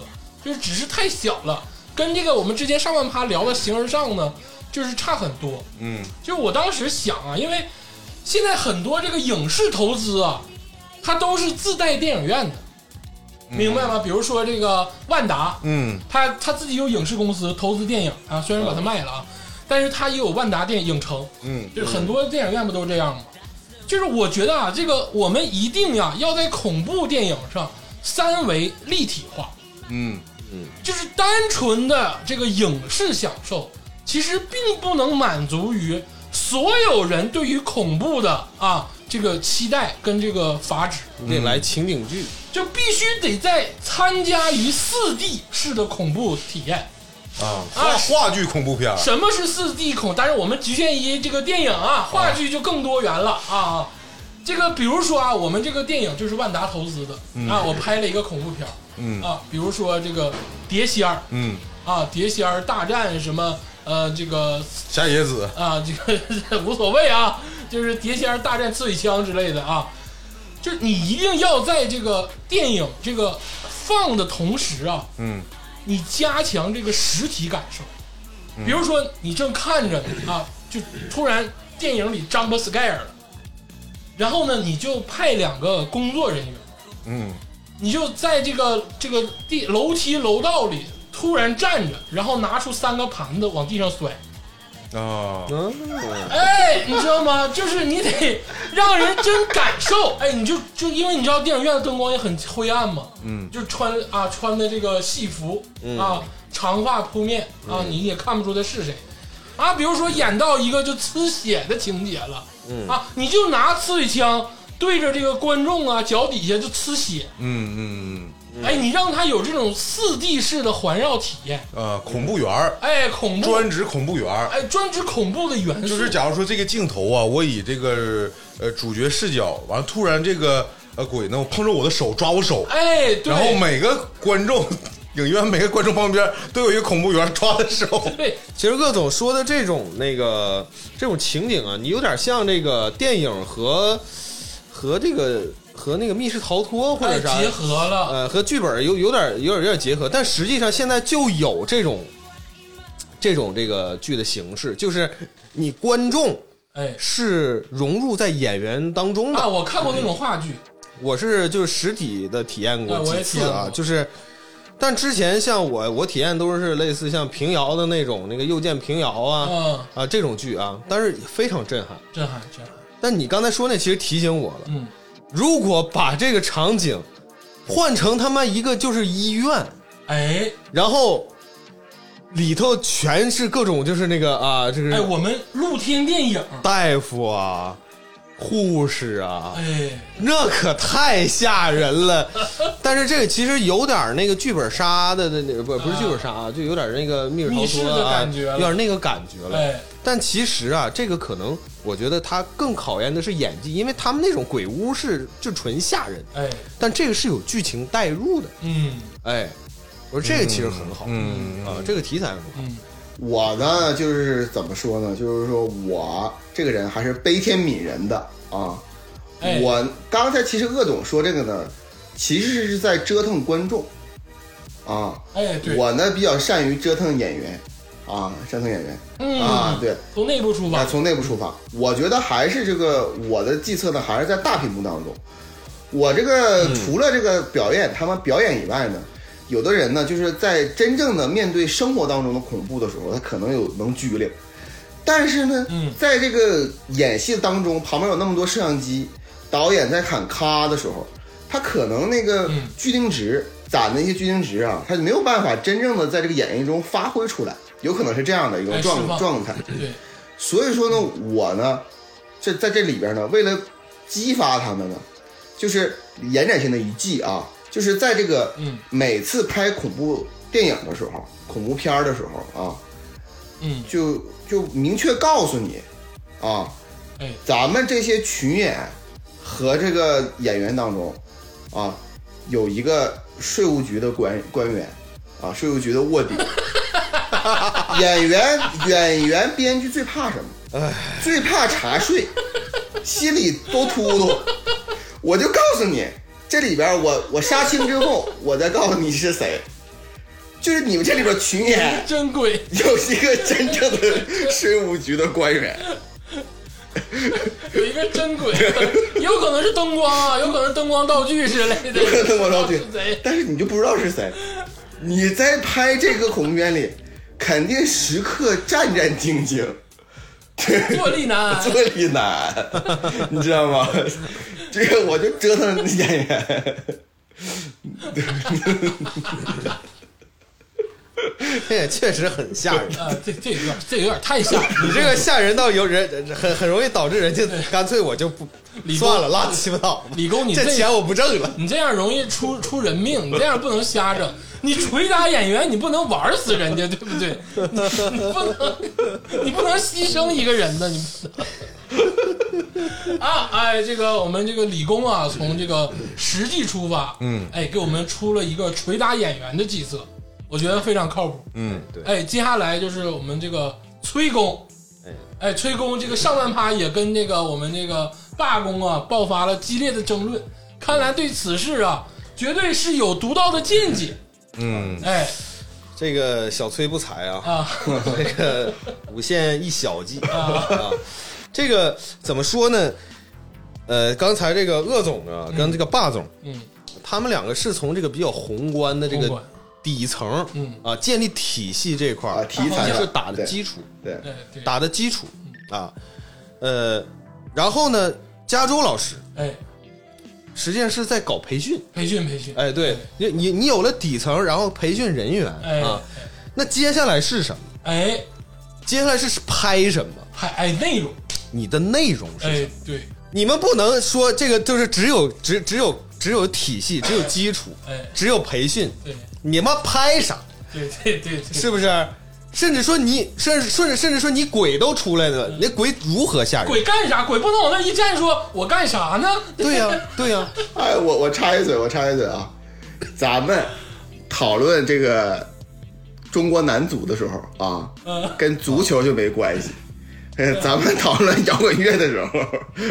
Speaker 1: 就是只是太小了，跟这个我们之前上半趴聊的形而上呢，就是差很多。
Speaker 2: 嗯，
Speaker 1: 就是我当时想啊，因为现在很多这个影视投资啊，它都是自带电影院的，明白吗？比如说这个万达，
Speaker 2: 嗯，
Speaker 1: 他他自己有影视公司投资电影啊，虽然把它卖了啊，但是他也有万达电影城，
Speaker 2: 嗯，
Speaker 1: 就是很多电影院不都这样吗？就是我觉得啊，这个我们一定呀、要在恐怖电影上三维立体化，
Speaker 2: 嗯，
Speaker 1: 就是单纯的这个影视享受，其实并不能满足于所有人对于恐怖的啊这个期待跟这个阀值，
Speaker 4: 你得
Speaker 2: 嗯
Speaker 4: 来情景剧，
Speaker 1: 就必须得在参加于四 D 式的恐怖体验。
Speaker 2: 啊，
Speaker 1: 啊
Speaker 2: 话话剧恐怖片儿，
Speaker 1: 什么是四 D 恐？但是我们局限于这个电影啊，话剧就更多元了啊。这个比如说啊，我们这个电影就是万达投资的、啊，我拍了一个恐怖片儿，
Speaker 2: 嗯
Speaker 1: 啊，比如说这个《碟仙儿
Speaker 2: 嗯，》
Speaker 1: 啊，《碟仙儿大战》什么呃，这个
Speaker 2: 夏野子，
Speaker 1: 啊，这个 <laughs> 无所谓啊，就是《碟仙儿大战刺猬枪》之类的啊，就是你一定要在这个电影这个放的同时啊，
Speaker 2: 嗯
Speaker 1: 你加强这个实体感受。比如说，你正看着呢啊，就突然电影里 jump scare 了，然后呢，你就派两个工作人员，
Speaker 2: 嗯
Speaker 1: 你就在这个这个地楼梯楼道里突然站着，然后拿出三个盘子往地上摔。嗯
Speaker 2: 啊，
Speaker 4: 嗯
Speaker 1: 哎，你知道吗？ <laughs> 就是你得让人真感受。 <laughs> 哎，你就就因为你知道电影院的灯光也很灰暗嘛，
Speaker 2: 嗯
Speaker 1: 就穿啊穿的这个戏服啊，长发扑面啊，
Speaker 2: 嗯
Speaker 1: 你也看不出他是谁啊。比如说演到一个就呲血的情节了，
Speaker 2: 嗯
Speaker 1: 啊，你就拿刺猬枪对着这个观众啊脚底下就呲血，
Speaker 2: 嗯嗯
Speaker 1: 哎，你让他有这种四 D 式的环绕体验，
Speaker 2: 嗯啊，恐怖园儿，
Speaker 1: 哎，恐怖，
Speaker 2: 专职恐怖园儿。
Speaker 1: 哎，专指恐怖的元素，
Speaker 2: 就是假如说这个镜头啊，我以这个呃主角视角，完了突然这个呃鬼呢，我碰着我的手，抓我手，
Speaker 1: 哎，对，
Speaker 2: 然后每个观众，影院每个观众旁边都有一个恐怖员抓的手。
Speaker 1: 对，
Speaker 4: 其实鄂总说的这种那个这种情景啊，你有点像这个电影和和这个和那个密室逃脱或
Speaker 1: 哎
Speaker 4: 者啥、
Speaker 1: 结合了，
Speaker 4: 呃，和剧本有有点有点有点结合，但实际上现在就有这种这种这个剧的形式，就是你观众
Speaker 1: 哎，
Speaker 4: 是融入在演员当中
Speaker 1: 啊，
Speaker 4: 的。
Speaker 1: 我看过那种话剧，
Speaker 4: 我是就是实体的体验过
Speaker 1: 对我也
Speaker 4: 几次
Speaker 1: 体验
Speaker 4: 啊
Speaker 1: 过，
Speaker 4: 就是。但之前像我，我体验都是类似像平遥的那种，那个又见平遥啊，
Speaker 1: 嗯，
Speaker 4: 啊这种剧啊，但是非常震撼。
Speaker 1: 震撼，震撼，
Speaker 4: 但你刚才说那其实提醒我了，
Speaker 1: 嗯，
Speaker 4: 如果把这个场景换成他妈一个就是医院，
Speaker 1: 哎，
Speaker 4: 然后里头全是各种就是那个啊，这个
Speaker 1: 哎，我们露天电影，
Speaker 4: 大夫啊、护士啊，
Speaker 1: 哎，
Speaker 4: 那可太吓人
Speaker 1: <laughs>
Speaker 4: 了。但是这个其实有点那个剧本杀的的那不不是剧本杀啊，就有点那个密室逃
Speaker 1: 密室
Speaker 4: 脱
Speaker 1: 的
Speaker 4: 啊
Speaker 1: 感觉了
Speaker 4: 有点那个感觉了。
Speaker 1: 哎，
Speaker 4: 但其实啊，这个可能我觉得他更考验的是演技，因为他们那种鬼屋是就纯吓人，
Speaker 1: 哎，
Speaker 4: 但这个是有剧情带入的。
Speaker 1: 嗯
Speaker 4: 哎，我说这个其实很好，
Speaker 2: 嗯
Speaker 4: 啊，这个题材很好。
Speaker 1: 嗯，
Speaker 3: 我呢，就是怎么说呢？就是说我这个人还是悲天悯人的啊。
Speaker 1: 哎，
Speaker 3: 我刚才其实鄂总说这个呢，其实是在折腾观众啊。
Speaker 1: 哎，对，
Speaker 3: 我呢比较善于折腾演员啊，折腾演员、
Speaker 1: 嗯
Speaker 3: 啊，对，
Speaker 1: 从内部出
Speaker 3: 那
Speaker 1: 发，
Speaker 3: 啊从内部出发，我觉得还是这个我的计策呢，还是在大屏幕当中。我这个
Speaker 1: 嗯
Speaker 3: 除了这个表演，他们表演以外呢，有的人呢，就是在真正的面对生活当中的恐怖的时候，他可能有能拘灵，但是呢，
Speaker 1: 嗯
Speaker 3: 在这个演戏当中，旁边有那么多摄像机，导演在喊咔的时候，他可能那个
Speaker 1: 嗯
Speaker 3: 聚定值、攒的一些聚定值啊，他就没有办法真正的在这个演绎中发挥出来，有可能是这样的一
Speaker 1: 哎
Speaker 3: 种
Speaker 1: 释
Speaker 3: 状
Speaker 1: 放
Speaker 3: 状态。
Speaker 1: 对，
Speaker 3: 所以说呢，我呢，这在这里边呢，为了激发他们呢，就是延展性的一计啊，就是在这个
Speaker 1: 嗯
Speaker 3: 每次拍恐怖电影的时候、恐怖片儿的时候啊，
Speaker 1: 嗯，
Speaker 3: 就就明确告诉你啊，
Speaker 1: 哎，
Speaker 3: 咱们这些群演和这个演员当中啊，有一个税务局的官官员啊，税务局的卧底。演员演员编剧最怕什么？最怕查税，心里都突突。我就告诉你，这里边我我杀青之后，我再告诉你是谁，就是你们这里边群演
Speaker 1: 真贵，
Speaker 3: 有一个真正的税务局的官员。
Speaker 1: 有一个真鬼，有可能是灯光啊，有可能是灯光道具之类的，啊
Speaker 3: 那 <laughs> 么道具
Speaker 1: 是谁，
Speaker 3: 但是你就不知道是谁。你在拍这个恐怖片里，肯定时刻战战兢兢，
Speaker 1: 坐立难安，
Speaker 3: 坐立难，你知道吗？这个我就折腾演员。
Speaker 4: 这也确实很吓人，
Speaker 1: 啊，这这有点，这有点太吓人了，
Speaker 4: 你这个吓人到有人很很容易导致人家干脆我就不
Speaker 1: 李工
Speaker 4: 算了，拉鸡巴倒吧，
Speaker 1: 李工你
Speaker 4: 这
Speaker 1: 这
Speaker 4: 钱我不挣了。
Speaker 1: 你这样容易出出人命，你这样不能瞎整。你捶打演员，你不能玩死人家，对不对？你你不能，你不能牺牲一个人呢，你不能。啊，哎，这个我们这个李工啊，从这个实际出发，嗯，哎，给我们出了一个捶打演员的计策，我觉得非常靠谱。
Speaker 2: 嗯，
Speaker 4: 对，
Speaker 1: 哎，接下来就是我们这个崔工，哎，崔工这个上半趴也跟这个我们这个罢工啊爆发了激烈的争论，看来对此事啊绝对是有独到的见解。
Speaker 2: 嗯，
Speaker 1: 哎
Speaker 4: 这个小崔不才啊，
Speaker 1: 啊
Speaker 4: 这个五线一小计啊，这个怎么说呢？呃，刚才这个鄂总啊，跟这个霸总，
Speaker 1: 嗯，
Speaker 4: 他们两个是从这个比较宏观的这
Speaker 1: 宏
Speaker 4: 个
Speaker 1: 观
Speaker 4: 底层，
Speaker 1: 嗯
Speaker 4: 啊，建立体系这块
Speaker 3: 啊
Speaker 4: 儿，
Speaker 3: 题材
Speaker 4: 也
Speaker 3: 的
Speaker 4: 是打的
Speaker 3: 对
Speaker 4: 基础，
Speaker 3: 对，
Speaker 1: 哎对，
Speaker 4: 打的基础啊，呃，然后呢，加州老师
Speaker 1: 哎
Speaker 4: 实际上是在搞培训，
Speaker 1: 培训培训，
Speaker 4: 哎，对你你你有了底层，然后培训人员
Speaker 1: 哎
Speaker 4: 啊，那接下来是什么？
Speaker 1: 哎
Speaker 4: 接下来是拍什么？
Speaker 1: 还哎内容
Speaker 4: 你的内容是什
Speaker 1: 哎
Speaker 4: 么？
Speaker 1: 对
Speaker 4: 你们不能说这个就是只有只只有只有体系，只有基础，
Speaker 1: 哎
Speaker 4: 只有培训，
Speaker 1: 对
Speaker 4: 你妈拍啥？
Speaker 1: 对对对对
Speaker 4: 是不是？甚至说你，甚至甚至甚至说你鬼都出来了，那鬼如何吓人？
Speaker 1: 嗯鬼干啥？鬼不能往那一站说，我干啥呢？
Speaker 4: 对呀、对呀、
Speaker 3: 哎，我我插一嘴，我插一嘴啊，咱们讨论这个中国男足的时候啊，
Speaker 1: 嗯
Speaker 3: 跟足球就没关系。呃咱们讨论摇滚乐的时候，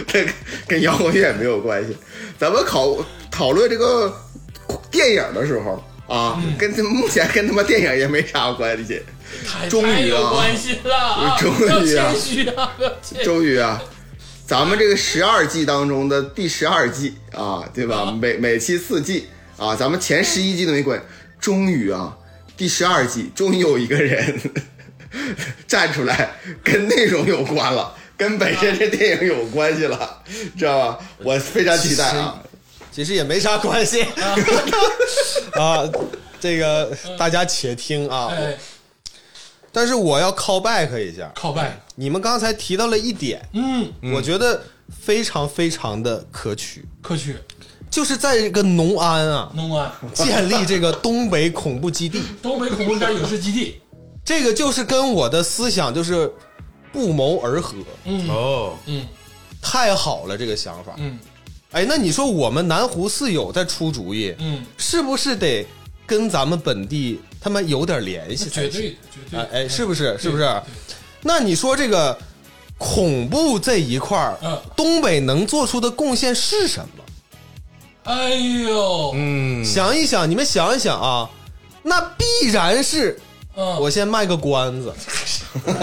Speaker 3: 这个跟摇滚乐没有关系。咱们考讨论这个电影的时候啊，跟这目前跟他妈电影也没啥关系。
Speaker 1: 太
Speaker 3: 终于啊
Speaker 1: 太有关系了啊！
Speaker 3: 终于啊
Speaker 1: 要谦虚啊，要谦虚。
Speaker 3: <laughs> 终于啊，咱们这个十二季当中的第十二季啊，对吧？每每期四季啊，咱们前十一季都没管。终于啊，第十二季终于有一个人 <laughs> 站出来，跟内容有关了，跟本身这电影有关系了，知道吧？我非常期待啊！
Speaker 4: 其实也没啥关
Speaker 1: <laughs>
Speaker 4: 系啊。这个大家且听啊，
Speaker 1: 哎
Speaker 4: 但是我要 call back 一下，
Speaker 1: ，call back，
Speaker 4: 你们刚才提到了一点，
Speaker 1: 嗯，
Speaker 4: 我觉得非常非常的可取，
Speaker 1: 可取，
Speaker 4: 就是在这个农安啊，
Speaker 1: 弄完
Speaker 4: 建立这个东北恐
Speaker 1: <laughs>
Speaker 4: 怖基地，
Speaker 1: 东北恐怖片影视基地，
Speaker 4: 这个就是跟我的思想就是不谋而合，
Speaker 1: 嗯
Speaker 2: 哦，
Speaker 1: 嗯
Speaker 4: 太好了，这个想法。
Speaker 1: 嗯
Speaker 4: 哎，那你说我们南湖四友在出主意，
Speaker 1: 嗯，
Speaker 4: 是不是得跟咱们本地他们有点联系才
Speaker 1: 绝
Speaker 4: 行？
Speaker 1: 对的绝对
Speaker 4: 哎
Speaker 1: 的，
Speaker 4: 哎，是不是？
Speaker 1: 对
Speaker 4: 是不是？那你说这个恐怖这一块儿，
Speaker 1: 嗯
Speaker 4: 东北能做出的贡献是什么？
Speaker 1: 哎呦，
Speaker 2: 嗯，
Speaker 4: 想一想，你们想一想啊，那必然是
Speaker 1: 嗯， <laughs>
Speaker 4: 我先卖个关子，
Speaker 1: 哎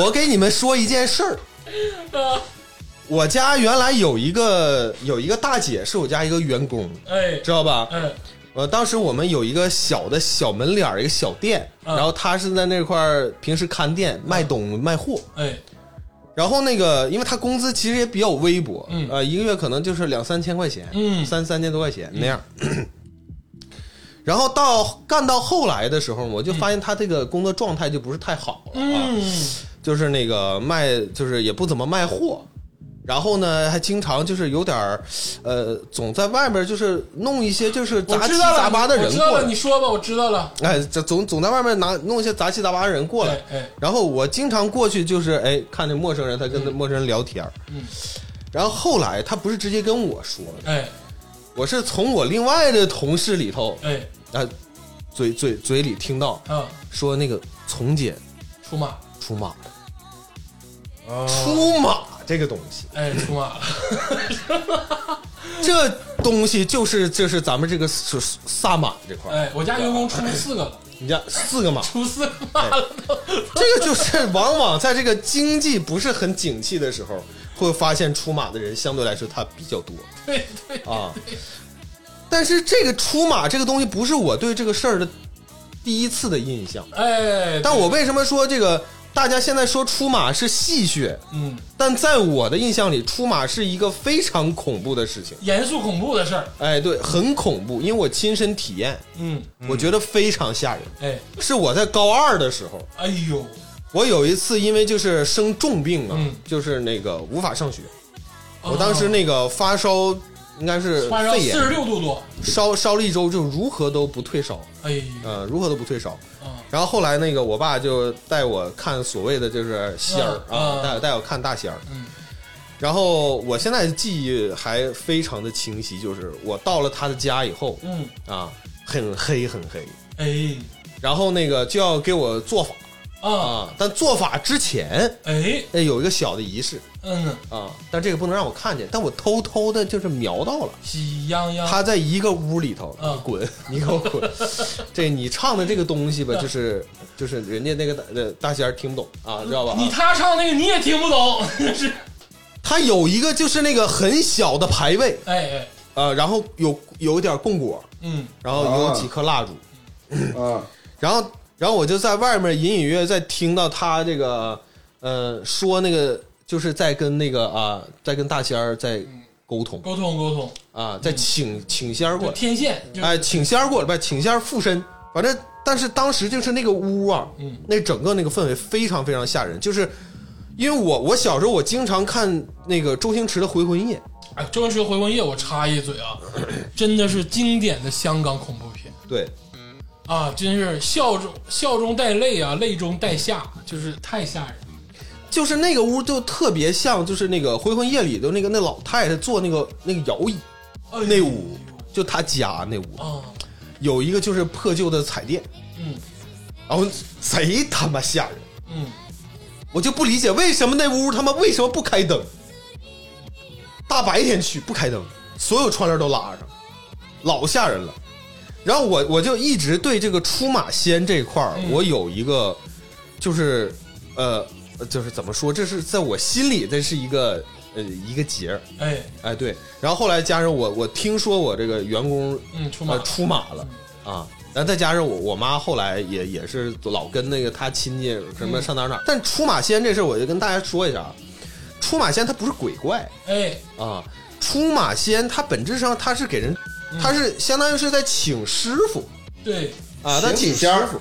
Speaker 4: 我给你们说一件事儿。我家原来有一个有一个大姐，是我家一个员工，
Speaker 1: 哎
Speaker 4: 知道吧？
Speaker 1: 哎
Speaker 4: 呃，当时我们有一个小的小门脸儿，一个小店，
Speaker 1: 嗯
Speaker 4: 然后她是在那块儿平时看店卖东卖货，
Speaker 1: 哎
Speaker 4: 然后那个因为她工资其实也比较微薄，
Speaker 1: 嗯
Speaker 4: 呃，一个月可能就是两三千块钱，
Speaker 1: 嗯
Speaker 4: 三三千多块钱那样。 <clears throat> 然后到干到后来的时候，我就发现她这个工作状态就不是太好了啊，
Speaker 1: 嗯
Speaker 4: 就是那个卖，就是也不怎么卖货，然后呢，还经常就是有点儿，呃，总在外边就是弄一些就是
Speaker 1: 我
Speaker 4: 杂七
Speaker 1: 知道了
Speaker 4: 杂八的
Speaker 1: 我
Speaker 4: 人
Speaker 1: 知道
Speaker 4: 过
Speaker 1: 了，
Speaker 4: 来
Speaker 1: 你，说吧，我知道了，
Speaker 4: 哎，这总总在外面拿弄一些杂七杂八的人过来
Speaker 1: 哎，哎
Speaker 4: 然后我经常过去就是哎，看着陌生人，他跟那陌生人聊天儿
Speaker 1: 嗯
Speaker 4: 然后后来他不是直接跟我说的，
Speaker 1: 哎
Speaker 4: 我是从我另外的同事里头
Speaker 1: 哎
Speaker 4: 啊、嘴嘴嘴里听到
Speaker 1: 啊，
Speaker 4: 说那个从姐
Speaker 1: 出马，
Speaker 4: 出马了，
Speaker 1: 哦
Speaker 4: 出马这个东西。
Speaker 1: 哎出马了，
Speaker 4: 这东西就是就是咱们这个是萨满这块儿，
Speaker 1: 哎，我家员工出四个了，
Speaker 4: 你家四个马，
Speaker 1: 出四个马了
Speaker 4: 哎
Speaker 1: 都，
Speaker 4: 这个就是往往在这个经济不是很景气的时候，会发现出马的人相对来说他比较多
Speaker 1: 对对，
Speaker 4: 啊。但是这个出马这个东西不是我对这个事儿的第一次的印象，
Speaker 1: 哎，
Speaker 4: 但
Speaker 1: 对
Speaker 4: 我为什么说这个大家现在说出马是戏谑？
Speaker 1: 嗯
Speaker 4: 但在我的印象里，出马是一个非常恐怖的事情。
Speaker 1: 严肃恐怖的事儿，
Speaker 4: 哎，对，很恐怖，因为我亲身体验，
Speaker 1: 嗯
Speaker 4: 我觉得非常吓人。
Speaker 1: 哎
Speaker 4: 是我在高二的时候，
Speaker 1: 哎呦，
Speaker 4: 我有一次因为就是生重病啊，
Speaker 1: 嗯
Speaker 4: 就是那个无法上学。
Speaker 1: 哦
Speaker 4: 我当时那个发烧，应该是
Speaker 1: 发烧
Speaker 4: 肺
Speaker 1: 四十
Speaker 4: 炎，
Speaker 1: 六度多，
Speaker 4: 烧烧了一周，就如何都不退烧，
Speaker 1: 哎呦
Speaker 4: 呃，如何都不退烧。
Speaker 1: 啊
Speaker 4: 然后后来那个我爸就带我看所谓的就是仙儿
Speaker 1: 嗯
Speaker 4: 啊，
Speaker 1: 嗯
Speaker 4: 带带我看大仙儿。
Speaker 1: 嗯
Speaker 4: 然后我现在记忆还非常的清晰，就是我到了他的家以后
Speaker 1: 嗯，
Speaker 4: 啊，很黑很黑，
Speaker 1: 哎
Speaker 4: 然后那个就要给我做法
Speaker 1: 啊
Speaker 4: 啊，但做法之前
Speaker 1: 哎
Speaker 4: 哎有一个小的仪式
Speaker 1: 嗯，
Speaker 4: 啊，但这个不能让我看见，但我偷偷的就是瞄到了。
Speaker 1: 喜羊羊，
Speaker 4: 他在一个屋里头，
Speaker 1: 嗯
Speaker 4: 你 <laughs> 滚，你给
Speaker 1: <laughs>
Speaker 4: 我滚！这你唱的这个东西吧，就是就是人家那个大呃大仙儿听不懂啊，知道吧？
Speaker 1: 嗯你他唱那个你也听不懂， <laughs> 是
Speaker 4: 他有一个就是那个很小的牌位，
Speaker 1: 哎哎
Speaker 4: 呃，然后有有一点供果，
Speaker 1: 嗯
Speaker 4: 然后有几颗蜡烛，
Speaker 3: 啊，
Speaker 4: 然后然后我就在外面隐隐约约在听到他这个呃说那个就是在跟那个啊、在跟大仙儿在
Speaker 1: 嗯
Speaker 4: 沟通
Speaker 1: 沟通沟通，
Speaker 4: 啊、在请请仙儿过
Speaker 1: 就
Speaker 4: 来。
Speaker 1: 天线就
Speaker 4: 哎，请仙儿过来吧，请仙儿附身。反正，但是当时就是那个屋啊，
Speaker 1: 嗯
Speaker 4: 那整个那个氛围非常非常吓人。就是因为我我小时候我经常看那个周星驰的《回魂夜
Speaker 1: 哎，周星驰《回魂夜》，我插一嘴
Speaker 4: <clears throat>
Speaker 1: 啊，真的是经典的香港恐怖片》，
Speaker 4: 对，
Speaker 1: 啊，真是笑中笑中带泪啊，泪中带吓，就是太吓人了。
Speaker 4: 就是那个屋就特别像，就是那个《回魂夜》里头那个那老太太坐那个那个摇椅，
Speaker 1: 哎呦
Speaker 4: 那屋就她家那屋
Speaker 1: 啊，
Speaker 4: 有一个就是破旧的彩电，
Speaker 1: 嗯
Speaker 4: 然后贼他妈吓人。
Speaker 1: 嗯，
Speaker 4: 我就不理解为什么那屋他妈为什么不开灯？大白天去不开灯，所有窗帘都拉上，老吓人了。然后我我就一直对这个出马仙这块儿，
Speaker 1: 嗯
Speaker 4: 我有一个就是呃就是怎么说，这是在我心里这是一个呃一个结儿。
Speaker 1: 哎
Speaker 4: 哎，对。然后后来加上我，我听说我这个员工
Speaker 1: 嗯，出马
Speaker 4: 呃出马了啊。然后再加上我我妈后来也也是老跟那个她亲戚什
Speaker 1: 嗯
Speaker 4: 么上哪儿哪儿，但出马仙这事儿我就跟大家说一下，啊，出马仙它不是鬼怪
Speaker 1: 哎
Speaker 4: 啊，出马仙它本质上它是给人，
Speaker 1: 嗯
Speaker 4: 它是相当于是在请师傅
Speaker 1: 对，
Speaker 4: 啊，他
Speaker 3: 请
Speaker 4: 请
Speaker 3: 几
Speaker 4: 师
Speaker 3: 仙儿
Speaker 4: 傅，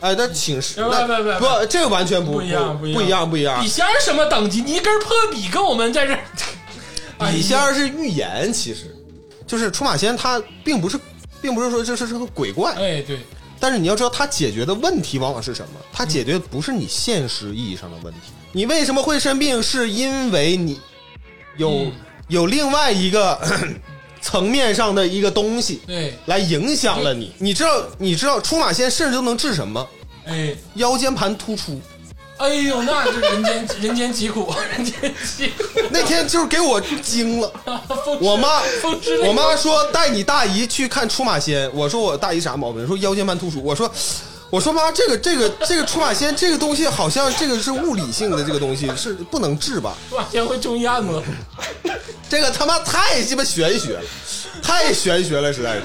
Speaker 4: 哎，他请师，
Speaker 1: 不
Speaker 4: 那
Speaker 1: 不不不
Speaker 4: 不，这个完全不
Speaker 1: 不一样
Speaker 4: 不
Speaker 1: 不一样
Speaker 4: 一样不一样
Speaker 1: 笔，仙儿什么等级？你一根破笔跟我们在
Speaker 4: <laughs>
Speaker 1: 这儿，哎呀
Speaker 4: 笔仙儿是预言，其实就是出马仙它并不是，并不是说这是是个鬼怪，
Speaker 1: 哎对，
Speaker 4: 但是你要知道，他解决的问题往往是什么？他解决的不是你现实意义上的问题。你为什么会生病？是因为你有、
Speaker 1: 嗯
Speaker 4: 有另外一个 <coughs> 咳咳层面上的一个东西
Speaker 1: 对，
Speaker 4: 来影响了你。你知道，你知道出马仙甚至都能治什么？
Speaker 1: 哎
Speaker 4: 腰间盘突出。
Speaker 1: 哎呦，那是人间人间疾苦， <laughs> 人间疾苦。
Speaker 4: 那天就是给我惊了，
Speaker 1: 风湿
Speaker 4: 我妈
Speaker 1: 风湿那个
Speaker 4: 我妈说带你大姨去看出马仙，我说我大姨啥毛病？说腰间盘突出。我说我说妈，这个这个这个出马仙这个东西好像这个是物理性的，这个东西是不能治吧？
Speaker 1: 马先会中烟吗？
Speaker 4: 这个他妈太鸡巴玄学了，太玄学了，实在是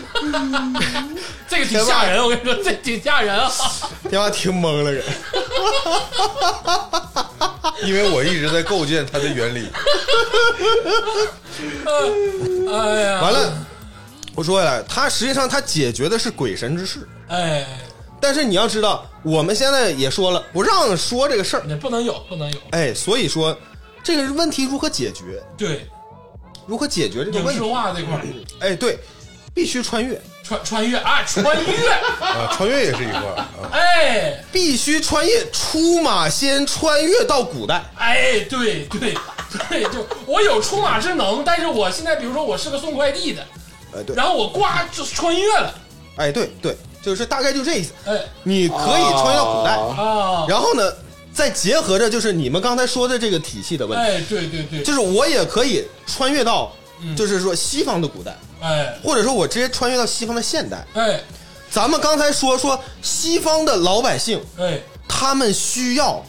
Speaker 1: 这个挺吓人，我跟你说，这挺吓人
Speaker 4: <laughs>
Speaker 1: 啊！
Speaker 4: 他妈听懵了人。
Speaker 2: 因为我一直在构建它的原理。
Speaker 1: 哎呀，
Speaker 4: 完了，我说回来，他实际上他解决的是鬼神之事，
Speaker 1: 哎，
Speaker 4: 但是你要知道，我们现在也说了不让说这个事儿，
Speaker 1: 你不能有，不能有，
Speaker 4: 哎，所以说这个问题如何解决？
Speaker 1: 对，
Speaker 4: 如何解决这个
Speaker 1: 影
Speaker 4: 问
Speaker 1: 视
Speaker 4: 题？
Speaker 1: 化这块儿
Speaker 4: 哎，对，必须穿越，
Speaker 1: 穿穿越啊，穿越，
Speaker 2: 啊，穿越也是一块儿啊。
Speaker 1: 哎
Speaker 4: 必须穿越，出马仙穿越到古代。
Speaker 1: 哎，对对对，就我有出马之能，但是我现在比如说我是个送快递的，
Speaker 4: 哎，对，
Speaker 1: 然后我呱就穿越了，
Speaker 4: 哎，对对，就是大概就这意思。
Speaker 1: 哎
Speaker 4: 你可以穿越到古代，
Speaker 1: 啊，
Speaker 4: 然后呢，再结合着就是你们刚才说的这个体系的问题，
Speaker 1: 哎，对对对，
Speaker 4: 就是我也可以穿越到，
Speaker 1: 嗯
Speaker 4: 就是说西方的古代，
Speaker 1: 哎
Speaker 4: 或者说我直接穿越到西方的现代。
Speaker 1: 哎
Speaker 4: 咱们刚才说说西方的老百姓，
Speaker 1: 哎，
Speaker 4: 他们需要，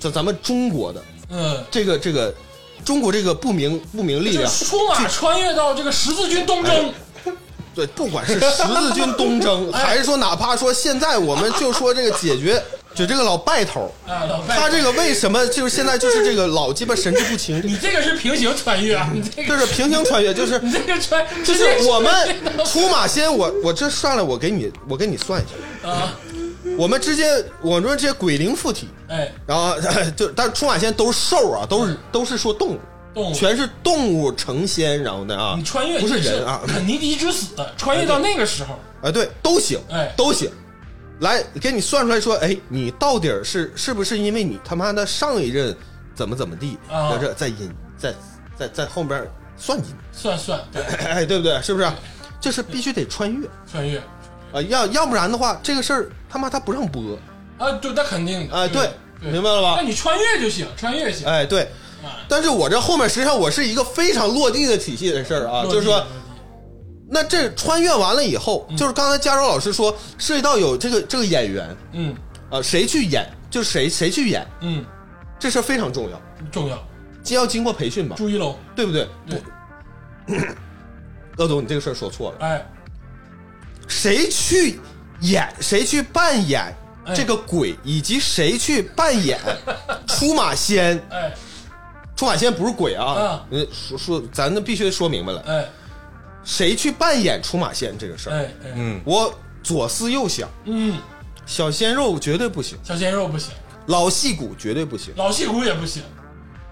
Speaker 4: 就咱们中国的
Speaker 1: 嗯。
Speaker 4: 这个这个中国这个不明不明力
Speaker 1: 就
Speaker 4: 量，
Speaker 1: 是出马穿越到这个十字军东征，
Speaker 4: 对，不管是十字军
Speaker 1: <laughs>
Speaker 4: 东征，
Speaker 1: 哎
Speaker 4: 还是说哪怕说现在我们就说这个解决，就这个老拜头，
Speaker 1: 啊，老白
Speaker 4: 哎他这个为什么就是现在就是这个老鸡巴神志不
Speaker 1: 你
Speaker 4: 清，
Speaker 1: 这个是平行穿越啊，你这
Speaker 4: 就
Speaker 1: 个
Speaker 4: 是嗯平行穿越，就
Speaker 1: <laughs>
Speaker 4: 是
Speaker 1: 你这个穿，
Speaker 4: 就
Speaker 1: 这
Speaker 4: 是我们出马仙，我我这算了，我给你我给你算一
Speaker 1: <laughs>
Speaker 4: 下，
Speaker 1: 啊，
Speaker 4: 我们直接我们这些鬼灵附体，
Speaker 1: 哎，
Speaker 4: 然后 <laughs> 就但出马仙都是兽啊，都是都是说动物。
Speaker 1: 动物
Speaker 4: 全是动物成仙，然后呢啊，
Speaker 1: 你穿越
Speaker 4: 不是
Speaker 1: 也
Speaker 4: 人
Speaker 1: <laughs>
Speaker 4: 啊，
Speaker 1: 肯尼迪之死，穿越到那个时候，
Speaker 4: 啊，对，都行，
Speaker 1: 哎
Speaker 4: 都行。来，给你算出来说，哎，你到底儿是是不是因为你他妈的上一任怎么怎么地，
Speaker 1: 啊
Speaker 4: 在这在引在在在后边算计
Speaker 1: 算算对
Speaker 4: 你， <coughs> 哎，对不对？是不是？就是必须得穿越
Speaker 1: 穿越
Speaker 4: 啊、要要不然的话，这个事儿他妈他不让播
Speaker 1: 啊，对，那肯定的
Speaker 4: 啊、对，明白了吧
Speaker 1: 那？你穿越就行，穿越行，
Speaker 4: 哎，对。
Speaker 1: 啊
Speaker 4: 但是我这后面实际上我是一个非常落地的体系的事儿
Speaker 1: 落
Speaker 4: 啊，
Speaker 1: 地
Speaker 4: 就是说
Speaker 1: 落，地
Speaker 4: 那这穿越完了以后，
Speaker 1: 嗯
Speaker 4: 就是刚才佳柔老师说涉及到有这个这个演员
Speaker 1: 嗯
Speaker 4: 啊、呃谁去演，就谁谁去演，
Speaker 1: 嗯，
Speaker 4: 这事儿非常重要，
Speaker 1: 重要，
Speaker 4: 既要经过培训吧，
Speaker 1: 朱一龙，
Speaker 4: 对不对？
Speaker 1: 对，
Speaker 4: <coughs> 鄂总，你这个事儿说错了，
Speaker 1: 哎，
Speaker 4: 谁去演，谁去扮演
Speaker 1: 哎
Speaker 4: 这个鬼，以及谁去扮
Speaker 1: <laughs>
Speaker 4: 演出马仙，
Speaker 1: 哎
Speaker 4: 出马仙不是鬼啊
Speaker 1: 啊，
Speaker 4: 呃说说咱们必须说明白了，
Speaker 1: 哎
Speaker 4: 谁去扮演出马仙这个事儿，
Speaker 1: 哎哎，
Speaker 2: 嗯，
Speaker 4: 我左思右想，
Speaker 1: 嗯，
Speaker 4: 小鲜肉绝对不行，
Speaker 1: 小鲜肉不行，
Speaker 4: 老戏骨绝对不行，
Speaker 1: 老戏骨也不行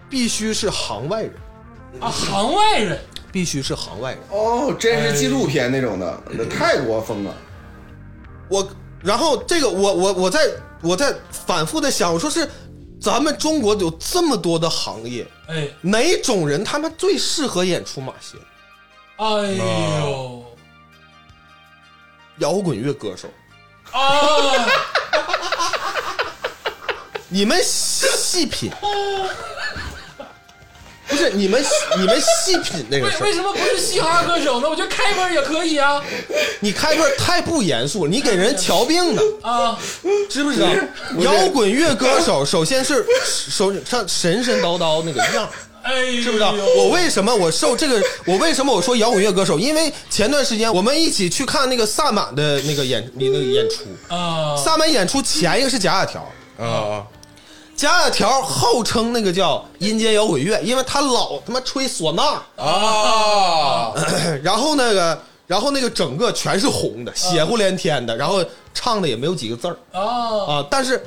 Speaker 4: 必须是行外人，嗯
Speaker 1: 啊，行外人，
Speaker 4: 必须是行外人。
Speaker 3: 哦，真是纪录片那种的，那泰国风啊！
Speaker 4: 我然后这个我我我在我在反复的想，我说是咱们中国有这么多的行业，
Speaker 1: 哎，
Speaker 4: 哪种人他们最适合演出马仙？
Speaker 1: 哎
Speaker 4: 哦
Speaker 1: 呦
Speaker 4: 摇滚乐歌手，
Speaker 1: 啊，
Speaker 4: <laughs> 你们细品， <laughs> 不是你们你们细品那个
Speaker 1: 为
Speaker 4: 事
Speaker 1: 为
Speaker 4: 儿，
Speaker 1: 什么不是嘻哈歌手呢？我觉得开门也可以啊
Speaker 4: 你开门太不严肃了，你给人瞧
Speaker 1: <laughs>
Speaker 4: 病呢。
Speaker 1: 啊，
Speaker 4: 知不知道？摇滚乐歌手首先是手上神神叨叨那个样儿，
Speaker 1: 哎，
Speaker 4: 知不知道？我为什么我受这个？ <laughs> 我为什么我说摇滚乐歌手？因为前段时间我们一起去看那个萨满的那个演那个演出，
Speaker 1: 啊，
Speaker 4: 萨满演出前一个是贾亚条，
Speaker 2: 啊啊，
Speaker 4: 贾亚条号称那个叫阴间摇滚乐，因为他老他妈吹唢呐，
Speaker 2: 啊，
Speaker 1: 哦
Speaker 4: <coughs> 然后那个然后那个整个全是红的，血乎连天的，然后唱的也没有几个字儿
Speaker 1: 啊，
Speaker 4: 啊，但是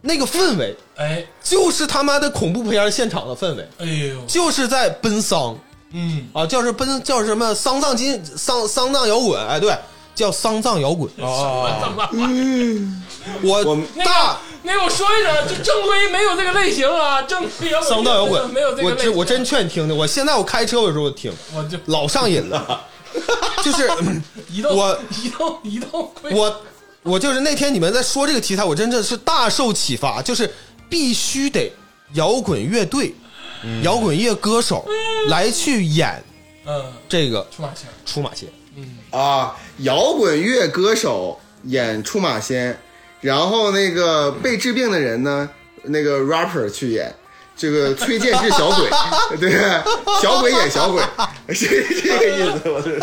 Speaker 4: 那个氛围。
Speaker 1: 哎，
Speaker 4: 就是他妈的恐怖片儿现场的氛围，
Speaker 1: 哎呦，
Speaker 4: 就是在奔丧
Speaker 1: 嗯，
Speaker 4: 啊，叫是奔叫什么丧葬金丧丧葬摇滚，哎，对，叫丧葬摇滚。
Speaker 1: 怎么了？
Speaker 4: 我
Speaker 1: 那
Speaker 4: 大
Speaker 1: 个，那个，我说一声，这正规没有这个类型啊，正规摇滚
Speaker 4: 丧葬摇滚
Speaker 1: 没有这个
Speaker 4: 我
Speaker 1: 类
Speaker 4: 真
Speaker 1: 型，
Speaker 4: 我真劝听的，我现在我开车有时候听，
Speaker 1: 我就
Speaker 4: 老上瘾了，
Speaker 1: <laughs>
Speaker 4: 就是嗯
Speaker 1: 移动
Speaker 4: 我
Speaker 1: 移动移动会
Speaker 4: 我我就是那天你们在说这个题材，我真的是大受启发，就是必须得摇滚乐队、摇滚乐歌手来去演
Speaker 1: 嗯，
Speaker 4: 这个
Speaker 1: 出马仙儿，
Speaker 4: 出马仙。
Speaker 3: 啊，摇滚乐歌手演出马仙，然后那个被治病的人呢，那个 rapper 去演。这个崔健是小鬼，对，小鬼演小鬼，是这个意思。我是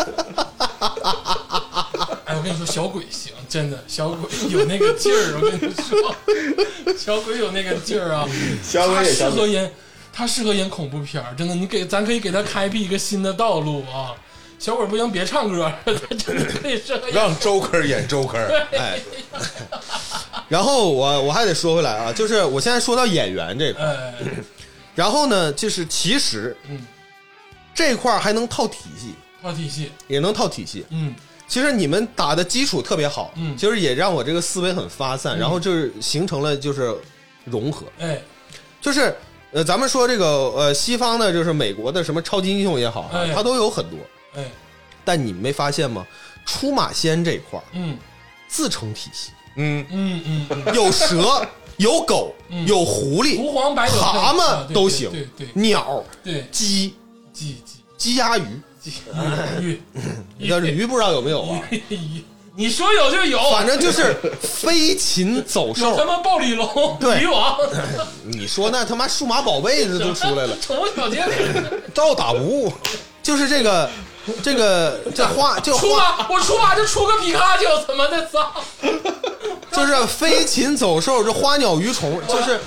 Speaker 1: 哎，我跟你说，小鬼行，真的，小鬼有那个劲儿，我跟你说，小鬼有那个劲儿
Speaker 4: <laughs>
Speaker 1: 啊，
Speaker 3: 小鬼
Speaker 1: 他
Speaker 3: 演
Speaker 1: 适
Speaker 3: 小
Speaker 1: 合
Speaker 3: 鬼，
Speaker 1: 演，他适合演恐怖片儿，真的，你给咱可以给他开辟一个新的道路啊。小鬼不行，别唱歌， <laughs> 他真的可以适合演。
Speaker 2: 让周 o 演周 o
Speaker 4: 哎， <laughs> 然后我我还得说回来啊，就是我现在说到演员这块儿，
Speaker 1: 哎，
Speaker 4: 然后呢，就是其实，
Speaker 1: 嗯，
Speaker 4: 这块儿还能套体系，
Speaker 1: 套体系，
Speaker 4: 也能套体系。
Speaker 1: 嗯
Speaker 4: 其实你们打的基础特别好，
Speaker 1: 嗯
Speaker 4: 就是也让我这个思维很发散，然后就是形成了就是融合，
Speaker 1: 哎
Speaker 4: 就是呃，咱们说这个呃西方的，就是美国的什么超级英雄也好啊
Speaker 1: 哎，
Speaker 4: 它都有很多，
Speaker 1: 哎，
Speaker 4: 但你没发现吗？出马仙这块儿
Speaker 1: 嗯
Speaker 4: 自成体系，
Speaker 2: 嗯，
Speaker 1: 嗯嗯嗯，
Speaker 4: 有蛇，有狗，有狐狸，
Speaker 1: 狐黄白柳黑
Speaker 4: 蛤
Speaker 1: 啊
Speaker 4: 蟆
Speaker 1: 对
Speaker 4: 都
Speaker 1: 对
Speaker 4: 行，
Speaker 1: 对对
Speaker 4: 鸟、
Speaker 1: 对，
Speaker 4: 鸡、
Speaker 1: 鸡鸡
Speaker 4: 鸡鸭 <laughs> 鱼，呃
Speaker 1: 鸡鱼鱼
Speaker 4: 哎但是鱼不知道有没有啊？
Speaker 1: 鱼，你说有就有，
Speaker 4: <laughs> 反正就是飞禽走
Speaker 1: 有他
Speaker 4: 兽。
Speaker 1: 妈暴鲤龙、
Speaker 4: 对
Speaker 1: 鱼王，
Speaker 4: <laughs> 你说那他妈数码宝贝这都出
Speaker 1: <laughs>
Speaker 4: 来 <laughs> 了，
Speaker 1: 宠物小精灵，
Speaker 4: 照打不误。就是这个，这个这画就
Speaker 1: 出
Speaker 4: 画 <laughs>
Speaker 1: 马我出马就出个皮卡丘，怎么的操？
Speaker 4: 就是飞禽走兽，这花鸟鱼虫，就是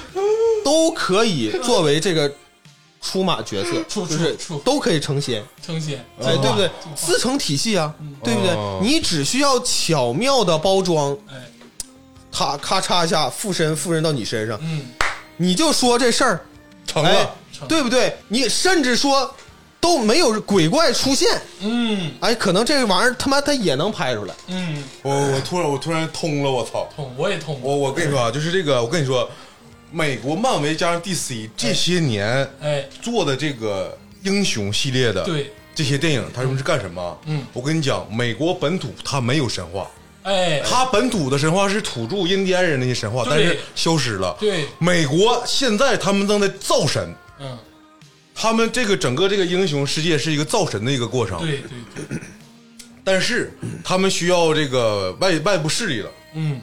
Speaker 4: 都可以作为这个出马角色，
Speaker 1: 出出
Speaker 4: 就是
Speaker 1: 嗯出嗯
Speaker 4: 都可以成仙。
Speaker 1: 成仙，
Speaker 4: 哎，对不对？
Speaker 1: 自
Speaker 4: 自成体系啊，对不对
Speaker 2: 哦？
Speaker 4: 你只需要巧妙的包装，
Speaker 1: 哎
Speaker 4: 它咔嚓一下附身，附身到你身上，
Speaker 1: 嗯
Speaker 4: 你就说这事儿
Speaker 2: 成
Speaker 4: 哎
Speaker 2: 了，，
Speaker 1: 成
Speaker 4: 对不对？你甚至说都没有鬼怪出现，
Speaker 1: 嗯
Speaker 4: 哎，可能这玩意儿他妈它也能拍出来。
Speaker 1: 嗯，
Speaker 2: 我我突然我突然通了，我操！
Speaker 1: 通我也通过，
Speaker 2: 我我跟你说啊，就是这个，我跟你说，美国漫威加上 DC 这些年
Speaker 1: 哎
Speaker 2: 做的这个英雄系列的
Speaker 1: 对，
Speaker 2: 这些电影，他们是干什么？
Speaker 1: 嗯，
Speaker 2: 我跟你讲，美国本土它没有神话，
Speaker 1: 哎，
Speaker 2: 它本土的神话是土著印第安人那些神话，
Speaker 1: 对
Speaker 2: 但是消失了。
Speaker 1: 对
Speaker 2: 美国现在他们正在造神，
Speaker 1: 嗯，
Speaker 2: 他们这个整个这个英雄世界是一个造神的一个过程，
Speaker 1: 对对对，
Speaker 2: 但是他们需要这个外外部势力了。
Speaker 1: 嗯，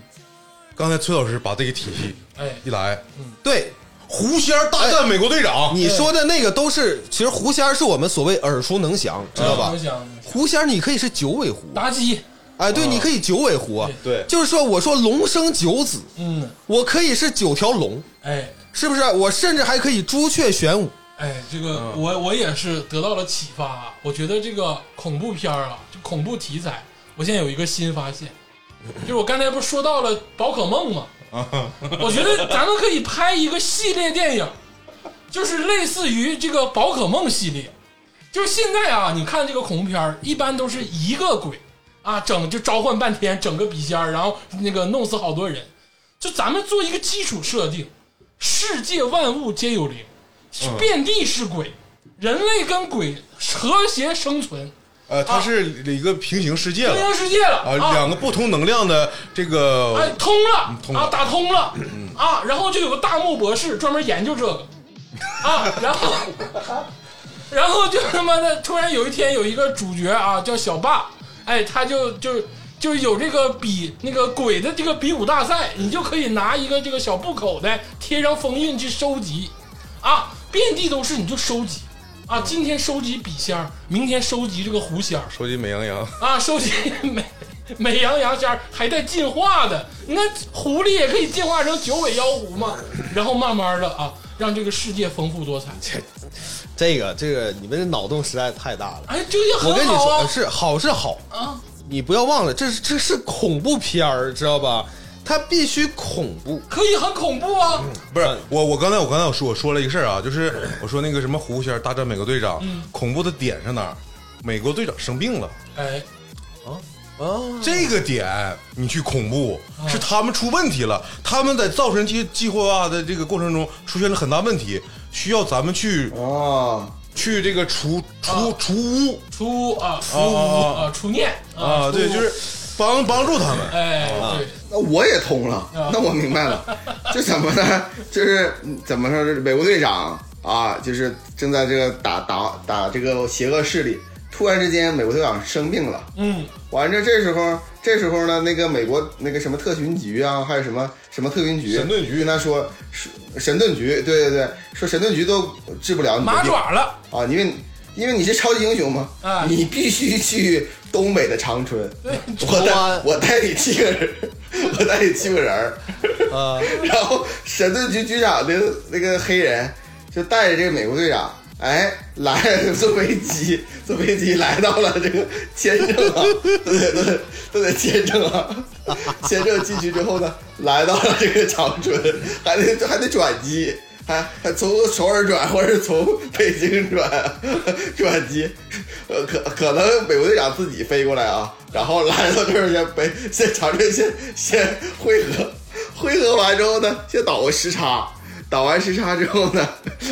Speaker 2: 刚才崔老师把这个体系
Speaker 1: 哎，
Speaker 2: 一来，
Speaker 4: 对，
Speaker 2: 狐仙
Speaker 4: 哎
Speaker 2: 儿大战美国队长，
Speaker 4: 你说的那个都是，其实狐仙儿是我们所谓耳熟能详，知道吧
Speaker 1: 我？想
Speaker 4: 狐仙儿你可以是九尾狐，
Speaker 1: 妲己，
Speaker 4: 哎，对，你可以九尾狐，啊
Speaker 2: 对
Speaker 4: 就是说我说龙生九子，
Speaker 1: 嗯，
Speaker 4: 我可以是九条龙，
Speaker 1: 哎
Speaker 4: 是不是？我甚至还可以朱雀玄武，
Speaker 1: 哎，这个我我也是得到了启发啊，我觉得这个恐怖片儿啊，就恐怖题材，我现在有一个新发现，就是我刚才不是说到了宝可梦吗？我觉得咱们可以拍一个系列电影，就是类似于这个宝可梦系列。就是现在啊，你看这个恐怖片儿，一般都是一个鬼啊，整就召唤半天，整个笔仙儿，然后那个弄死好多人。就咱们做一个基础设定，世界万物皆有灵，遍地是鬼，人类跟鬼和谐生存，
Speaker 2: 呃，它是一个平行世界
Speaker 1: 平
Speaker 2: 了
Speaker 1: 行世界了
Speaker 2: 啊，两个不同能量的这
Speaker 1: 哎
Speaker 2: 个，
Speaker 1: 通了
Speaker 2: 嗯通
Speaker 1: 啊
Speaker 2: 了，
Speaker 1: 打通了啊，然后就有个大木博士专门研究这个啊，然后然后就他妈的突然有一天有一个主角啊叫小霸，哎，他就就就有这个比那个鬼的这个比武大赛，你就可以拿一个这个小布口袋贴上封印去收集啊，遍地都是你就收集。啊，今天收集笔仙儿，明天收集这个狐仙儿，
Speaker 2: 收集美羊羊， <laughs>
Speaker 1: 啊，收集美美羊羊仙儿还在进化的，你看狐狸也可以进化成九尾妖狐嘛，然后慢慢的啊，让这个世界丰富多彩。
Speaker 4: 这个这个你们这脑洞实在太大了。
Speaker 1: 哎，这也
Speaker 4: 我
Speaker 1: 很
Speaker 4: 跟你
Speaker 1: 好
Speaker 4: 说，呃
Speaker 1: 啊
Speaker 4: 是好是好，
Speaker 1: 啊，
Speaker 4: 你不要忘了，这是这是恐怖片儿，知道吧？它必须恐怖。
Speaker 1: 可以很恐怖啊，
Speaker 2: 不是我我刚才我刚才我说我说了一个事儿啊，就是我说那个什么狐仙儿大战美国队长，恐怖的点是哪儿？美国队长生病了，
Speaker 1: 哎，
Speaker 2: 这个点你去恐怖是他们出问题了，他们在造神计计划的这个过程中出现了很大问题，需要咱们去
Speaker 3: 哦，
Speaker 2: 去这个除除除污
Speaker 1: 出啊出
Speaker 2: 啊啊
Speaker 1: 啊出念
Speaker 2: 啊，对，
Speaker 1: 出
Speaker 2: 就是帮帮助他们。
Speaker 1: 哎对，
Speaker 3: 那我也通了，那我明白了，这怎么呢？就是嗯怎么说，美国队长啊，就是正在这个打打打这个邪恶势力，突然之间美国队长生病了，
Speaker 1: 嗯
Speaker 3: 完了这时候这时候呢，那个美国那个什么特巡局啊，还有什么什么特巡局，
Speaker 2: 神盾局
Speaker 3: 跟他说神神盾局，对对对，说神盾局都治不了你的
Speaker 1: 麻
Speaker 3: 病
Speaker 1: 爪了，
Speaker 3: 啊，因为因为你是超级英雄嘛，
Speaker 1: 啊
Speaker 3: 你必须去东北的长春，我
Speaker 4: 崇安
Speaker 3: 带我带你去个人，我带你去个人儿， <laughs> 然后神盾局局长的那个黑人就带着这个美国队长，哎，来坐飞机，坐飞机来到了这个签证啊，都得都得都得签证啊，签证进去之后呢，来到了这个长春，还得还得转机。还还从首尔转，或者从北京转转机，呃，可可能美国队长自己飞过来啊，然后来到这儿先北先长春先先汇合， <laughs> 汇合完之后呢，先倒个时差，倒完时差之后呢，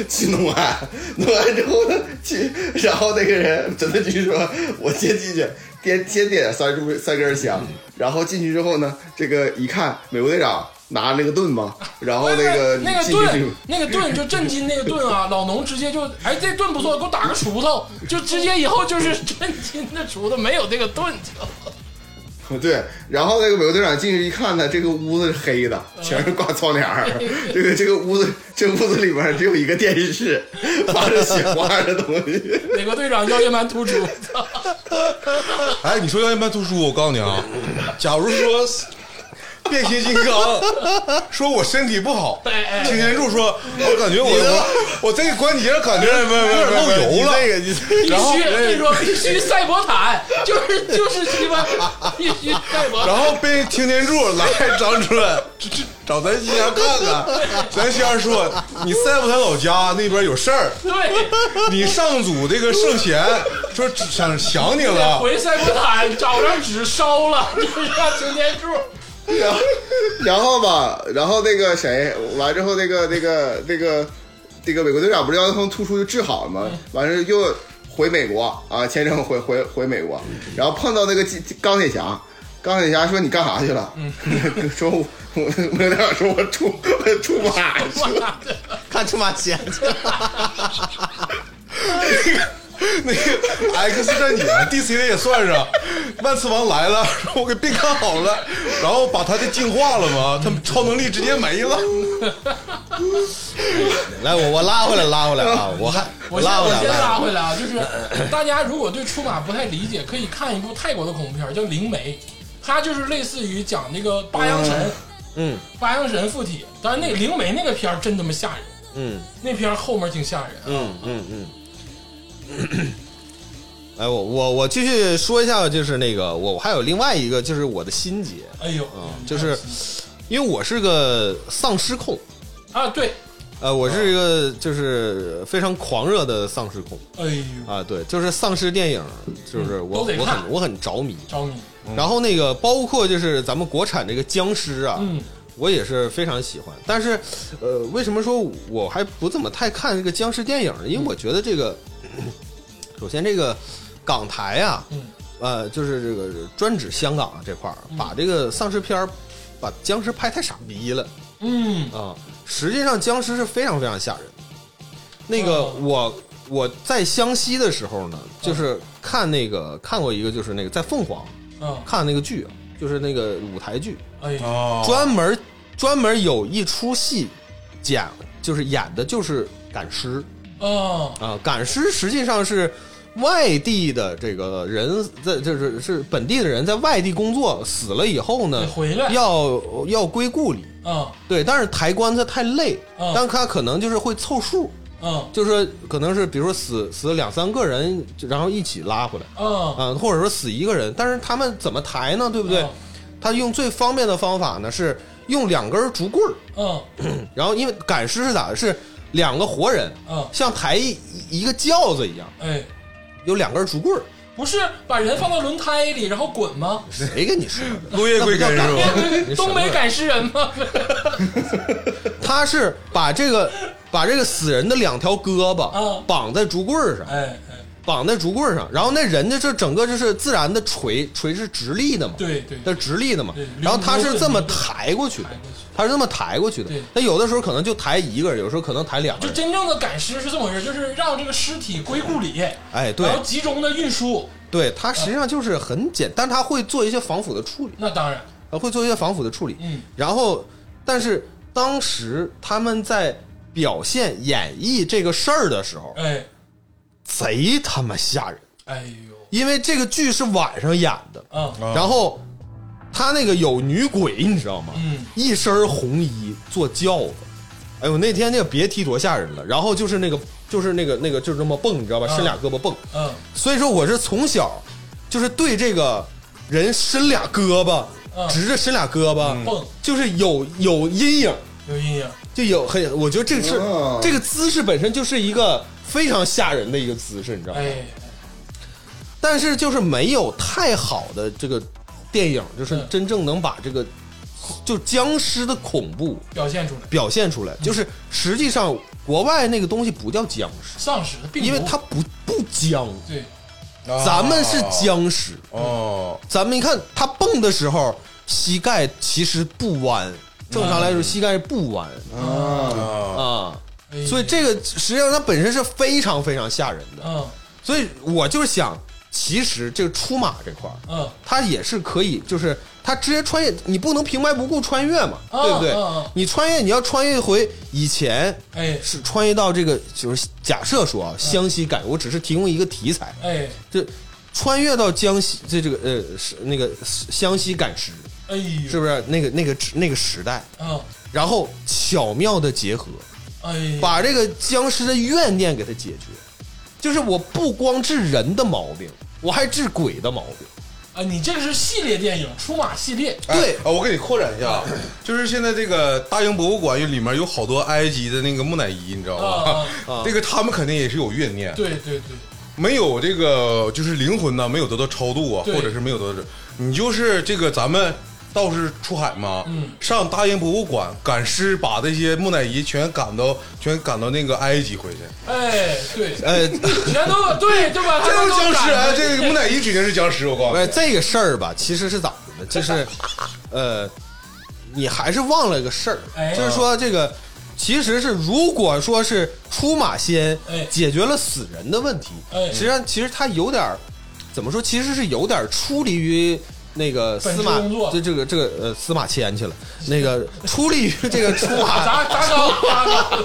Speaker 3: 去弄完，弄完之后呢，去，然后那个人真的就说，我先进去，点先点三柱三根香，然后进去之后呢，这个一看美国队长拿那个盾嘛，然后哦那个
Speaker 1: 那个
Speaker 3: 进去就 <laughs>
Speaker 1: 盾，那个盾就震惊那个盾啊，老农直接就哎这盾不错，给我打个锄头，就直接以后就是 <laughs> 震惊的锄头，没有这个盾就。
Speaker 3: 对，然后那个美国队长进去一看呢，这个屋子是黑的，
Speaker 1: 嗯
Speaker 3: 全是挂窗帘儿。这个这个屋子，这屋子里面只有一个电视， <laughs> 放着雪花的东西。
Speaker 1: 美国队长腰间盘突出，
Speaker 2: 哎，你说要一般突出，我告诉你啊，假如说变形金刚说我身体不好
Speaker 1: 哎哎，
Speaker 2: 擎天柱说，我感觉我我我这个关节感觉有点漏油了，
Speaker 4: 个你这
Speaker 1: 必
Speaker 2: 然后
Speaker 1: 须跟你说必须赛博坦，就是就是鸡巴必须赛博
Speaker 2: 然
Speaker 1: 坦。
Speaker 2: 后被擎天柱来长春，这这找咱西安看看，咱西安说你赛不他老家那边有事儿，
Speaker 1: 对，
Speaker 2: 你上祖这个圣贤说想想你了，
Speaker 1: 回赛博坦找张纸烧了，就是让擎天柱。
Speaker 3: 然后然后吧，然后那个谁，完之后那个那个那个这个美国队长不是腰疼突出就治好了吗？
Speaker 4: 嗯
Speaker 3: 完事儿又回美国啊，签证回回回美国，
Speaker 4: 嗯
Speaker 3: 然后碰到那个金钢铁侠，钢铁侠说你干啥去了？
Speaker 4: 嗯
Speaker 3: <laughs> 说我我美国队长说我出我出马去了，
Speaker 4: 看出马仙，
Speaker 2: 那个 X 战警 DC 的也算上，万磁王来了，我给病看好了，然后把他的净化了嘛，他超能力直接没了。
Speaker 4: 来哎我我拉回来拉回来啊，我还
Speaker 1: 我先
Speaker 4: 拉回
Speaker 1: 我
Speaker 4: 来
Speaker 1: 先拉
Speaker 4: 拉回来，
Speaker 1: 回来啊，就是大家如果对出马不太理解，可以看一部泰国的恐怖片儿叫《灵媒》，它就是类似于讲那个八阳神，
Speaker 4: 嗯
Speaker 1: 八阳神附体。但是那《灵媒》那个片儿真他妈吓人，
Speaker 4: 嗯
Speaker 1: 那片儿后面挺吓人啊。
Speaker 4: 嗯嗯嗯。 <coughs> 哎，我我我继续说一下，就是那个我我还有另外一个，就是我的心结，
Speaker 1: 哎呦，
Speaker 4: 就是因为我是个丧尸控，
Speaker 1: 啊，对，
Speaker 4: 呃，我是一个就是非常狂热的丧尸控
Speaker 1: 哎呦，
Speaker 4: 啊，对，就是丧尸电影，就是
Speaker 1: 嗯
Speaker 4: 我
Speaker 1: 都得
Speaker 4: 我
Speaker 1: 看嗯
Speaker 4: 很我很着迷，
Speaker 1: 着迷，
Speaker 4: 然后那个包括就是咱们国产这个僵尸啊，
Speaker 1: 嗯，
Speaker 4: 我也是非常喜欢。但是，呃，为什么说我还不怎么太看这个僵尸电影呢？
Speaker 1: 嗯
Speaker 4: 因为我觉得这个， <clears throat> 首先这个港台啊，
Speaker 1: 嗯
Speaker 4: 呃，就是这个专指香港啊这块儿，把这个丧尸片儿，把僵尸拍太傻逼了。
Speaker 1: 嗯，
Speaker 4: 啊，实际上僵尸是非常非常吓人。那个
Speaker 1: 哦嗯
Speaker 4: 我我在湘西的时候呢，就是看那个看过一个，就是那个在凤凰
Speaker 1: 啊，
Speaker 4: 看那个剧，就是那个舞台剧，
Speaker 1: 哎呦，
Speaker 2: 哦
Speaker 4: 专门专门有一出戏讲，就是演的就是赶尸
Speaker 1: 啊，
Speaker 4: 啊，赶尸实际上是。外地的这个人在就是是本地的人在外地工作死了以后呢
Speaker 1: 得，哎回来
Speaker 4: 要要归故里，
Speaker 1: 啊，
Speaker 4: 对，但是抬棺材太累，
Speaker 1: 嗯
Speaker 4: 但他可能就是会凑数，
Speaker 1: 啊，
Speaker 4: 就是说可能是比如说死死两三个人，然后一起拉回来，
Speaker 1: 啊，
Speaker 4: 啊、或者说死一个人，但是他们怎么抬呢？对不对？
Speaker 1: 嗯
Speaker 4: 他用最方便的方法呢是用两根竹棍儿，
Speaker 1: 啊，
Speaker 4: 然后因为赶尸是咋的？是两个活人，
Speaker 1: 啊，
Speaker 4: 像抬一一个轿子一样，
Speaker 1: 哎，
Speaker 4: 有两根竹棍儿。
Speaker 1: 不是把人放到轮胎里然后滚
Speaker 4: <laughs>
Speaker 1: 吗？
Speaker 4: 谁跟你说的？ <laughs>
Speaker 2: 落叶归根是吧？
Speaker 1: 东北赶尸人吗？
Speaker 4: 他是把这个把这个死人的两条胳膊
Speaker 1: 嗯
Speaker 4: 绑在竹棍儿上，
Speaker 1: <laughs> 哎哎，
Speaker 4: 绑在竹棍儿上，然后那人家这整个就是自然的垂垂是直立的嘛，
Speaker 1: 对对
Speaker 4: 它是直立的嘛
Speaker 1: 对，
Speaker 4: 然后他是这么抬过去的
Speaker 1: 抬过去，
Speaker 4: 他是这么抬过去的
Speaker 1: 对。
Speaker 4: 那有的时候可能就抬一个人，有时候可能抬两个
Speaker 1: 就
Speaker 4: 人，
Speaker 1: 真正的赶尸是这么回事，就是让这个尸体归故里，
Speaker 4: 哎，对
Speaker 1: 然后集中的运输，
Speaker 4: 对，他实际上就是很简，但他会做一些防腐的处理，
Speaker 1: 那当然，
Speaker 4: 啊，会做一些防腐的处理。
Speaker 1: 嗯，
Speaker 4: 然后，但是当时他们在表现演绎这个事儿的时候，
Speaker 1: 哎，
Speaker 4: 贼他妈吓人，
Speaker 1: 哎呦，
Speaker 4: 因为这个剧是晚上演的，
Speaker 1: 啊，
Speaker 4: 然后他那个有女鬼，你知道吗？
Speaker 1: 嗯，
Speaker 4: 一身红衣坐轿子，哎呦，那天那个别提多吓人了。然后就是那个，就是那个，那个，就是这么蹦，你知道吧？
Speaker 1: 啊
Speaker 4: 伸俩胳膊蹦。
Speaker 1: 嗯
Speaker 4: 所以说，我是从小就是对这个人伸俩胳膊，
Speaker 1: 嗯
Speaker 4: 直着伸俩胳膊，
Speaker 1: 蹦
Speaker 4: 就是有有阴影，
Speaker 1: 有阴影，
Speaker 4: 就有很，我觉得这个是、
Speaker 3: 哦
Speaker 4: 这个姿势本身就是一个非常吓人的一个姿势，你知道吗？
Speaker 1: 哎，
Speaker 4: 但是就是没有太好的这个电影，就是
Speaker 1: 嗯
Speaker 4: 真正能把这个就僵尸的恐怖
Speaker 1: 表现出来，
Speaker 4: 表现出
Speaker 1: 嗯
Speaker 4: 来。就是实际上国外那个东西不叫僵尸，
Speaker 1: 丧尸病毒，啊
Speaker 4: 因为它不不僵，
Speaker 1: 对，
Speaker 4: 咱们是僵尸。
Speaker 2: 哦，
Speaker 4: 咱们你看他蹦的时候，膝盖其实不弯，正常来说膝盖是不弯
Speaker 1: 嗯
Speaker 3: 啊，
Speaker 2: 啊
Speaker 4: 啊。
Speaker 1: 哎呦
Speaker 4: 所以这个实际上它本身是非常非常吓人的，
Speaker 1: 嗯
Speaker 4: 所以我就是想，其实这个出马这块儿，
Speaker 1: 嗯，
Speaker 4: 他也是可以，就是他直接穿越，你不能平白无故穿越嘛，
Speaker 1: 啊
Speaker 4: 对不对？
Speaker 1: 啊啊
Speaker 4: 你穿越，你要穿越回以前，
Speaker 1: 哎
Speaker 4: 是穿越到这个，就是假设说啊，湘西改，我只是提供一个题材，
Speaker 1: 哎
Speaker 4: 这穿越到江西，这这个呃是那个湘西赶尸，
Speaker 1: 哎呦，
Speaker 4: 是不是那个那个那个时代？
Speaker 1: 嗯
Speaker 4: 然后巧妙的结合，
Speaker 1: 哎呦，
Speaker 4: 把这个僵尸的怨念给它解决，就是我不光治人的毛病，我还治鬼的毛病。
Speaker 1: 啊，你这个是系列电影，出马系列，
Speaker 4: 对
Speaker 2: 哎啊，我给你扩展一下，就是现在这个大英博物馆里面有好多埃及的那个木乃伊，你知道吧
Speaker 4: 啊
Speaker 2: <laughs>
Speaker 4: 啊？
Speaker 2: 这个他们肯定也是有怨念，
Speaker 1: 对对对，
Speaker 2: 没有这个就是灵魂呢，没有得到超度啊，
Speaker 1: 对
Speaker 2: 或者是没有得到这，你就是这个咱们道士出海嘛，上大英博物馆赶尸，把这些木乃伊全赶到全赶到那个埃及回去，
Speaker 1: 哎，对，
Speaker 4: 呃，
Speaker 1: 全都对，就把他
Speaker 2: <laughs> 这
Speaker 1: 们
Speaker 2: 都是
Speaker 1: 都
Speaker 2: 僵尸
Speaker 1: 赶
Speaker 2: 啊！
Speaker 1: 了
Speaker 2: 这个木乃伊指定是僵尸，我告诉
Speaker 4: 呃，
Speaker 2: 你。
Speaker 4: 这个事儿吧，其实是咋的？就是，呃，你还是忘了个事儿，
Speaker 1: 哎
Speaker 4: 就是说这个，其实是如果说是出马仙
Speaker 1: 哎
Speaker 4: 解决了死人的问题，
Speaker 1: 哎
Speaker 4: 实际上其实他有点儿怎么说？其实是有点儿出离于。那个
Speaker 1: 本职
Speaker 4: 司马
Speaker 1: 工作
Speaker 4: 这这个这个呃司马迁去了，那
Speaker 1: <laughs>
Speaker 4: 个出力于这个出马
Speaker 1: 砸砸高砸高，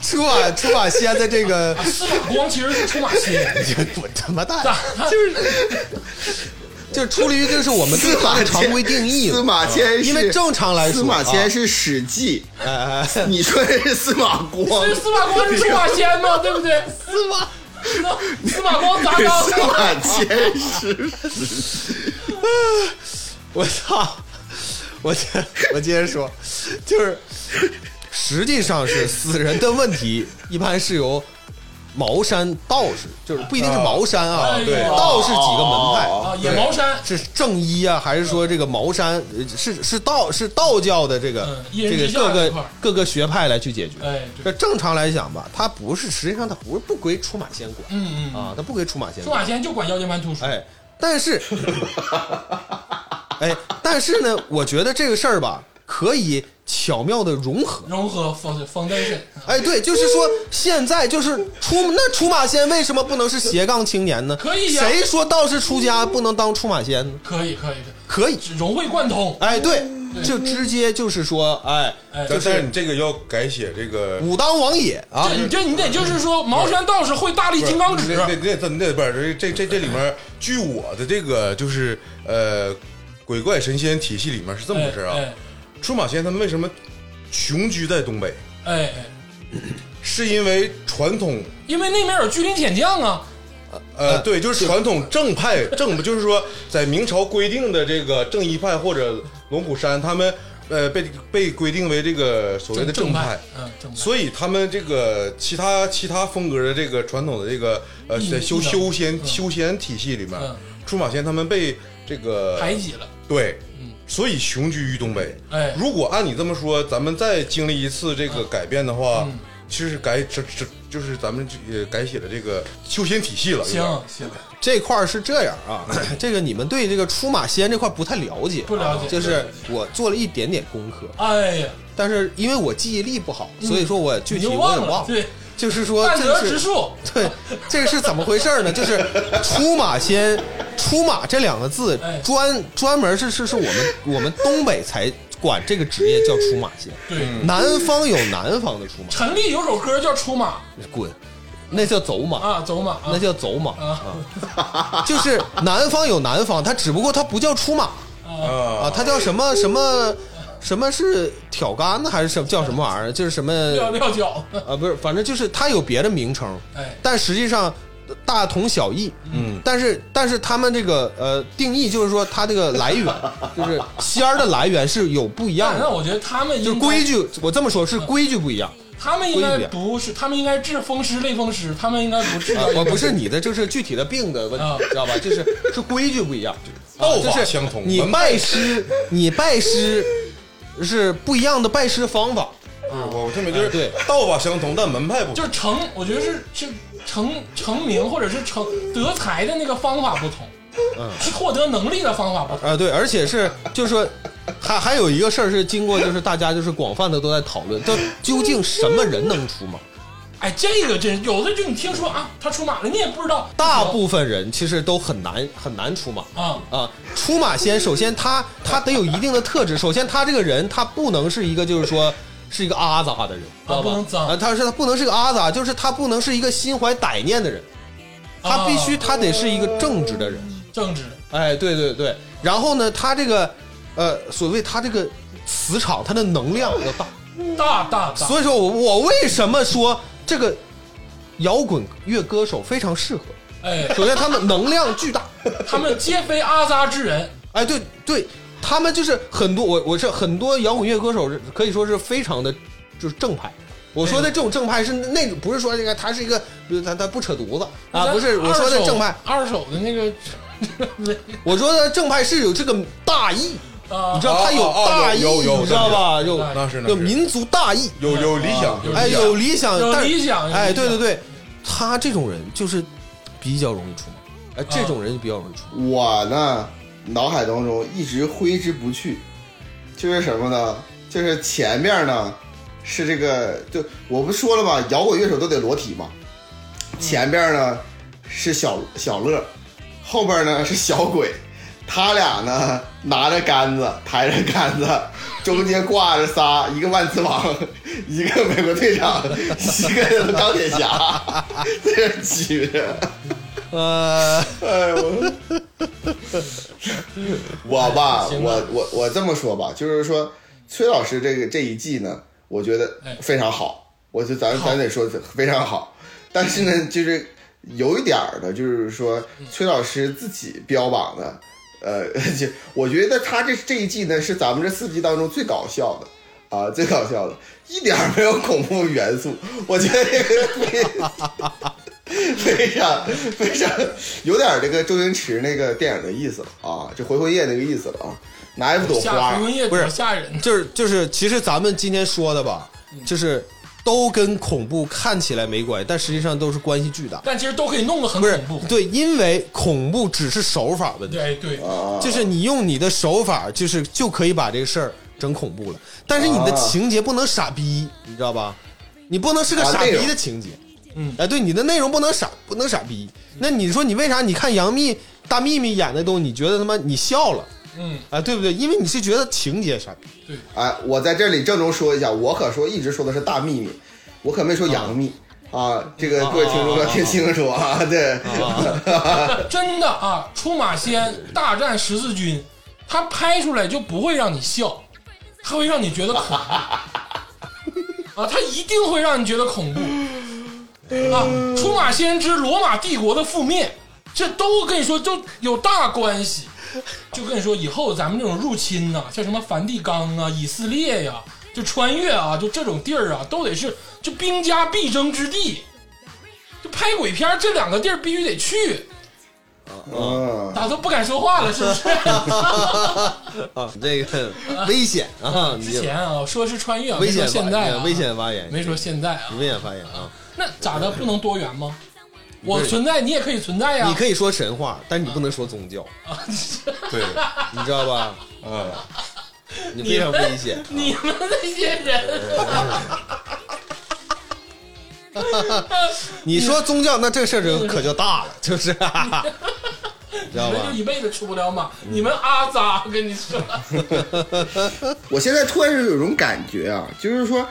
Speaker 4: 出马出马仙的
Speaker 1: <laughs>
Speaker 4: 这个，
Speaker 1: 司马光其实是出马
Speaker 4: <laughs>
Speaker 1: 仙，
Speaker 4: 我他妈蛋，就是就是出离于这个是我们对它的常规定义了，
Speaker 3: 司马迁是，
Speaker 4: 因为正常来说，
Speaker 3: 司马迁
Speaker 4: 啊，
Speaker 3: 是《史记
Speaker 4: 哎哎》，
Speaker 3: 你说的是司马光
Speaker 1: 所以，司马光是出马仙嘛，对不对？司马。 <laughs> 司马光砸高，
Speaker 3: <laughs> 司马迁是，
Speaker 4: 我操！我接我接着说，就是实际上是死人的问题，一般是由茅山道士，就是不一定是茅山啊，
Speaker 1: 哎呦
Speaker 4: 对，道士几个门派。
Speaker 1: 啊，野茅山，
Speaker 4: 是正一啊，还是说这个茅山呃是是道是道教的这个、
Speaker 1: 嗯一人
Speaker 4: 这
Speaker 1: 之
Speaker 4: 个
Speaker 1: 下
Speaker 4: 各
Speaker 1: 这
Speaker 4: 个
Speaker 1: 块儿
Speaker 4: 各个学派来去解决？
Speaker 1: 哎对
Speaker 4: 这正常来讲吧，它不是实际上它不是不归出马仙管，
Speaker 1: 嗯嗯嗯，
Speaker 4: 啊，他不给出马仙
Speaker 1: 出。马仙就管腰间盘突出，
Speaker 4: 哎，但是，哎，但是呢，我觉得这个事儿吧，可以巧妙的融合。
Speaker 1: 融合 found- foundation，
Speaker 4: 哎，对，就是说现在就是出那出马仙为什么不能是斜杠青年呢？
Speaker 1: 可以呀
Speaker 4: 谁说道士出家不能当出马仙呢？
Speaker 1: 可以可以的，
Speaker 4: 可以。
Speaker 1: 融会贯通，
Speaker 4: 哎，对，就直接就是说，哎，
Speaker 1: 哎，
Speaker 2: 但是你这个要改写这个，
Speaker 4: 武当王也啊
Speaker 1: 这，你这你得就是说茅山道士会大力
Speaker 2: 不是
Speaker 1: 金刚
Speaker 2: 你
Speaker 1: 指，
Speaker 2: 得你得你得不是这这这这里面，据我的这个就是呃鬼怪神仙体系里面是这么回事啊。
Speaker 1: 哎
Speaker 2: 出马仙他们为什么雄居在东北？
Speaker 1: 哎哎哎，
Speaker 2: 是因为传统
Speaker 1: 因为那边有巨灵铁匠啊，
Speaker 2: 呃，对，就是传统正派正，就是说在明朝规定的这个正一派或者龙虎山，他们呃被被规定为这个所谓的
Speaker 1: 正
Speaker 2: 正派
Speaker 1: 派。，嗯，正派，
Speaker 2: 所以他们这个其他其他风格的这个传统的这个呃
Speaker 1: 艺
Speaker 2: 在修
Speaker 1: 艺能
Speaker 2: 修仙、
Speaker 1: 嗯
Speaker 2: 修仙体系里面
Speaker 1: 嗯，
Speaker 2: 出马仙他们被这个
Speaker 1: 排挤了，
Speaker 4: 哎
Speaker 2: 对
Speaker 1: 嗯，
Speaker 2: 所以雄居于东北。
Speaker 1: 哎嗯
Speaker 2: 如果按你这么说，咱们再经历一次这个改变的话，其实改这这就是咱们这呃改写了这个修仙体系了。有点
Speaker 1: 行行，
Speaker 4: 这块儿是这样啊，这个你们对这个出马仙这块儿不太了解，啊
Speaker 1: 不了解
Speaker 4: 就是我做了一点点功课，
Speaker 1: 哎呀，
Speaker 4: 但是因为我记忆力不好，所以说我具
Speaker 1: 嗯你
Speaker 4: 体我
Speaker 1: 就
Speaker 4: 也
Speaker 1: 忘了
Speaker 4: 忘
Speaker 1: 对
Speaker 4: 就是说
Speaker 1: 半泽
Speaker 4: 这
Speaker 1: 直
Speaker 4: 是
Speaker 1: 树，
Speaker 4: <laughs> 对，这是怎么回事呢？就是出马仙，出马这两个字
Speaker 1: 哎
Speaker 4: 专专门是是是我们我们东北才管这个职业叫出马仙，
Speaker 1: 对，
Speaker 4: 南方有南方的出马，
Speaker 1: 陈粒有首歌叫《出马
Speaker 4: 滚，那叫走》马。
Speaker 1: 啊，走马，啊
Speaker 4: 那叫走马
Speaker 1: 啊
Speaker 4: 啊，就是南方有南方，它只不过它不叫出马
Speaker 1: 嗯
Speaker 2: 啊
Speaker 4: 啊，它叫什么什么什么是挑杆子还是什么叫什么玩意儿？就是什么
Speaker 1: 撂撂脚，
Speaker 4: 啊，不是，反正就是它有别的名称，
Speaker 1: 哎
Speaker 4: 但实际上呃大同小异。嗯，但是但是他们这个呃定义就是说它这个来源，就是仙儿的来源是有不一样
Speaker 1: 那
Speaker 4: 的，
Speaker 1: 我觉得他们
Speaker 4: 就是
Speaker 1: 应该
Speaker 4: 规，矩。我这么说，是规矩不一样。
Speaker 1: 他们应该
Speaker 4: 规矩啊
Speaker 1: 不是，他们应该治风湿类风湿，他们应该不治
Speaker 4: 啊，我不是你的，就是具体的病的问
Speaker 1: 啊
Speaker 4: 题，知道吧？就是是规矩不一样，
Speaker 2: 道法
Speaker 4: 啊就是
Speaker 2: 相同
Speaker 4: 你
Speaker 2: 门派
Speaker 4: 拜师，你拜师是不一样的拜师方法。
Speaker 2: 是我这么就是
Speaker 4: 哎对
Speaker 2: 道法相同，但门派不同。
Speaker 1: 就是成，我觉得是是成成名或者是成得财的那个方法不同，嗯，是获得能力的方法不同。
Speaker 4: 啊，对，而且是就是说，还还有一个事儿是经过就是大家就是广泛的都在讨论，这究竟什么人能出马？
Speaker 1: 哎，这个真有的就你听说啊，他出马了，你也不知道。
Speaker 4: 大部分人其实都很难很难出马
Speaker 1: 啊
Speaker 4: 啊！出马仙，首先他他得有一定的特质，首先他这个人他不能是一个就是说。是一个阿杂的人，知道吧
Speaker 1: 不能脏
Speaker 4: 啊，他是他不能是个阿杂，就是他不能是一个心怀歹念的人，他必须
Speaker 1: 啊
Speaker 4: 他得是一个正直的人。
Speaker 1: 正直，
Speaker 4: 哎，对对对，然后呢，他这个，呃，所谓他这个磁场，他的能量要大，
Speaker 1: 大大大，
Speaker 4: 所以说我我为什么说这个摇滚乐歌手非常适合？
Speaker 1: 哎，
Speaker 4: 首先，他们能量巨大， <laughs>
Speaker 1: 他们皆非阿扎之人，
Speaker 4: 哎，对对，他们就是很多我我是很多摇滚乐歌手是可以说是非常的就是正派。我说的这种正派是那个，不是说这个他是一个，比如他他不扯犊子 <laughs> 啊，不是我说的正派， <laughs>
Speaker 1: 二手的那个，
Speaker 4: 我说的正派是有这个大义
Speaker 1: 啊
Speaker 4: 你知道他有
Speaker 2: 啊啊啊
Speaker 4: 大义，
Speaker 2: 有有有
Speaker 4: 你知道吧？有
Speaker 2: 那是那
Speaker 4: 有
Speaker 2: 是
Speaker 4: 民族大义，
Speaker 2: 有有理想，
Speaker 1: 有
Speaker 4: 哎，
Speaker 1: 理想
Speaker 4: 有理想，
Speaker 1: 有
Speaker 4: 但是
Speaker 1: 理想有
Speaker 4: 哎，
Speaker 1: 理
Speaker 4: 对
Speaker 1: 想
Speaker 4: 对对，他这种人就是比较容易出毛，
Speaker 1: 啊
Speaker 4: 哎，这种人就比较容易出
Speaker 3: 我呢，脑海当中一直挥之不去，就是什么呢？就是前面呢是这个，就我不说了吧，摇滚乐手都得裸体嘛。前边呢是小小乐，后边呢是小鬼，他俩呢拿着杆子，抬着杆子，中间挂着仨，一个万磁王，一个美国队长，一个钢铁侠，在这举着。
Speaker 4: 毛。呃，
Speaker 3: 哎我 <laughs> 我吧，
Speaker 1: 行吧
Speaker 3: 我我我这么说吧，就是说崔老师这个这一季呢，我觉得
Speaker 1: 哎
Speaker 3: 非常好，我就咱咱得说非常好，但是呢，
Speaker 1: 嗯
Speaker 3: 就是有一点儿的，就是说崔老师自己标榜的，呃， <laughs> 就我觉得他这这一季呢是咱们这四季当中最搞笑的。啊，最搞笑的，一点儿没有恐怖元素，我觉得这个非非常非常有点这个周星驰那个电影的意思了啊，就回魂夜那个意思了啊，拿一朵
Speaker 1: 吓
Speaker 3: 花
Speaker 1: 回，魂夜
Speaker 4: 啊不是
Speaker 1: 多吓人，
Speaker 4: <laughs> 就是就是，其实咱们今天说的吧，就是都跟恐怖看起来没关系，但实际上都是关系巨大。
Speaker 1: 但其实都可以弄得很
Speaker 4: 不是
Speaker 1: 恐怖。
Speaker 4: 对，因为恐怖只是手法问题，
Speaker 1: 对对，
Speaker 3: 啊
Speaker 4: 就是你用你的手法，就是就可以把这个事儿整恐怖了。但是你的
Speaker 3: 啊
Speaker 4: 情节不能傻逼，你知道吧？你不能是个
Speaker 3: 啊
Speaker 4: 傻
Speaker 3: 内
Speaker 4: 逼
Speaker 3: 容
Speaker 4: 的情节。
Speaker 1: 嗯
Speaker 4: 哎，对，你的内容不能傻，不能傻逼。那你说你为啥？你看杨幂、大幂幂演的东西，你觉得他妈你笑了，
Speaker 1: 嗯，
Speaker 4: 哎，对不对？因为你是觉得情节傻逼。
Speaker 3: 哎，我在这里郑重说一下，我可说一直说的是大秘密，我可没说杨幂啊，这个各位听众要听清楚啊，对，
Speaker 1: 真的啊，《出马仙大战十字军》，他拍出来就不会让你笑，他会让你觉得恐怖啊，他一定会让你觉得恐怖啊，《出马仙之罗马帝国的覆灭》，这都跟你说都有大关系。就跟你说，以后咱们这种入侵呐、像什么梵蒂冈啊、以色列呀、就穿越啊，就这种地儿啊，都得是就兵家必争之地。就拍鬼片儿这两个地儿必须得去， <laughs>
Speaker 3: 嗯，
Speaker 1: 咋都不敢说话了，是不
Speaker 4: <laughs>
Speaker 1: 是？
Speaker 4: <laughs> 啊，这个危险啊！你
Speaker 1: 之前啊，说是穿越，
Speaker 4: 危险
Speaker 1: 没说现在、啊，
Speaker 4: 危险发言，
Speaker 1: 没说现在啊
Speaker 4: 你。危险发言啊！
Speaker 1: 那咋的？不能多元吗？我
Speaker 4: 是
Speaker 1: 存在，你也可以存在呀。
Speaker 4: 你可以说神话，但你不能说宗教，
Speaker 2: 对，
Speaker 4: 你知
Speaker 1: <laughs>
Speaker 4: 道吧？
Speaker 2: 嗯，
Speaker 4: 你非常危险。
Speaker 1: 你们那些人，
Speaker 4: 你说宗教，那这事儿就可就大了，就是，啊
Speaker 1: <laughs>
Speaker 4: 你 <laughs> 知
Speaker 1: 你
Speaker 4: 道
Speaker 1: 们就
Speaker 4: 吧？嗯
Speaker 1: 一辈子出不了马。你们阿扎，我跟你
Speaker 4: <laughs>
Speaker 1: 说，
Speaker 3: 我现在突然是有种感觉啊，就是说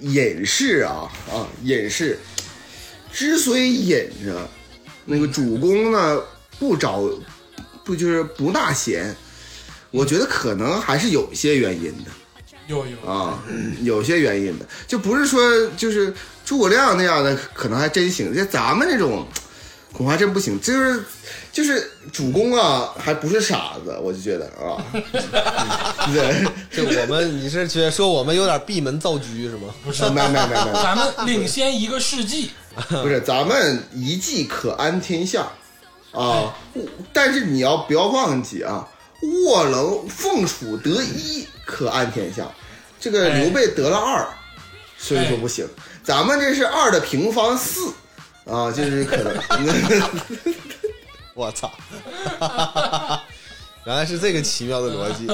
Speaker 3: 隐士啊啊隐士，之所以隐着，那个主公呢不找不就是不纳贤，我觉得可能还是有一些原因的。
Speaker 1: 有有，
Speaker 4: <laughs>
Speaker 3: 啊，有些原因的，就不是说就是诸葛亮那样的，可能还真行。像咱们这种，恐怕真不行。就是就是主公啊，还不是傻子，我就觉得
Speaker 4: <laughs>
Speaker 3: 啊，对，
Speaker 4: 就我们，你是觉得说我们有点闭门造车是
Speaker 1: <laughs>
Speaker 4: 吗？
Speaker 1: 不是
Speaker 3: 啊没没没没
Speaker 1: 咱们领先一个世纪，
Speaker 3: 没，不是，咱们一计可安天下啊，
Speaker 1: 哎
Speaker 3: 但是你要不要忘记啊，卧龙凤雏得一可安天下，这个
Speaker 1: 哎
Speaker 3: 刘备得了二。所以说
Speaker 1: 哎
Speaker 3: 不行。咱们这是二的平方四啊，就是可能
Speaker 1: <laughs>
Speaker 3: <laughs>
Speaker 4: 我操！ <laughs> 原来是这个奇妙的逻辑，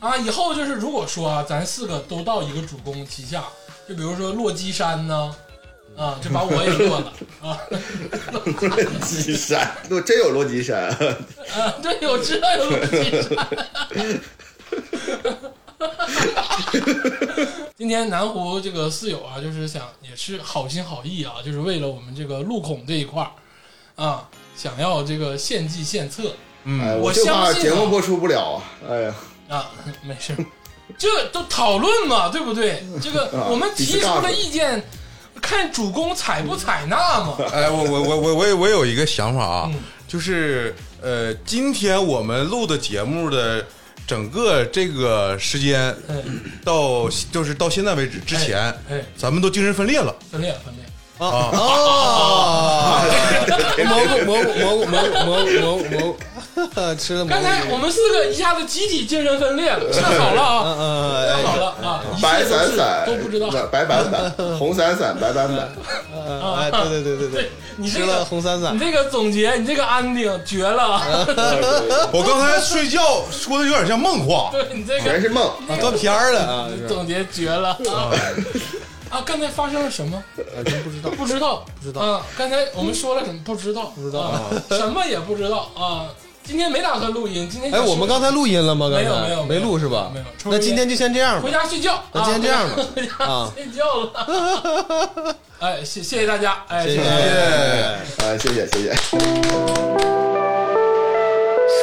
Speaker 1: 啊，以后就是如果说啊，咱四个都到一个主公旗下，就比如说洛基山呢，啊，这把我也落了啊
Speaker 3: 洛基山，洛真有洛基山，
Speaker 1: 啊， <laughs> 对，我知道有洛基 <laughs> 山。今天南湖这个四友啊，就是想也是好心好意啊，就是为了我们这个路孔这一块儿啊，想要这个献计献策
Speaker 3: 哎，
Speaker 1: 我
Speaker 3: 就
Speaker 1: 相
Speaker 3: 怕
Speaker 1: 信啊
Speaker 3: 节目播出不了啊，哎呀，
Speaker 1: 啊， <laughs> 没事儿，这都讨论嘛，对不对？ <laughs> 这个
Speaker 3: 啊
Speaker 1: 我们
Speaker 3: 你
Speaker 1: 提
Speaker 3: 是
Speaker 1: 出
Speaker 3: 大
Speaker 1: 了
Speaker 3: 哥
Speaker 1: 意见，看主公采不采纳嘛。
Speaker 2: <laughs> 哎，我我我我我也我有一个想法啊，
Speaker 1: 嗯
Speaker 2: 就是呃，今天我们录的节目的整个这个时间
Speaker 1: 哎
Speaker 2: 到就是到现在为止之前
Speaker 1: 哎哦哎，
Speaker 2: 咱们都精神分裂了，啊
Speaker 1: 分裂分裂，
Speaker 4: <laughs> 哦，蘑菇蘑菇蘑菇蘑菇蘑菇蘑菇蘑菇，吃了蘑
Speaker 1: 刚
Speaker 4: 菇。
Speaker 1: 才我们四个一下子集体精神分裂 <laughs> 了，太好了啊，
Speaker 4: 嗯
Speaker 1: 太
Speaker 4: 嗯，
Speaker 1: 好了啊，一
Speaker 3: 白
Speaker 1: 切都
Speaker 3: 闪
Speaker 1: 是
Speaker 3: 闪
Speaker 1: 都不知道
Speaker 3: 不是白板板，红闪闪，白
Speaker 1: <laughs>
Speaker 3: 板板。
Speaker 4: 哎，哎对对对对对，
Speaker 1: 你这
Speaker 4: 吃了
Speaker 1: 个
Speaker 4: 红伞伞
Speaker 1: 你，这个总结，你这个安定绝了 <laughs> 啊，
Speaker 2: 我刚才睡觉说的有点像梦话，
Speaker 1: 对你这个
Speaker 3: 全是梦，
Speaker 4: 啊断片儿了啊，是
Speaker 1: 总结绝了啊！啊，刚才发生了什么？真不知道，不知道，不知道啊！刚才我们说了什么？不知道，不知道啊，什么也不知道啊！今天没打算录音，今天
Speaker 4: 哎，我们刚才录音了吗？刚才
Speaker 1: 没有没有
Speaker 4: 没录是吧？
Speaker 1: 没有抽根烟
Speaker 4: 那今天就先这样吧
Speaker 1: 回。家睡觉，
Speaker 4: 那今天这样吧
Speaker 1: 啊回家
Speaker 4: 啊
Speaker 1: 睡觉了。
Speaker 4: <laughs>
Speaker 1: 哎，谢谢谢大家，哎，谢
Speaker 4: 谢
Speaker 1: 谢大
Speaker 4: 谢
Speaker 1: 家。
Speaker 3: 啊，谢谢谢谢。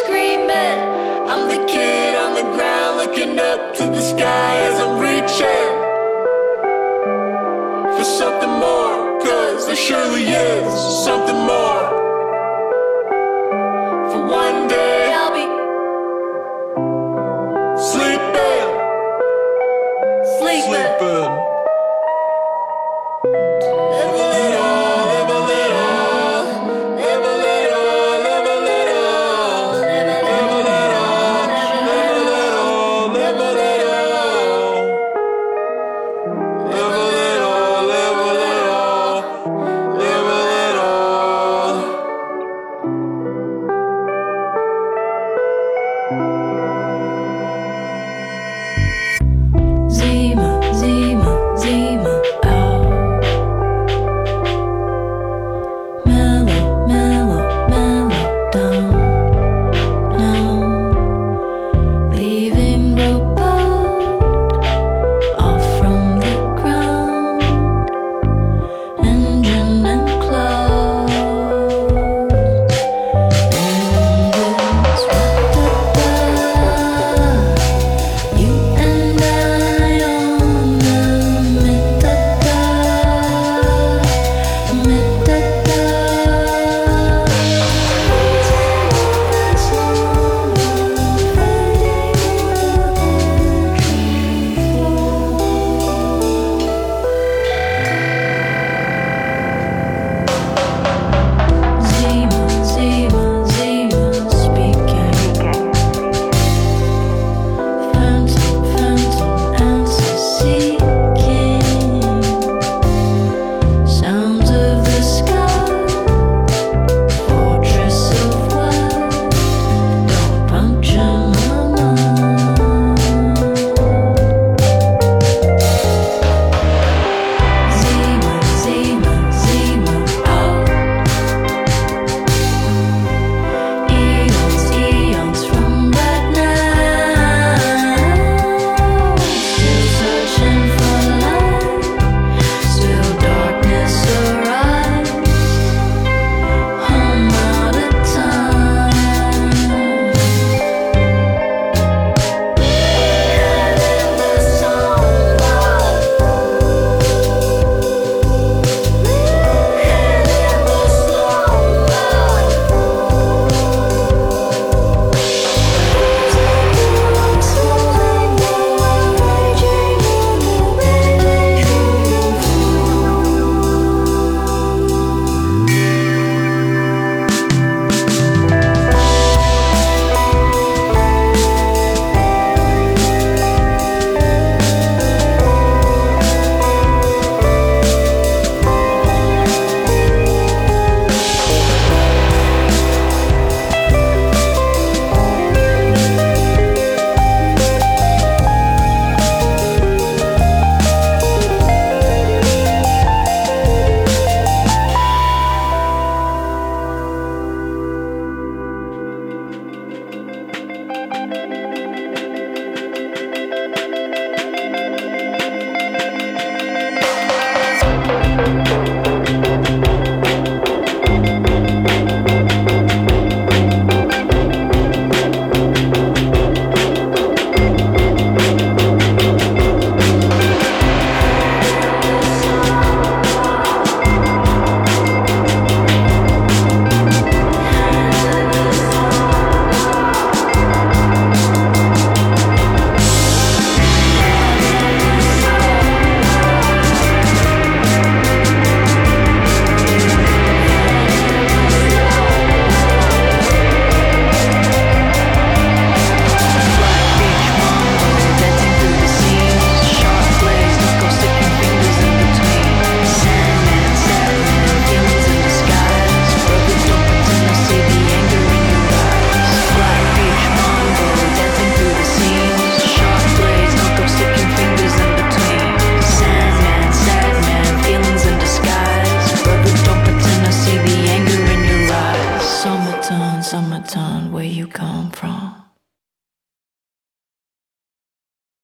Speaker 5: Screaming, I'm the kid on the ground looking up to the sky as I'm reaching for something more. Cause there surely is